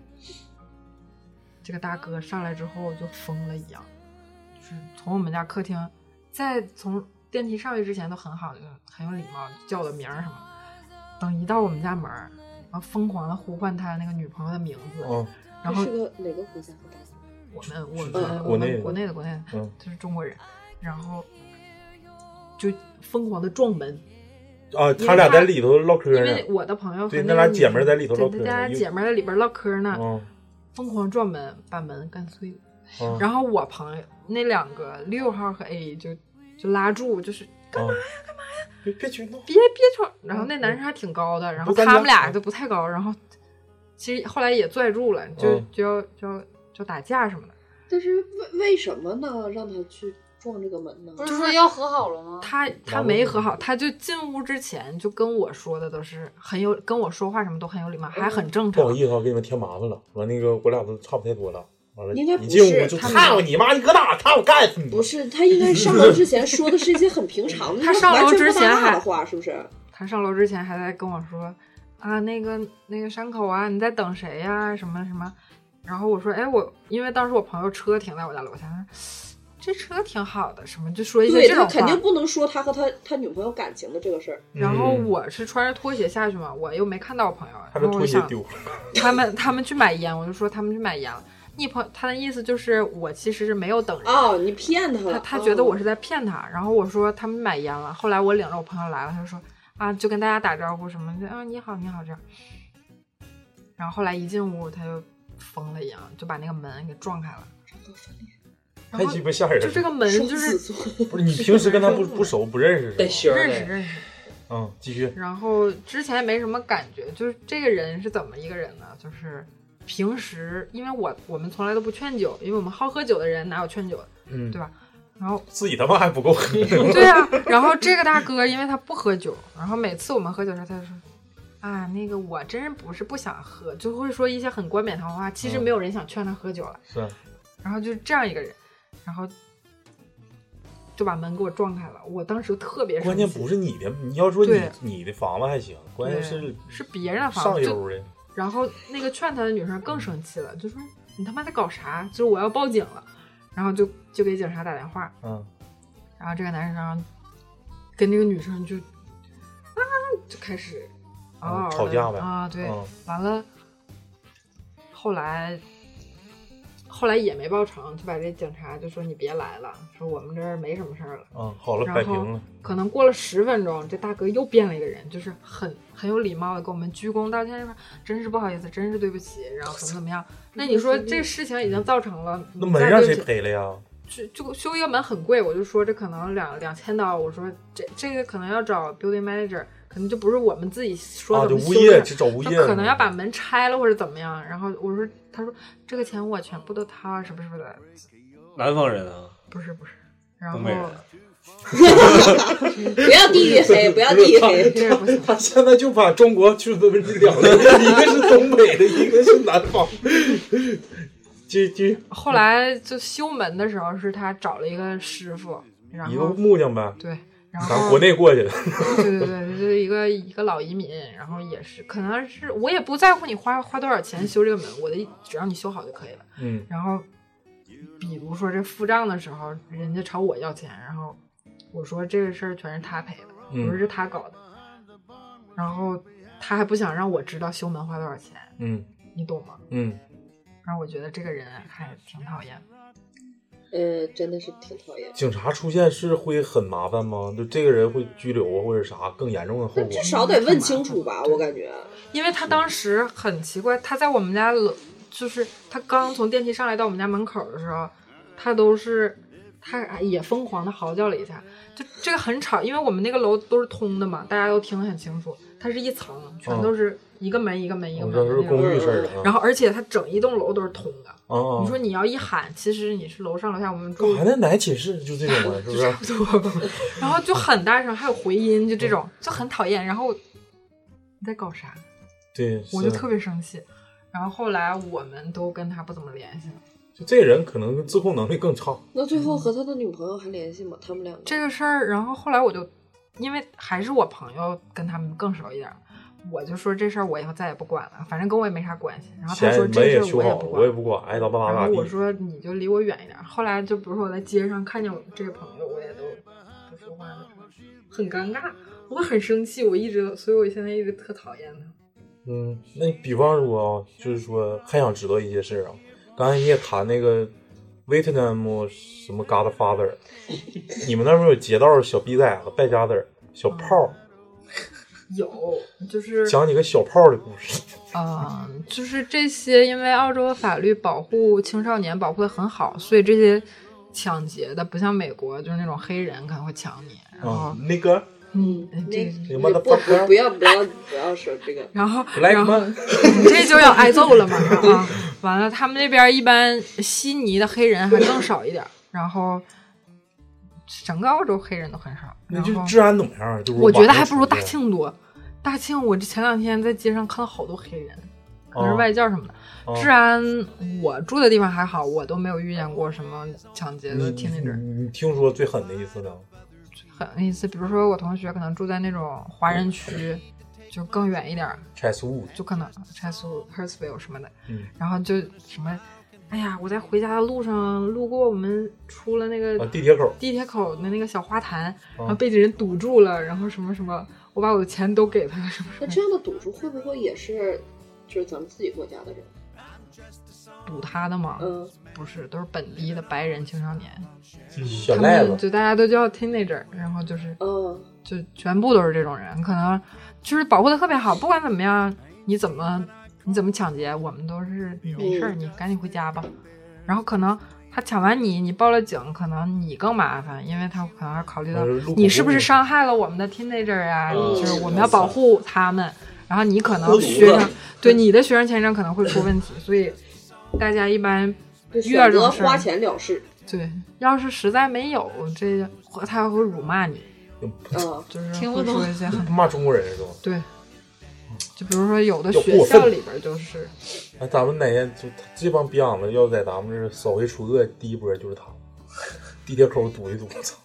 Speaker 2: 这个大哥上来之后就疯了一样，就是从我们家客厅，在从电梯上去之前都很好，就很有礼貌，叫我的名儿什么。等一到我们家门儿，然后疯狂的呼唤他那个女朋友的名字，
Speaker 1: 哦
Speaker 2: 然后
Speaker 11: 这是个哪个国家？
Speaker 2: 我们我
Speaker 11: 是
Speaker 2: 们
Speaker 1: 国
Speaker 2: 我
Speaker 1: 内的
Speaker 2: 们国内的国内的，
Speaker 1: 嗯
Speaker 2: 就是中国人，然后就疯狂的撞门。
Speaker 1: 啊，
Speaker 2: 因为
Speaker 1: 他俩在里头唠嗑
Speaker 2: 因
Speaker 1: 呢
Speaker 2: 为。我的朋友和
Speaker 1: 对，
Speaker 2: 那
Speaker 1: 那
Speaker 2: 个
Speaker 1: 俩
Speaker 2: 女
Speaker 1: 姐们儿
Speaker 2: 生
Speaker 1: 在里头唠嗑
Speaker 2: 对
Speaker 1: 呢。
Speaker 2: 他俩
Speaker 1: 因为
Speaker 2: 姐们儿在里边唠嗑呢，
Speaker 1: 嗯
Speaker 2: 疯狂撞门，把门干碎了。
Speaker 1: 嗯
Speaker 2: 然后我朋友那两个六号和 A 就就拉住，就是干嘛呀，干嘛呀，
Speaker 1: 别别去弄，
Speaker 2: 别别吵。然后那男生还挺高的，然后
Speaker 1: 嗯不参嗯
Speaker 2: 他
Speaker 1: 加
Speaker 2: 们俩都不太高，然后其实后来也拽住了，就
Speaker 11: 嗯
Speaker 2: 就要就要就打架什么的。
Speaker 11: 但是为为什么呢？让他去撞这个门呢？
Speaker 12: 不是说要和好了吗？
Speaker 2: 他他没和好，他就进屋之前就跟我说的都是很有跟我说话什么都很有礼貌，还很正
Speaker 1: 不
Speaker 2: 常。
Speaker 11: 哦
Speaker 1: 好意思啊，给你们添麻烦了。完那个，我俩都差不太多了。完了，
Speaker 11: 应该不
Speaker 1: 一进屋
Speaker 11: 是
Speaker 1: 就
Speaker 11: 他
Speaker 1: 操
Speaker 11: 们
Speaker 1: 你妈，你搁哪？操我干死你！
Speaker 11: 不是，他应该上楼之前说的是一些很平常 的，
Speaker 2: 他上楼之前
Speaker 11: 完全不搭嘎
Speaker 2: 还
Speaker 11: 的话，是不是？
Speaker 2: 他上楼之前还在跟我说啊，那个那个山口啊，你在等谁呀、什么什么？然后我说，哎，我因为当时我朋友车停在我家楼下，他说这车挺好的，什么就说一些
Speaker 11: 对
Speaker 2: 这
Speaker 11: 他
Speaker 2: 种
Speaker 11: 肯
Speaker 2: 话
Speaker 11: 定。不能说他和他他女朋友感情的这个事儿。
Speaker 2: 然后我是穿着拖鞋下去嘛，我又没看到我朋友，
Speaker 1: 嗯他
Speaker 2: 然
Speaker 1: 这
Speaker 2: 后我
Speaker 1: 拖
Speaker 2: 就
Speaker 1: 鞋
Speaker 2: 想
Speaker 1: 丢了。
Speaker 2: 他们他们去买烟，我就说他们去买烟了。你朋他的意思就是我其实是没有等人
Speaker 11: 哦，你骗他
Speaker 2: 他
Speaker 11: 了，哦
Speaker 2: 他觉得我是在骗他，然后我说他们买烟了，后来我领着我朋友来了，他就说啊，就跟大家打招呼什么的，啊你好你好这样。然后后来一进屋，他就疯了一样，就把那个门给撞开了。然
Speaker 1: 太
Speaker 2: 后
Speaker 1: 鸡巴吓人了！
Speaker 2: 就这个门就是
Speaker 1: 不是你平时跟他不不熟不认识是吧？
Speaker 6: 带星儿
Speaker 2: 认识认识。
Speaker 1: 嗯，继续。
Speaker 2: 然后之前没什么感觉，就是这个人是怎么一个人呢？就是平时因为我我们从来都不劝酒，因为我们好喝酒的人哪有劝酒的，
Speaker 1: 嗯
Speaker 2: 对吧？然后
Speaker 1: 自己他妈还不够喝。
Speaker 2: 对啊，然后这个大哥因为他不喝酒，然后每次我们喝酒的时候，他就说。啊，那个我真不是不想喝，就会说一些很冠冕堂皇的话。其实没有人想劝他喝酒了，
Speaker 1: 嗯是，
Speaker 2: 然后就是这样一个人，然后就把门给我撞开了。我当时特别生
Speaker 1: 关键
Speaker 2: 气
Speaker 1: 不是你的，你要说你
Speaker 2: 对
Speaker 1: 你的房子还行，关键是
Speaker 2: 对是别人的房
Speaker 1: 上
Speaker 2: 子就
Speaker 1: 游的。
Speaker 2: 然后那个劝他的女生更生气了，就说你他妈在搞啥？就是我要报警了，然后就就给警察打电话，
Speaker 1: 嗯，
Speaker 2: 然后这个男生跟这个女生就啊就开始嗷嗷
Speaker 1: 嗯
Speaker 2: 的
Speaker 1: 吵架呗
Speaker 2: 啊，对，
Speaker 1: 嗯
Speaker 2: 完了后来后来也没报成，就把这警察就说你别来了，说我们这儿没什么事儿了。
Speaker 1: 嗯，好了，摆
Speaker 2: 然后
Speaker 1: 平了。
Speaker 2: 可能过了十分钟，这大哥又变了一个人，就是很很有礼貌的跟我们鞠躬道歉，说真是不好意思，真是对不起，然后怎么怎么样。那你说这事情已经造成了，
Speaker 1: 那
Speaker 2: 你
Speaker 1: 门
Speaker 2: 再
Speaker 1: 让
Speaker 2: 对不
Speaker 1: 谁
Speaker 2: 起
Speaker 1: 赔了呀？
Speaker 2: 就就修一个门很贵，我就说这可能两两千刀，我说这这个可能要找 building manager，可能就不是我们自己说
Speaker 1: 啊
Speaker 2: 怎么
Speaker 1: 就
Speaker 2: 修
Speaker 1: 物
Speaker 2: 的
Speaker 1: 业
Speaker 2: 事儿
Speaker 1: 去找物
Speaker 2: 他
Speaker 1: 业
Speaker 2: 可能要把门拆了或者怎么样。然后我说，他说这个钱我全部都掏了，是不是的？
Speaker 10: 南方人啊，
Speaker 2: 不是不是。然后
Speaker 10: 东北人
Speaker 11: 不要地域 黑，不要地域黑。
Speaker 1: 他现在就把中国区分为两类， 一个是东北的，一个是南方。继继续，
Speaker 2: 后来就修门的时候，是他找了一个师傅，然
Speaker 1: 一个
Speaker 2: 后
Speaker 1: 木匠呗，
Speaker 2: 对，然后
Speaker 1: 咱国内过去的，
Speaker 2: 对对对，就是一个一个老移民，然后也是可能是我也不在乎你花花多少钱修这个门，我的只要你修好就可以了。
Speaker 1: 嗯
Speaker 2: 然后比如说这付账的时候，人家朝我要钱，然后我说这个事儿全是他赔的，
Speaker 1: 嗯
Speaker 2: 我说是他搞的，然后他还不想让我知道修门花多少钱，
Speaker 1: 嗯
Speaker 2: 你懂吗？
Speaker 1: 嗯，
Speaker 2: 让我觉得这个人还挺讨厌的。
Speaker 11: 嗯，真的是挺讨厌。
Speaker 1: 警察出现是会很麻烦吗？就这个人会拘留啊，或者啥更严重的后果？
Speaker 11: 至少得问清楚吧，我感觉。
Speaker 2: 因为他当时很奇怪，他在我们家楼，就是他刚从电梯上来到我们家门口的时候，他都是他也疯狂的嚎叫了一下，就这个很吵，因为我们那个楼都是通的嘛，大家都听得很清楚，它是一层，全都是一个门一个门一个
Speaker 1: 嗯
Speaker 2: 门
Speaker 1: 哦
Speaker 2: 的那
Speaker 1: 这
Speaker 2: 种，
Speaker 1: 是公寓式的啊
Speaker 2: 然后而且它整一栋楼都是通的，
Speaker 1: 哦哦
Speaker 2: 你说你要一喊，其实你是楼上楼下我们住
Speaker 1: 干啥呢？奶寝室就这种的，是 不是？
Speaker 2: 然后就很大声，还有回音，就这种就很讨厌。然后你在搞啥？
Speaker 1: 对，
Speaker 2: 我就是特别生气。然后后来我们都跟他不怎么联系了。
Speaker 1: 就这人可能自控能力更差。
Speaker 11: 那最后和他的女朋友还联系吗？他们两个？
Speaker 2: 这个事儿，然后后来我就，因为还是我朋友跟他们更熟一点儿，我就说这事儿我以后再也不管了，反正跟我也没啥关系。然后他
Speaker 1: 钱
Speaker 2: 说
Speaker 1: 门也
Speaker 2: 这事儿
Speaker 1: 修
Speaker 2: 我也
Speaker 1: 好
Speaker 2: 不
Speaker 1: 了，
Speaker 2: 管
Speaker 1: 我也不管，爱咋办
Speaker 2: 然
Speaker 1: 咋
Speaker 2: 后
Speaker 1: 地。
Speaker 2: 我说你就离我远一点儿。后来就比如说我在街上看见我这个朋友，我也都不说话了，很尴尬，我很生气，我一直，所以我现在一直特讨厌他。
Speaker 1: 嗯，那你比方说啊，就是说还想知道一些事儿啊。刚才你也谈那个 Vietnam 什么 Godfather，你们那边有劫道小逼崽子、败家子儿、小
Speaker 2: 嗯
Speaker 1: 炮儿，
Speaker 2: 有，就是
Speaker 1: 讲几个小炮儿的故事。
Speaker 2: 嗯，就是这些，因为澳洲的法律保护青少年保护的很好，所以这些抢劫的不像美国，就是那种黑人可能会抢你，然后、
Speaker 1: 啊，那个
Speaker 2: 嗯，这
Speaker 1: 那
Speaker 11: 不不不要不要不要说这个。
Speaker 2: 然后
Speaker 1: Black
Speaker 2: 然后
Speaker 1: man
Speaker 2: 你这就要挨揍了嘛啊！完了，他们那边一般悉尼的黑人还更少一点儿，然后整个澳洲黑人都很少。
Speaker 1: 那
Speaker 2: 然
Speaker 1: 就
Speaker 2: 后
Speaker 1: 治安怎么样？啊就是
Speaker 2: 我觉得还不如
Speaker 1: 晚
Speaker 2: 大
Speaker 1: 上出去
Speaker 2: 庆多。大庆，我这前两天在街上看到好多黑人，可能是
Speaker 1: 哦
Speaker 2: 外教什么的。
Speaker 1: 哦
Speaker 2: 治安，我住的地方还好，我都没有遇见过什么抢劫的
Speaker 1: 你
Speaker 2: teenager。
Speaker 1: 你你听说最狠的一次呢？
Speaker 2: 很有意思，比如说我同学可能住在那种华人区，就更远一点儿，
Speaker 1: 拆苏
Speaker 2: 就可能拆苏 Hurstville 什么的，
Speaker 1: 嗯
Speaker 2: 然后就什么，哎呀，我在回家的路上路过我们出了那个、
Speaker 1: 啊地铁口
Speaker 2: 地铁口的那个小花坛，然后
Speaker 1: 啊
Speaker 2: 被人堵住了，然后什么什么，我把我的钱都给他了，什么
Speaker 11: 那这样的赌注会不会也是，就是咱们自己国家的人？
Speaker 2: 堵他的嘛，
Speaker 11: 嗯，
Speaker 2: 不是，都是本地的白人青少年，
Speaker 1: 小
Speaker 2: 他
Speaker 1: 赖
Speaker 2: 们
Speaker 1: 子，
Speaker 2: 就大家都叫 teenager，然后就是，
Speaker 11: 嗯，
Speaker 2: 就全部都是这种人，可能就是保护的特别好，不管怎么样，你怎么你怎么抢劫，我们都是没事儿，
Speaker 11: 嗯
Speaker 2: 你赶紧回家吧。然后可能他抢完你，你报了警，可能你更麻烦，因为他可能要考虑到
Speaker 1: 呃路口
Speaker 2: 你是不是
Speaker 1: 公共
Speaker 2: 伤害了我们的 teenager 啊，
Speaker 1: 嗯
Speaker 2: 就是我们要保护他们。然后你可
Speaker 1: 孤独
Speaker 2: 能
Speaker 1: 的
Speaker 2: 学生对你的学生签证可能会出问题，所以大家一般遇到这
Speaker 11: 选择
Speaker 2: 种事儿
Speaker 11: 花钱了事。
Speaker 2: 对，要是实在没有这，他还会辱骂你，
Speaker 11: 嗯，
Speaker 2: 就是
Speaker 12: 听不
Speaker 2: 会
Speaker 12: 懂
Speaker 2: 说一些很
Speaker 1: 骂中国人是吧？
Speaker 2: 对，就比如说有的
Speaker 1: 要
Speaker 2: 学
Speaker 1: 过
Speaker 2: 校
Speaker 1: 分
Speaker 2: 里边就是，
Speaker 1: 哎，咱们哪天就这帮逼样子要在咱们这儿扫黑除恶，第一波就是他， 地铁口堵一堵。操！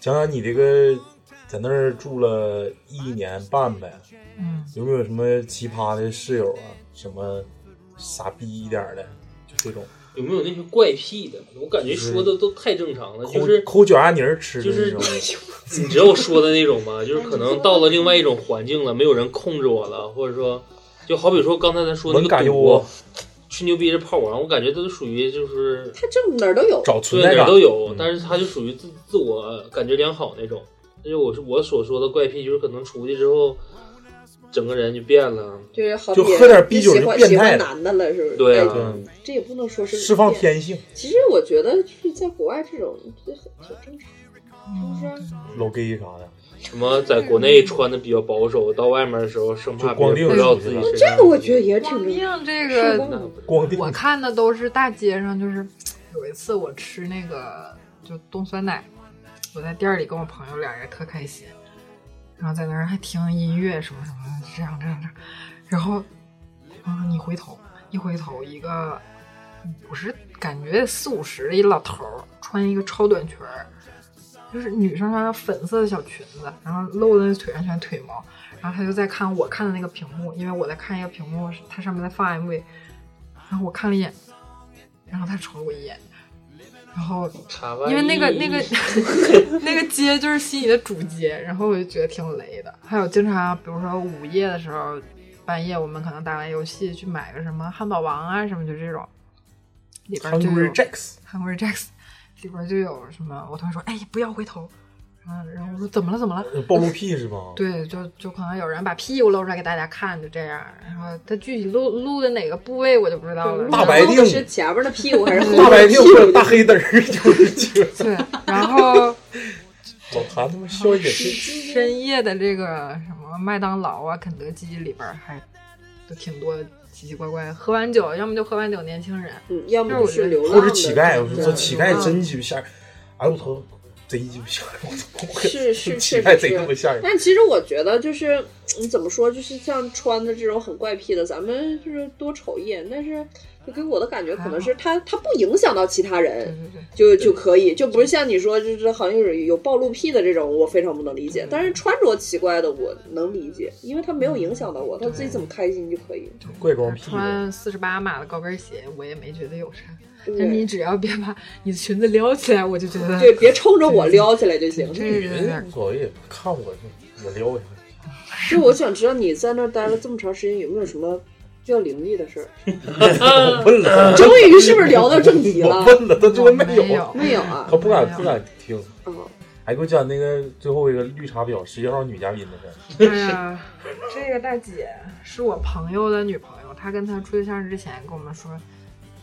Speaker 1: 讲讲你这个在那儿住了一年半呗，
Speaker 2: 嗯，
Speaker 1: 有没有什么奇葩的室友啊？什么傻逼一点儿的，就这种
Speaker 6: 有没有那些怪癖的？我感觉说的都太正常了，
Speaker 1: 抠、
Speaker 6: 呃就是
Speaker 1: 抠脚丫泥儿吃的
Speaker 6: 就
Speaker 1: 那
Speaker 6: 是
Speaker 1: 种。
Speaker 6: 你知道我说的那种吗？就是可能到了另外一种环境了，没有人控制我了，或者说，就好比说刚才咱说那
Speaker 1: 文
Speaker 6: 个
Speaker 1: 嘎
Speaker 6: 赌
Speaker 1: 就
Speaker 6: 博
Speaker 1: 窝，
Speaker 6: 吹牛逼这炮王，我感觉都属于就是
Speaker 11: 他这哪儿都有，
Speaker 1: 找存
Speaker 6: 对
Speaker 1: 在
Speaker 6: 哪
Speaker 1: 感嗯
Speaker 6: 儿都有，但是他就属于自自我感觉良好那种。但是我是我所说的怪癖，就是可能出去之后，整个人就变了。
Speaker 11: 就是好
Speaker 6: 就
Speaker 11: 比
Speaker 6: 喝点啤酒
Speaker 11: 喜
Speaker 6: 就
Speaker 11: 欢
Speaker 6: 变
Speaker 11: 喜
Speaker 6: 态
Speaker 11: 欢
Speaker 6: 了
Speaker 11: 男的了，是不是？
Speaker 6: 对啊
Speaker 11: 哎
Speaker 6: 对
Speaker 11: 这也不能说是
Speaker 1: 嗯释放天性，
Speaker 11: 其实我觉得就是在国外这种这很挺正常，是不是？
Speaker 1: 老 gay 啥的，
Speaker 6: 什么在国内穿的比较保守，到外面的时候生
Speaker 1: 就
Speaker 6: 怕别
Speaker 1: 光
Speaker 6: 人
Speaker 1: 腚
Speaker 6: 不知道
Speaker 1: 出去
Speaker 6: 自己
Speaker 1: 了
Speaker 6: 身
Speaker 11: 这
Speaker 6: 上
Speaker 11: 个我觉得也挺
Speaker 2: 光
Speaker 11: 正常。
Speaker 2: 腚这
Speaker 11: 是光
Speaker 2: 个
Speaker 11: 腚，
Speaker 1: 光腚
Speaker 2: 我看的都是大街上，就是有一次我吃那个就冻酸奶，我在店儿里跟我朋友俩人特开心，然后在那儿还听音乐什么什么的，这样这样这样，然后然后你回头一回头，一个五十感觉四五十的一老头儿，穿一个超短裙儿，就是女生穿的粉色的小裙子，然后露的腿上全腿毛，然后他就在看我看的那个屏幕，因为我在看一个屏幕，它上面在放 MV，然后我看了一眼，然后他瞅了我一眼，然后因为那个那 个那个街就是西里的主街，然后我就觉得挺雷的。还有经常，比如说午夜的时候，半夜我们可能打完游戏去买个什么汉堡王啊什么，就这种，里边就有
Speaker 1: Hungry Jacks
Speaker 2: 韩国 Jax 里边就有什么，我同学说，哎，不要回头。然后，然后我说怎么了？怎么了？
Speaker 1: 呃暴露屁是吧？
Speaker 2: 对，就就可能有人把屁股露出来给大家看，就这样。然后他具体露露的哪个部位我就不知道了。
Speaker 1: 大白腚
Speaker 11: 是前面的屁股 还是后面
Speaker 1: 大白
Speaker 11: 的屁
Speaker 1: 腚或者
Speaker 11: 股？
Speaker 1: 大黑灯儿， 就是这个。
Speaker 2: 对，然后
Speaker 1: 老谭他妈笑一点
Speaker 2: 深夜的这个什么麦当劳啊、肯德基里边儿还都挺多奇奇怪怪的。喝完酒，要么就喝完酒年轻人，
Speaker 11: 嗯要么
Speaker 2: 就是是
Speaker 11: 流
Speaker 2: 我觉得
Speaker 1: 或者乞丐，我说这乞丐真
Speaker 2: 嗯
Speaker 1: 鸡巴吓人，哎我头贼鸡巴吓人，我操！我
Speaker 11: 是是
Speaker 1: 乞
Speaker 11: 是
Speaker 1: 丐
Speaker 11: 是
Speaker 1: 贼他妈吓
Speaker 11: 是，
Speaker 1: 人。
Speaker 11: 但其实我觉得就是嗯怎么说，就是像穿的这种很怪癖的，咱们就是多瞅一眼，但是就给我的感觉可能是它它不影响到其他人，就就可以，就不是像你说就是好像有有暴露癖的这种，我非常不能理解。但是穿着奇怪的我能理解，因为它没有影响到我，他自己怎么开心就可以。
Speaker 1: 怪光屁
Speaker 2: 穿四十八码的高跟鞋，我也没觉得有啥。
Speaker 11: 对
Speaker 2: 但你只要别把你的裙子撩起来，我就觉得
Speaker 11: 对，别冲着我撩起来就行。
Speaker 1: 女人无所谓，看我我撩一 下。
Speaker 11: 就我想知道你在那儿待了这么长时间，有没有什么比较灵异的事儿？
Speaker 1: 我问了，
Speaker 11: 终于是不是聊到正题了
Speaker 1: 我问了，他
Speaker 2: 哦
Speaker 1: 说嗯没有，
Speaker 11: 没有啊
Speaker 1: 他不敢不敢听
Speaker 11: 哦。
Speaker 1: 还给我讲那个最后一个绿茶婊十一号女嘉宾的事
Speaker 2: 哎呀，这个大姐是我朋友的女朋友，她跟她处对象之前跟我们说，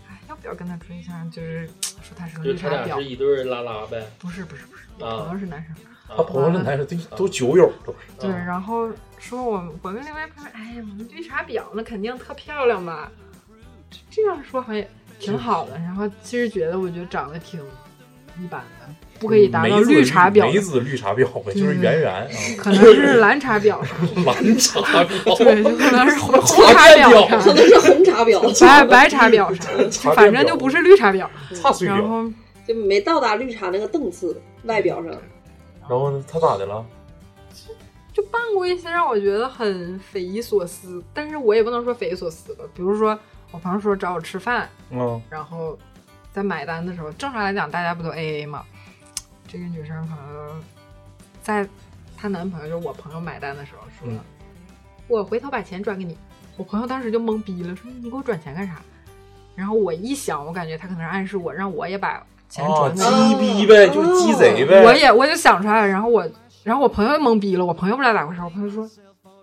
Speaker 2: 哎，要不要跟她处对象？就是说她是个
Speaker 6: 就
Speaker 2: 绿
Speaker 6: 他
Speaker 2: 茶婊
Speaker 6: 俩是。一对儿拉拉呗。
Speaker 2: 不是不是不是，
Speaker 6: 啊
Speaker 2: 朋友是男生。
Speaker 1: 他朋友是男生，都都酒友都是。
Speaker 2: 对，然后说我我跟另外一朋友，哎呀，我们绿茶婊那肯定特漂亮吧？这这样说好像也挺好的。然后其实觉得我觉得长得挺一般的，不可以达到
Speaker 1: 梅子
Speaker 2: 绿茶婊
Speaker 1: 梅
Speaker 2: 的，
Speaker 1: 子绿茶婊呗，就是圆圆啊，
Speaker 2: 可能是蓝茶婊啥的。
Speaker 1: 蓝茶 婊，
Speaker 2: 对，就可能是红红
Speaker 1: 茶
Speaker 2: 茶婊啥
Speaker 1: 婊
Speaker 2: 的，
Speaker 1: 可能是红
Speaker 11: 茶婊
Speaker 2: 白白茶婊啥的，
Speaker 11: 茶婊
Speaker 2: 反正就不是绿茶婊。
Speaker 1: 碎
Speaker 2: 然
Speaker 1: 婊
Speaker 2: 后
Speaker 11: 就没到达绿茶那个档次，外表上。
Speaker 1: 然后呢，他咋的了？
Speaker 2: 就办过一些让我觉得很匪夷所思，但是我也不能说匪夷所思吧。比如说，我朋友说找我吃饭，
Speaker 1: 嗯，
Speaker 2: 然后在买单的时候，正常来讲大家不都 A A 吗？这个女生可能在她男朋友就是我朋友买单的时候说：“
Speaker 1: 嗯
Speaker 2: 我回头把钱转给你。”我朋友当时就懵逼了，说：“你给我转钱干啥？”然后我一想，我感觉他可能是暗示我，让我也把钱
Speaker 1: 啊，
Speaker 2: 转给
Speaker 1: 鸡
Speaker 2: 你。
Speaker 1: 逼呗，就是鸡贼呗。
Speaker 2: 我也我就想出来了，然后我然后我朋友懵逼了，我朋友不知道咋回事，我朋友说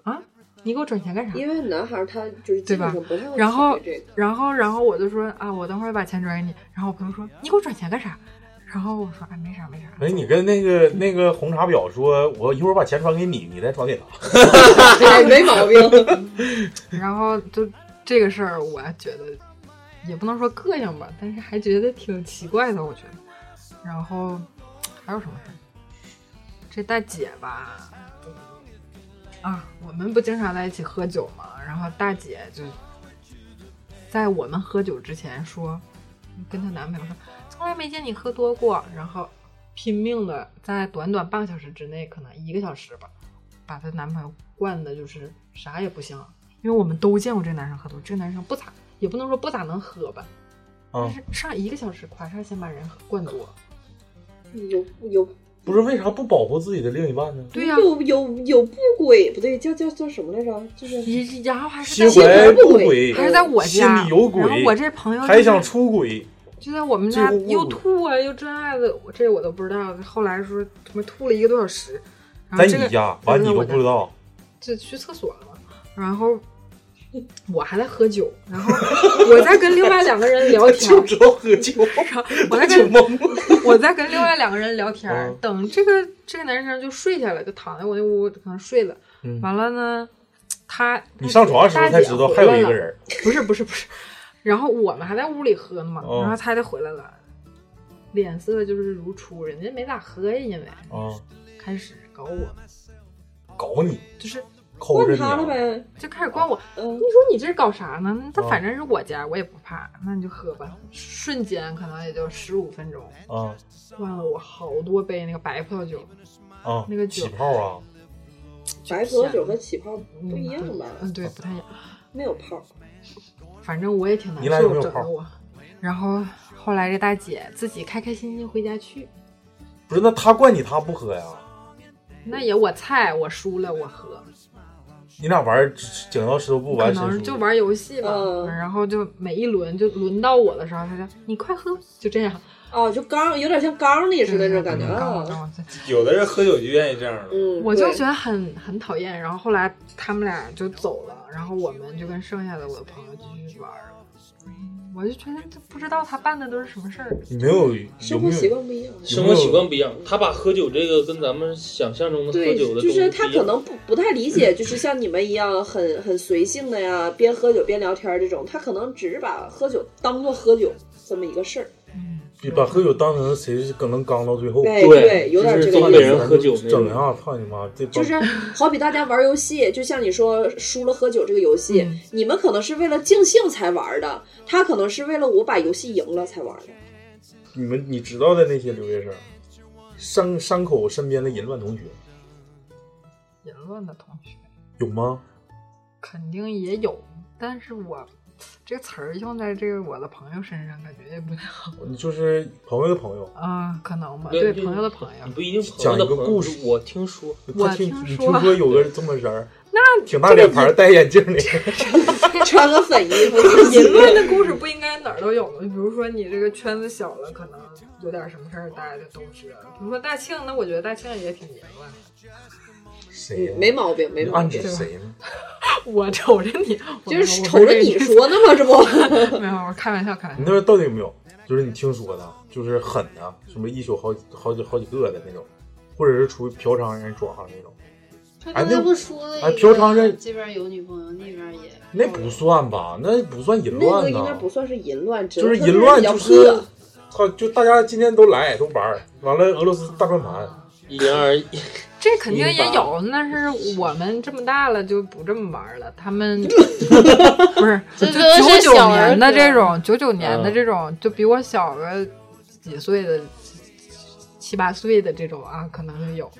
Speaker 2: 啊，你给我转钱干啥？
Speaker 11: 因为男孩他就是
Speaker 2: 对
Speaker 11: 基本
Speaker 2: 吧
Speaker 11: 上不太会？
Speaker 2: 然后
Speaker 11: 考虑这 个
Speaker 2: 然后然后我就说啊，我等会儿把钱转给你。然后我朋友说你给我转钱干啥？然后我说啊，没啥没啥。
Speaker 1: 哎，你跟那个那个红茶婊说，我一会儿把钱转给你，你再转给他。
Speaker 11: 哎，没毛病。
Speaker 2: 然后就这个事儿，我觉得也不能说膈应吧，但是还觉得挺奇怪的，我觉得。然后还有什么事儿？这大姐吧，嗯啊，我们不经常在一起喝酒嘛，然后大姐就在我们喝酒之前说，跟她男朋友说，从来没见你喝多过，然后拼命的在短短半个小时之内，可能一个小时吧，把她男朋友惯的就是啥也不行，因为我们都见过这个男生喝多，这个男生不咋也不能说不咋能喝吧，
Speaker 1: 啊
Speaker 2: 但，是上一个小时夸嚓先把人灌多，
Speaker 11: 有有
Speaker 1: 不是为啥不保护自己的另一半呢？
Speaker 2: 对呀
Speaker 11: 有有有不轨，不对，叫叫叫什么来着？就是
Speaker 2: 也然后还是
Speaker 1: 心
Speaker 2: 在
Speaker 1: 怀
Speaker 11: 不
Speaker 1: 不
Speaker 11: 轨
Speaker 1: 轨，
Speaker 2: 还是在我
Speaker 1: 心
Speaker 2: 家
Speaker 1: 里有鬼。
Speaker 2: 然后我这朋友
Speaker 1: 还
Speaker 2: 就是
Speaker 1: 想出轨，
Speaker 2: 就在我们家
Speaker 1: 这个误
Speaker 2: 又吐啊又这那的，我这我都不知道。后来说他妈吐了一个多小时，然后
Speaker 1: 在
Speaker 2: 这个
Speaker 1: 你家完你
Speaker 2: 对
Speaker 1: 都
Speaker 2: 我
Speaker 1: 不知道，
Speaker 2: 就去厕所了嘛，然后我还在喝酒，然后我在跟另外两个人聊 天，
Speaker 1: 就知道喝酒，
Speaker 2: 我在
Speaker 1: 酒
Speaker 2: 跟
Speaker 1: 蒙了。
Speaker 2: 我在跟另外两个人聊天儿
Speaker 1: 嗯，
Speaker 2: 等这个这个男生就睡下了，就躺在我那屋可能睡了。
Speaker 1: 嗯
Speaker 2: 完了呢，他
Speaker 1: 你上床的时候才知道还有一个，人，
Speaker 2: 大姐回来了不是不是不是。然后我们还在屋里喝呢嘛，
Speaker 1: 哦
Speaker 2: 然后他就回来了，脸色就是如初，人家没咋喝呀，因为
Speaker 1: 啊，
Speaker 2: 开始搞我，
Speaker 1: 搞你
Speaker 2: 就是
Speaker 1: 抠着你啊，
Speaker 11: 呗，呃
Speaker 2: 就开始灌我。你说你这是搞啥呢？那他反正是我家，我也不怕，那你就喝吧。瞬间可能也就十五分钟，
Speaker 1: 啊
Speaker 2: 灌了我好多杯那个白葡萄酒，
Speaker 1: 啊，
Speaker 2: 那个酒
Speaker 1: 起泡啊，
Speaker 11: 白葡萄酒和起泡不一样吧？
Speaker 2: 嗯，对，不太一样。
Speaker 11: 没有泡，
Speaker 2: 反正我也挺难
Speaker 1: 你俩有没
Speaker 2: 受，
Speaker 1: 有
Speaker 2: 整
Speaker 1: 泡
Speaker 2: 的我。然后后来这大姐自己开开心心回家去，
Speaker 1: 不是那他灌你他不喝呀？
Speaker 2: 那也我菜，我输了我喝，
Speaker 1: 你俩玩儿剪刀石头布
Speaker 2: 可
Speaker 1: 玩
Speaker 2: 能
Speaker 1: 谁
Speaker 2: 就
Speaker 1: 输？
Speaker 2: 玩游戏吧。
Speaker 11: 嗯
Speaker 2: 然后就每一轮就轮到我的时候，她就你快喝，就这样。嗯
Speaker 11: 哦，就刚有点像缸里似的那种感觉啊。
Speaker 10: 有的人喝酒就愿意这样的，
Speaker 11: 嗯，
Speaker 2: 我就
Speaker 11: 对
Speaker 2: 觉得很很讨厌。然后后来他们俩就走了，然后我们就跟剩下的我的朋友继续玩儿。嗯我就觉得这不知道他办的都是什么事儿。
Speaker 1: 你没有
Speaker 11: 生活习惯不一样。
Speaker 6: 生活习惯不一样，他把喝酒这个跟咱们想象中的喝
Speaker 11: 对，
Speaker 6: 酒的
Speaker 11: 就是
Speaker 6: 东西
Speaker 11: 他
Speaker 6: 不一
Speaker 11: 可
Speaker 6: 样
Speaker 11: 能不不太理解，就是像你们一样很很随性的呀，边喝酒边聊天儿这种，他可能只是把喝酒当做喝酒这么一个事儿。
Speaker 2: 嗯
Speaker 1: 比把喝酒当成谁是更能刚到最后？
Speaker 11: 对哎对对有点
Speaker 1: 就是
Speaker 11: 这个
Speaker 1: 东
Speaker 11: 意
Speaker 1: 北
Speaker 11: 思
Speaker 1: 人喝酒
Speaker 6: 那种
Speaker 1: 整啊！操你妈！这帮
Speaker 11: 就是好比大家玩游戏，就像你说输了喝酒这个游戏，你们可能是为了尽兴才玩的，他可能是为了我把游戏赢了才玩的。
Speaker 1: 你们你知道的那些留学生，山山口身边的淫乱同学
Speaker 2: 淫乱的同学
Speaker 1: 有吗？
Speaker 2: 肯定也有，但是我这个词儿用在这个我的朋友身上，感觉也不太好。
Speaker 1: 你就是朋友的朋友，
Speaker 2: 啊、可能吧，
Speaker 1: 那
Speaker 2: 对嗯
Speaker 1: 这
Speaker 2: 朋友的朋友，
Speaker 6: 你不一定朋
Speaker 1: 讲一
Speaker 6: 友的
Speaker 1: 个
Speaker 6: 朋友
Speaker 1: 故事。
Speaker 6: 我听说，
Speaker 1: 他
Speaker 2: 我
Speaker 1: 听
Speaker 2: 听
Speaker 1: 你
Speaker 2: 说
Speaker 1: 听说有个这么人儿，
Speaker 2: 那
Speaker 1: 挺大脸盘儿，戴眼镜的，
Speaker 11: 穿个粉衣服，
Speaker 2: 淫乱 的故事不应该哪儿都有吗？比如说你这个圈子小了，可能有点什么事儿，大家就都知道。比如说大庆，那我觉得大庆也挺淫乱的。
Speaker 1: 谁呀、
Speaker 11: 嗯没毛病，没毛
Speaker 1: 暗
Speaker 11: 病
Speaker 1: 指。谁呢？
Speaker 2: 我瞅着你，我
Speaker 11: 就是
Speaker 2: 我
Speaker 11: 瞅着你说呢嘛，这不
Speaker 2: 没有，我开玩笑，开玩
Speaker 1: 你
Speaker 2: 笑。
Speaker 1: 那边到底有没有？就是你听说的，就是狠的，什么一宿好几好几好几个的那种，或者是出去嫖娼让人抓的那种。
Speaker 12: 他
Speaker 1: 哎
Speaker 12: 刚
Speaker 1: 那
Speaker 12: 才不说了一个
Speaker 1: 哎嫖娼这
Speaker 12: 这边有女朋友，那边也
Speaker 1: 那不算吧？那不算淫
Speaker 11: 那个
Speaker 1: 乱
Speaker 11: 应该
Speaker 1: 呐，
Speaker 11: 不算是淫乱，只
Speaker 1: 就是
Speaker 11: 他
Speaker 1: 淫乱，
Speaker 11: 比较
Speaker 1: 就是
Speaker 11: 破
Speaker 1: 操，就大家今天都来都玩儿，完了俄罗斯大转盘，
Speaker 6: 因而
Speaker 2: 这肯定也有，但是我们这么大了就不这么玩了。他们不是就
Speaker 12: 这都
Speaker 2: 九
Speaker 12: 是
Speaker 2: 九
Speaker 12: 小儿
Speaker 2: 年的
Speaker 12: 歌
Speaker 2: 这种，九九年的
Speaker 1: 嗯
Speaker 2: 这种，就比我小个几岁的七八岁的这种啊，可能就有。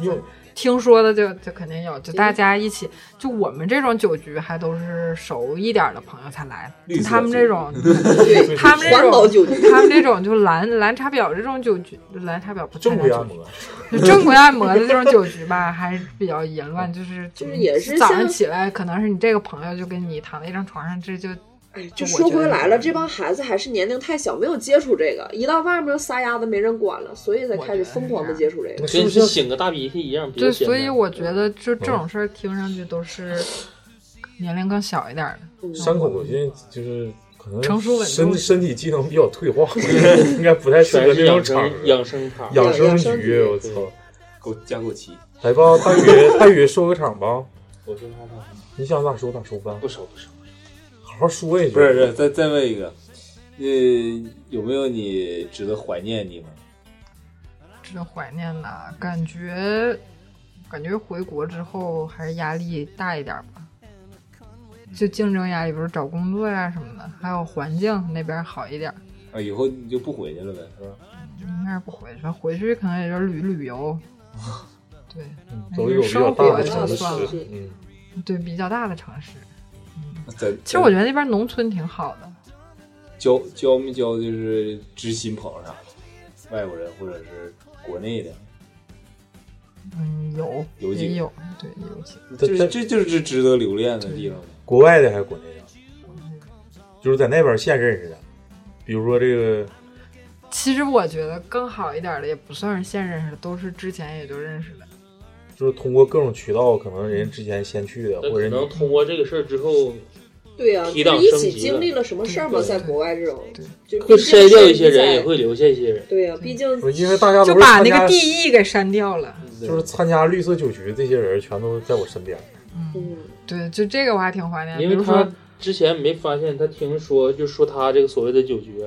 Speaker 1: 有
Speaker 2: 听说的就就肯定有，就大
Speaker 12: 嗯
Speaker 2: 家一起，就我们这种酒局还都是熟一点的朋友才来，
Speaker 11: 绿色
Speaker 2: 他们这种，
Speaker 11: 对
Speaker 2: 他们这
Speaker 11: 环保酒
Speaker 2: 种
Speaker 11: 局，
Speaker 2: 他们这种就蓝蓝茶婊这种酒局，蓝茶婊不
Speaker 1: 正规
Speaker 2: 太
Speaker 1: 按
Speaker 2: 蓝
Speaker 1: 摩。
Speaker 2: 就正规按摩的这 种酒局吧，还是比较淫乱，就是
Speaker 11: 嗯就是也是
Speaker 2: 早上
Speaker 11: 像
Speaker 2: 起来，可能是你这个朋友就跟你躺在一张床上，这就
Speaker 11: 哎
Speaker 2: 就
Speaker 11: 就说回来了，这
Speaker 2: 帮
Speaker 11: 帮孩子还是年龄太小，没有接触这个，一到外面就撒丫子没人管了，所以才开始疯狂的接触这个。
Speaker 6: 跟擤个大鼻涕一样，比较
Speaker 2: 对，
Speaker 6: 简
Speaker 2: 所
Speaker 6: 单
Speaker 2: 以我觉得就这种事儿听上去都是年龄更小一点儿的。
Speaker 1: 山口现在就是可能
Speaker 2: 成熟稳重
Speaker 1: 身身体机能比较退化， 应该不太适合这种场合。
Speaker 6: 养生趴
Speaker 1: 养生
Speaker 6: 养生
Speaker 1: 局，我操！
Speaker 10: 枸加枸杞，
Speaker 1: 来吧，大宇，大宇收个场吧，
Speaker 10: 我说他他
Speaker 1: 你想咋说咋说呗，
Speaker 6: 不收不收，
Speaker 1: 好好说一句。
Speaker 10: 不是不是，再再问一个，呃，有没有你值得怀念的地方？
Speaker 2: 值得怀念的感觉，感觉回国之后还是压力大一点儿吧，就竞争压力，比如找工作呀、什么的，还有环境那边儿好一点儿。
Speaker 10: 啊，以后你就不回去了呗，是吧？
Speaker 2: 应该是不回去，回去可能也就是旅旅游。对，
Speaker 1: 走一走嗯比较
Speaker 2: 生
Speaker 1: 大
Speaker 2: 活
Speaker 1: 的
Speaker 2: 就
Speaker 1: 城市
Speaker 2: 算了，，
Speaker 1: 嗯，
Speaker 2: 对比较大的城市。
Speaker 10: 在
Speaker 2: 其实我觉得那边农村挺好的，
Speaker 10: 交交没交就是知心朋友啥的，外国人或者是国内的，
Speaker 2: 嗯，有
Speaker 10: 有几个
Speaker 2: 也有，对，有几个。
Speaker 10: 这这这就是值得留恋的地方。
Speaker 1: 国外的还是国内的？就是在那边现认识的，比如说这个
Speaker 2: 其实我觉得更好一点的也不算是现认识的，都是之前也就认识的。
Speaker 1: 就是通过各种渠道，可能人之前先去的，
Speaker 6: 但
Speaker 1: 或
Speaker 6: 可
Speaker 1: 者
Speaker 6: 能
Speaker 1: 你
Speaker 6: 通过这个事儿之后，
Speaker 11: 对呀、
Speaker 6: 提
Speaker 11: 就
Speaker 6: 档
Speaker 11: 是一
Speaker 6: 升
Speaker 11: 起
Speaker 6: 级
Speaker 11: 经
Speaker 6: 了
Speaker 11: 历了什么事儿嘛，在国外这种，就
Speaker 6: 会
Speaker 11: 毕竟
Speaker 6: 筛掉
Speaker 11: 是
Speaker 6: 一些人，
Speaker 11: 在
Speaker 6: 也会留下一些人。
Speaker 11: 对呀、啊毕竟
Speaker 1: 不是因为大家都
Speaker 2: 就是把
Speaker 1: 参
Speaker 2: 那
Speaker 1: 加
Speaker 2: 个地域给删掉了。
Speaker 1: 就是参加绿色酒局这些人全都在我身边，嗯
Speaker 2: 嗯
Speaker 11: 嗯
Speaker 2: 对，就这个我还挺怀念的。
Speaker 6: 因
Speaker 2: 比
Speaker 6: 为
Speaker 2: 如说
Speaker 6: 他之前没发现，他听说就说他这个所谓的酒局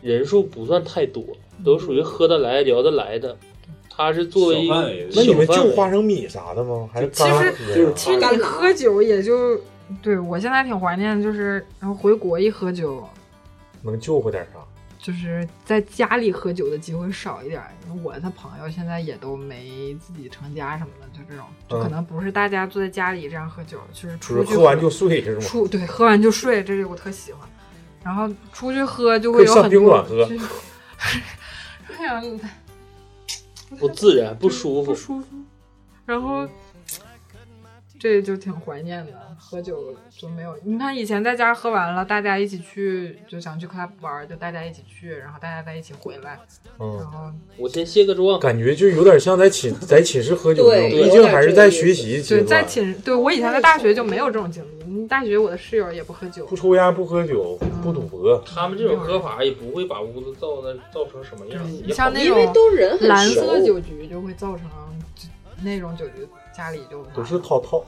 Speaker 6: 人数不算太多，都属于喝得来、聊得来的。他是作为一
Speaker 10: 小
Speaker 6: 个
Speaker 10: 范围的
Speaker 1: 那你们
Speaker 6: 小范
Speaker 1: 就
Speaker 6: 围
Speaker 1: 花生米啥的吗？还是
Speaker 2: 其
Speaker 1: 干喝
Speaker 2: 实
Speaker 1: 呀
Speaker 2: 其实你喝酒也就对我现在挺怀念，就是然后回国一喝酒，
Speaker 1: 能救活点啥？
Speaker 2: 就是在家里喝酒的机会少一点。我的朋友现在也都没自己成家什么的，就这种，就可能不是大家坐在家里这样喝酒，就是
Speaker 1: 嗯就是
Speaker 2: 出去
Speaker 1: 喝完就睡是吗？
Speaker 2: 出对，喝完就睡，这是我特喜欢。然后出去喝就
Speaker 1: 可
Speaker 2: 会
Speaker 1: 以
Speaker 2: 有
Speaker 1: 上
Speaker 2: 很
Speaker 1: 宾
Speaker 2: 多
Speaker 1: 馆喝
Speaker 2: 就是 哎呀，
Speaker 6: 不自然、不舒服。
Speaker 2: 舒服。然后这就挺怀念的，喝酒就没有。你看以前在家喝完了，大家一起去就想去 club 玩儿，就大家一起去，然后大家再一起回来。
Speaker 1: 嗯，
Speaker 6: 我先卸个妆，
Speaker 1: 感觉就有点像在寝在寝室喝酒那种，
Speaker 2: 对
Speaker 1: 毕竟还是在学习阶
Speaker 2: 对，在
Speaker 1: 段，
Speaker 2: 寝对我以前在大学就没有这种经历。嗯大学我的室友也不喝酒，
Speaker 1: 不抽烟不喝酒不赌博，
Speaker 6: 他们这种喝法也不会把屋子造的造成什么样。
Speaker 2: 你像那
Speaker 11: 因
Speaker 2: 种
Speaker 11: 为都人很
Speaker 2: 蓝
Speaker 1: 啊
Speaker 11: 熟
Speaker 2: 色酒局就会造成那种酒局家里就
Speaker 1: 都是套套。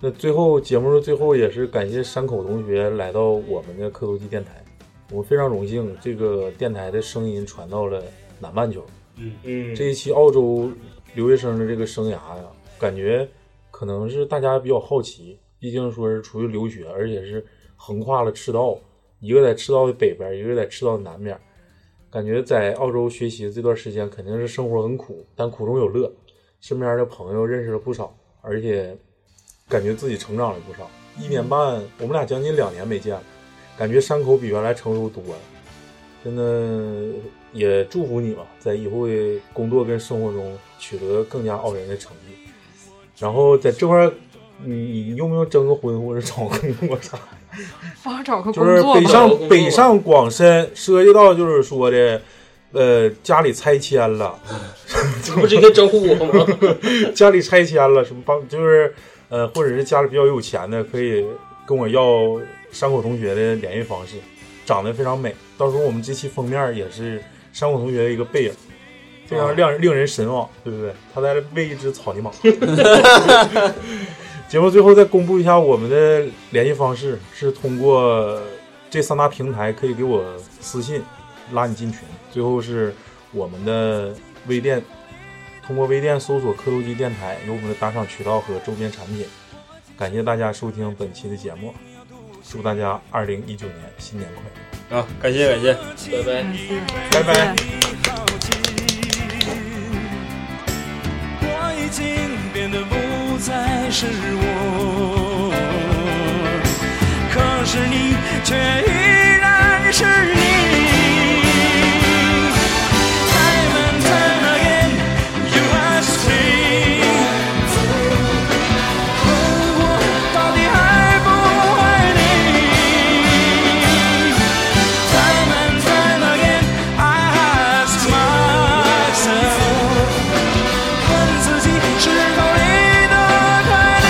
Speaker 1: 那最后节目的最后也是感谢山口同学来到我们的磕头机电台，我非常荣幸这个电台的声音传到了南半球。
Speaker 6: 嗯嗯，
Speaker 1: 这一期澳洲留学生的这个生涯呀、感觉可能是大家比较好奇，毕竟说是出去留学，而且是横跨了赤道，一个在赤道的北边，一个在赤道的南边。感觉在澳洲学习这段时间，肯定是生活很苦，但苦中有乐，身边的朋友认识了不少，而且感觉自己成长了不少。一年半，我们俩将近两年没见了，感觉山口比原来成熟多了。真的也祝福你吧，在以后的工作跟生活中取得更加傲人的成绩。然后在这块儿，你你用不用征个婚或者找个工作啥？
Speaker 2: 帮我找个
Speaker 1: 就
Speaker 2: 工
Speaker 1: 是
Speaker 2: 作吧。
Speaker 1: 北上北上广深，涉及到就是说的，呃，家里拆迁了，
Speaker 6: 这不是应该招呼我吗？
Speaker 1: 家里拆迁了，什么帮就是呃，或者是家里比较有钱的，可以跟我要山口同学的联系方式，长得非常美。到时候我们这期封面也是山口同学的一个背影，非常让人令人神往，对不对？他在喂一只草泥马。节目最后再公布一下我们的联系方式，是通过这三大平台可以给我私信，拉你进群。最后是我们的微店，通过微店搜索“磕头机电台”，有我们的打赏渠道和周边产品。感谢大家收听本期的节目，祝大家二零一九年新年快乐！
Speaker 10: 啊，感谢感谢，
Speaker 6: 拜
Speaker 1: 拜
Speaker 6: 拜，
Speaker 1: 拜。
Speaker 13: 我已经变得不再是我，可是你却依然是你。Time and time again, you ask me，我到底爱不爱你？Time and time again, I ask myself。问自己是否离得开你？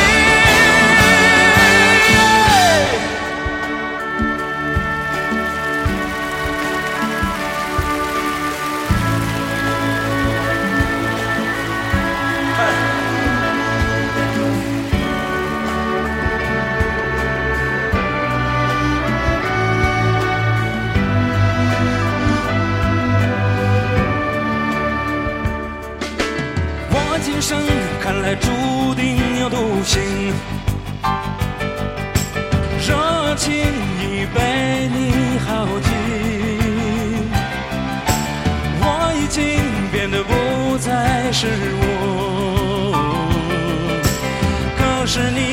Speaker 13: 我今生看来注定要独行，热情已被你耗尽，我已经变得不再是我，可是你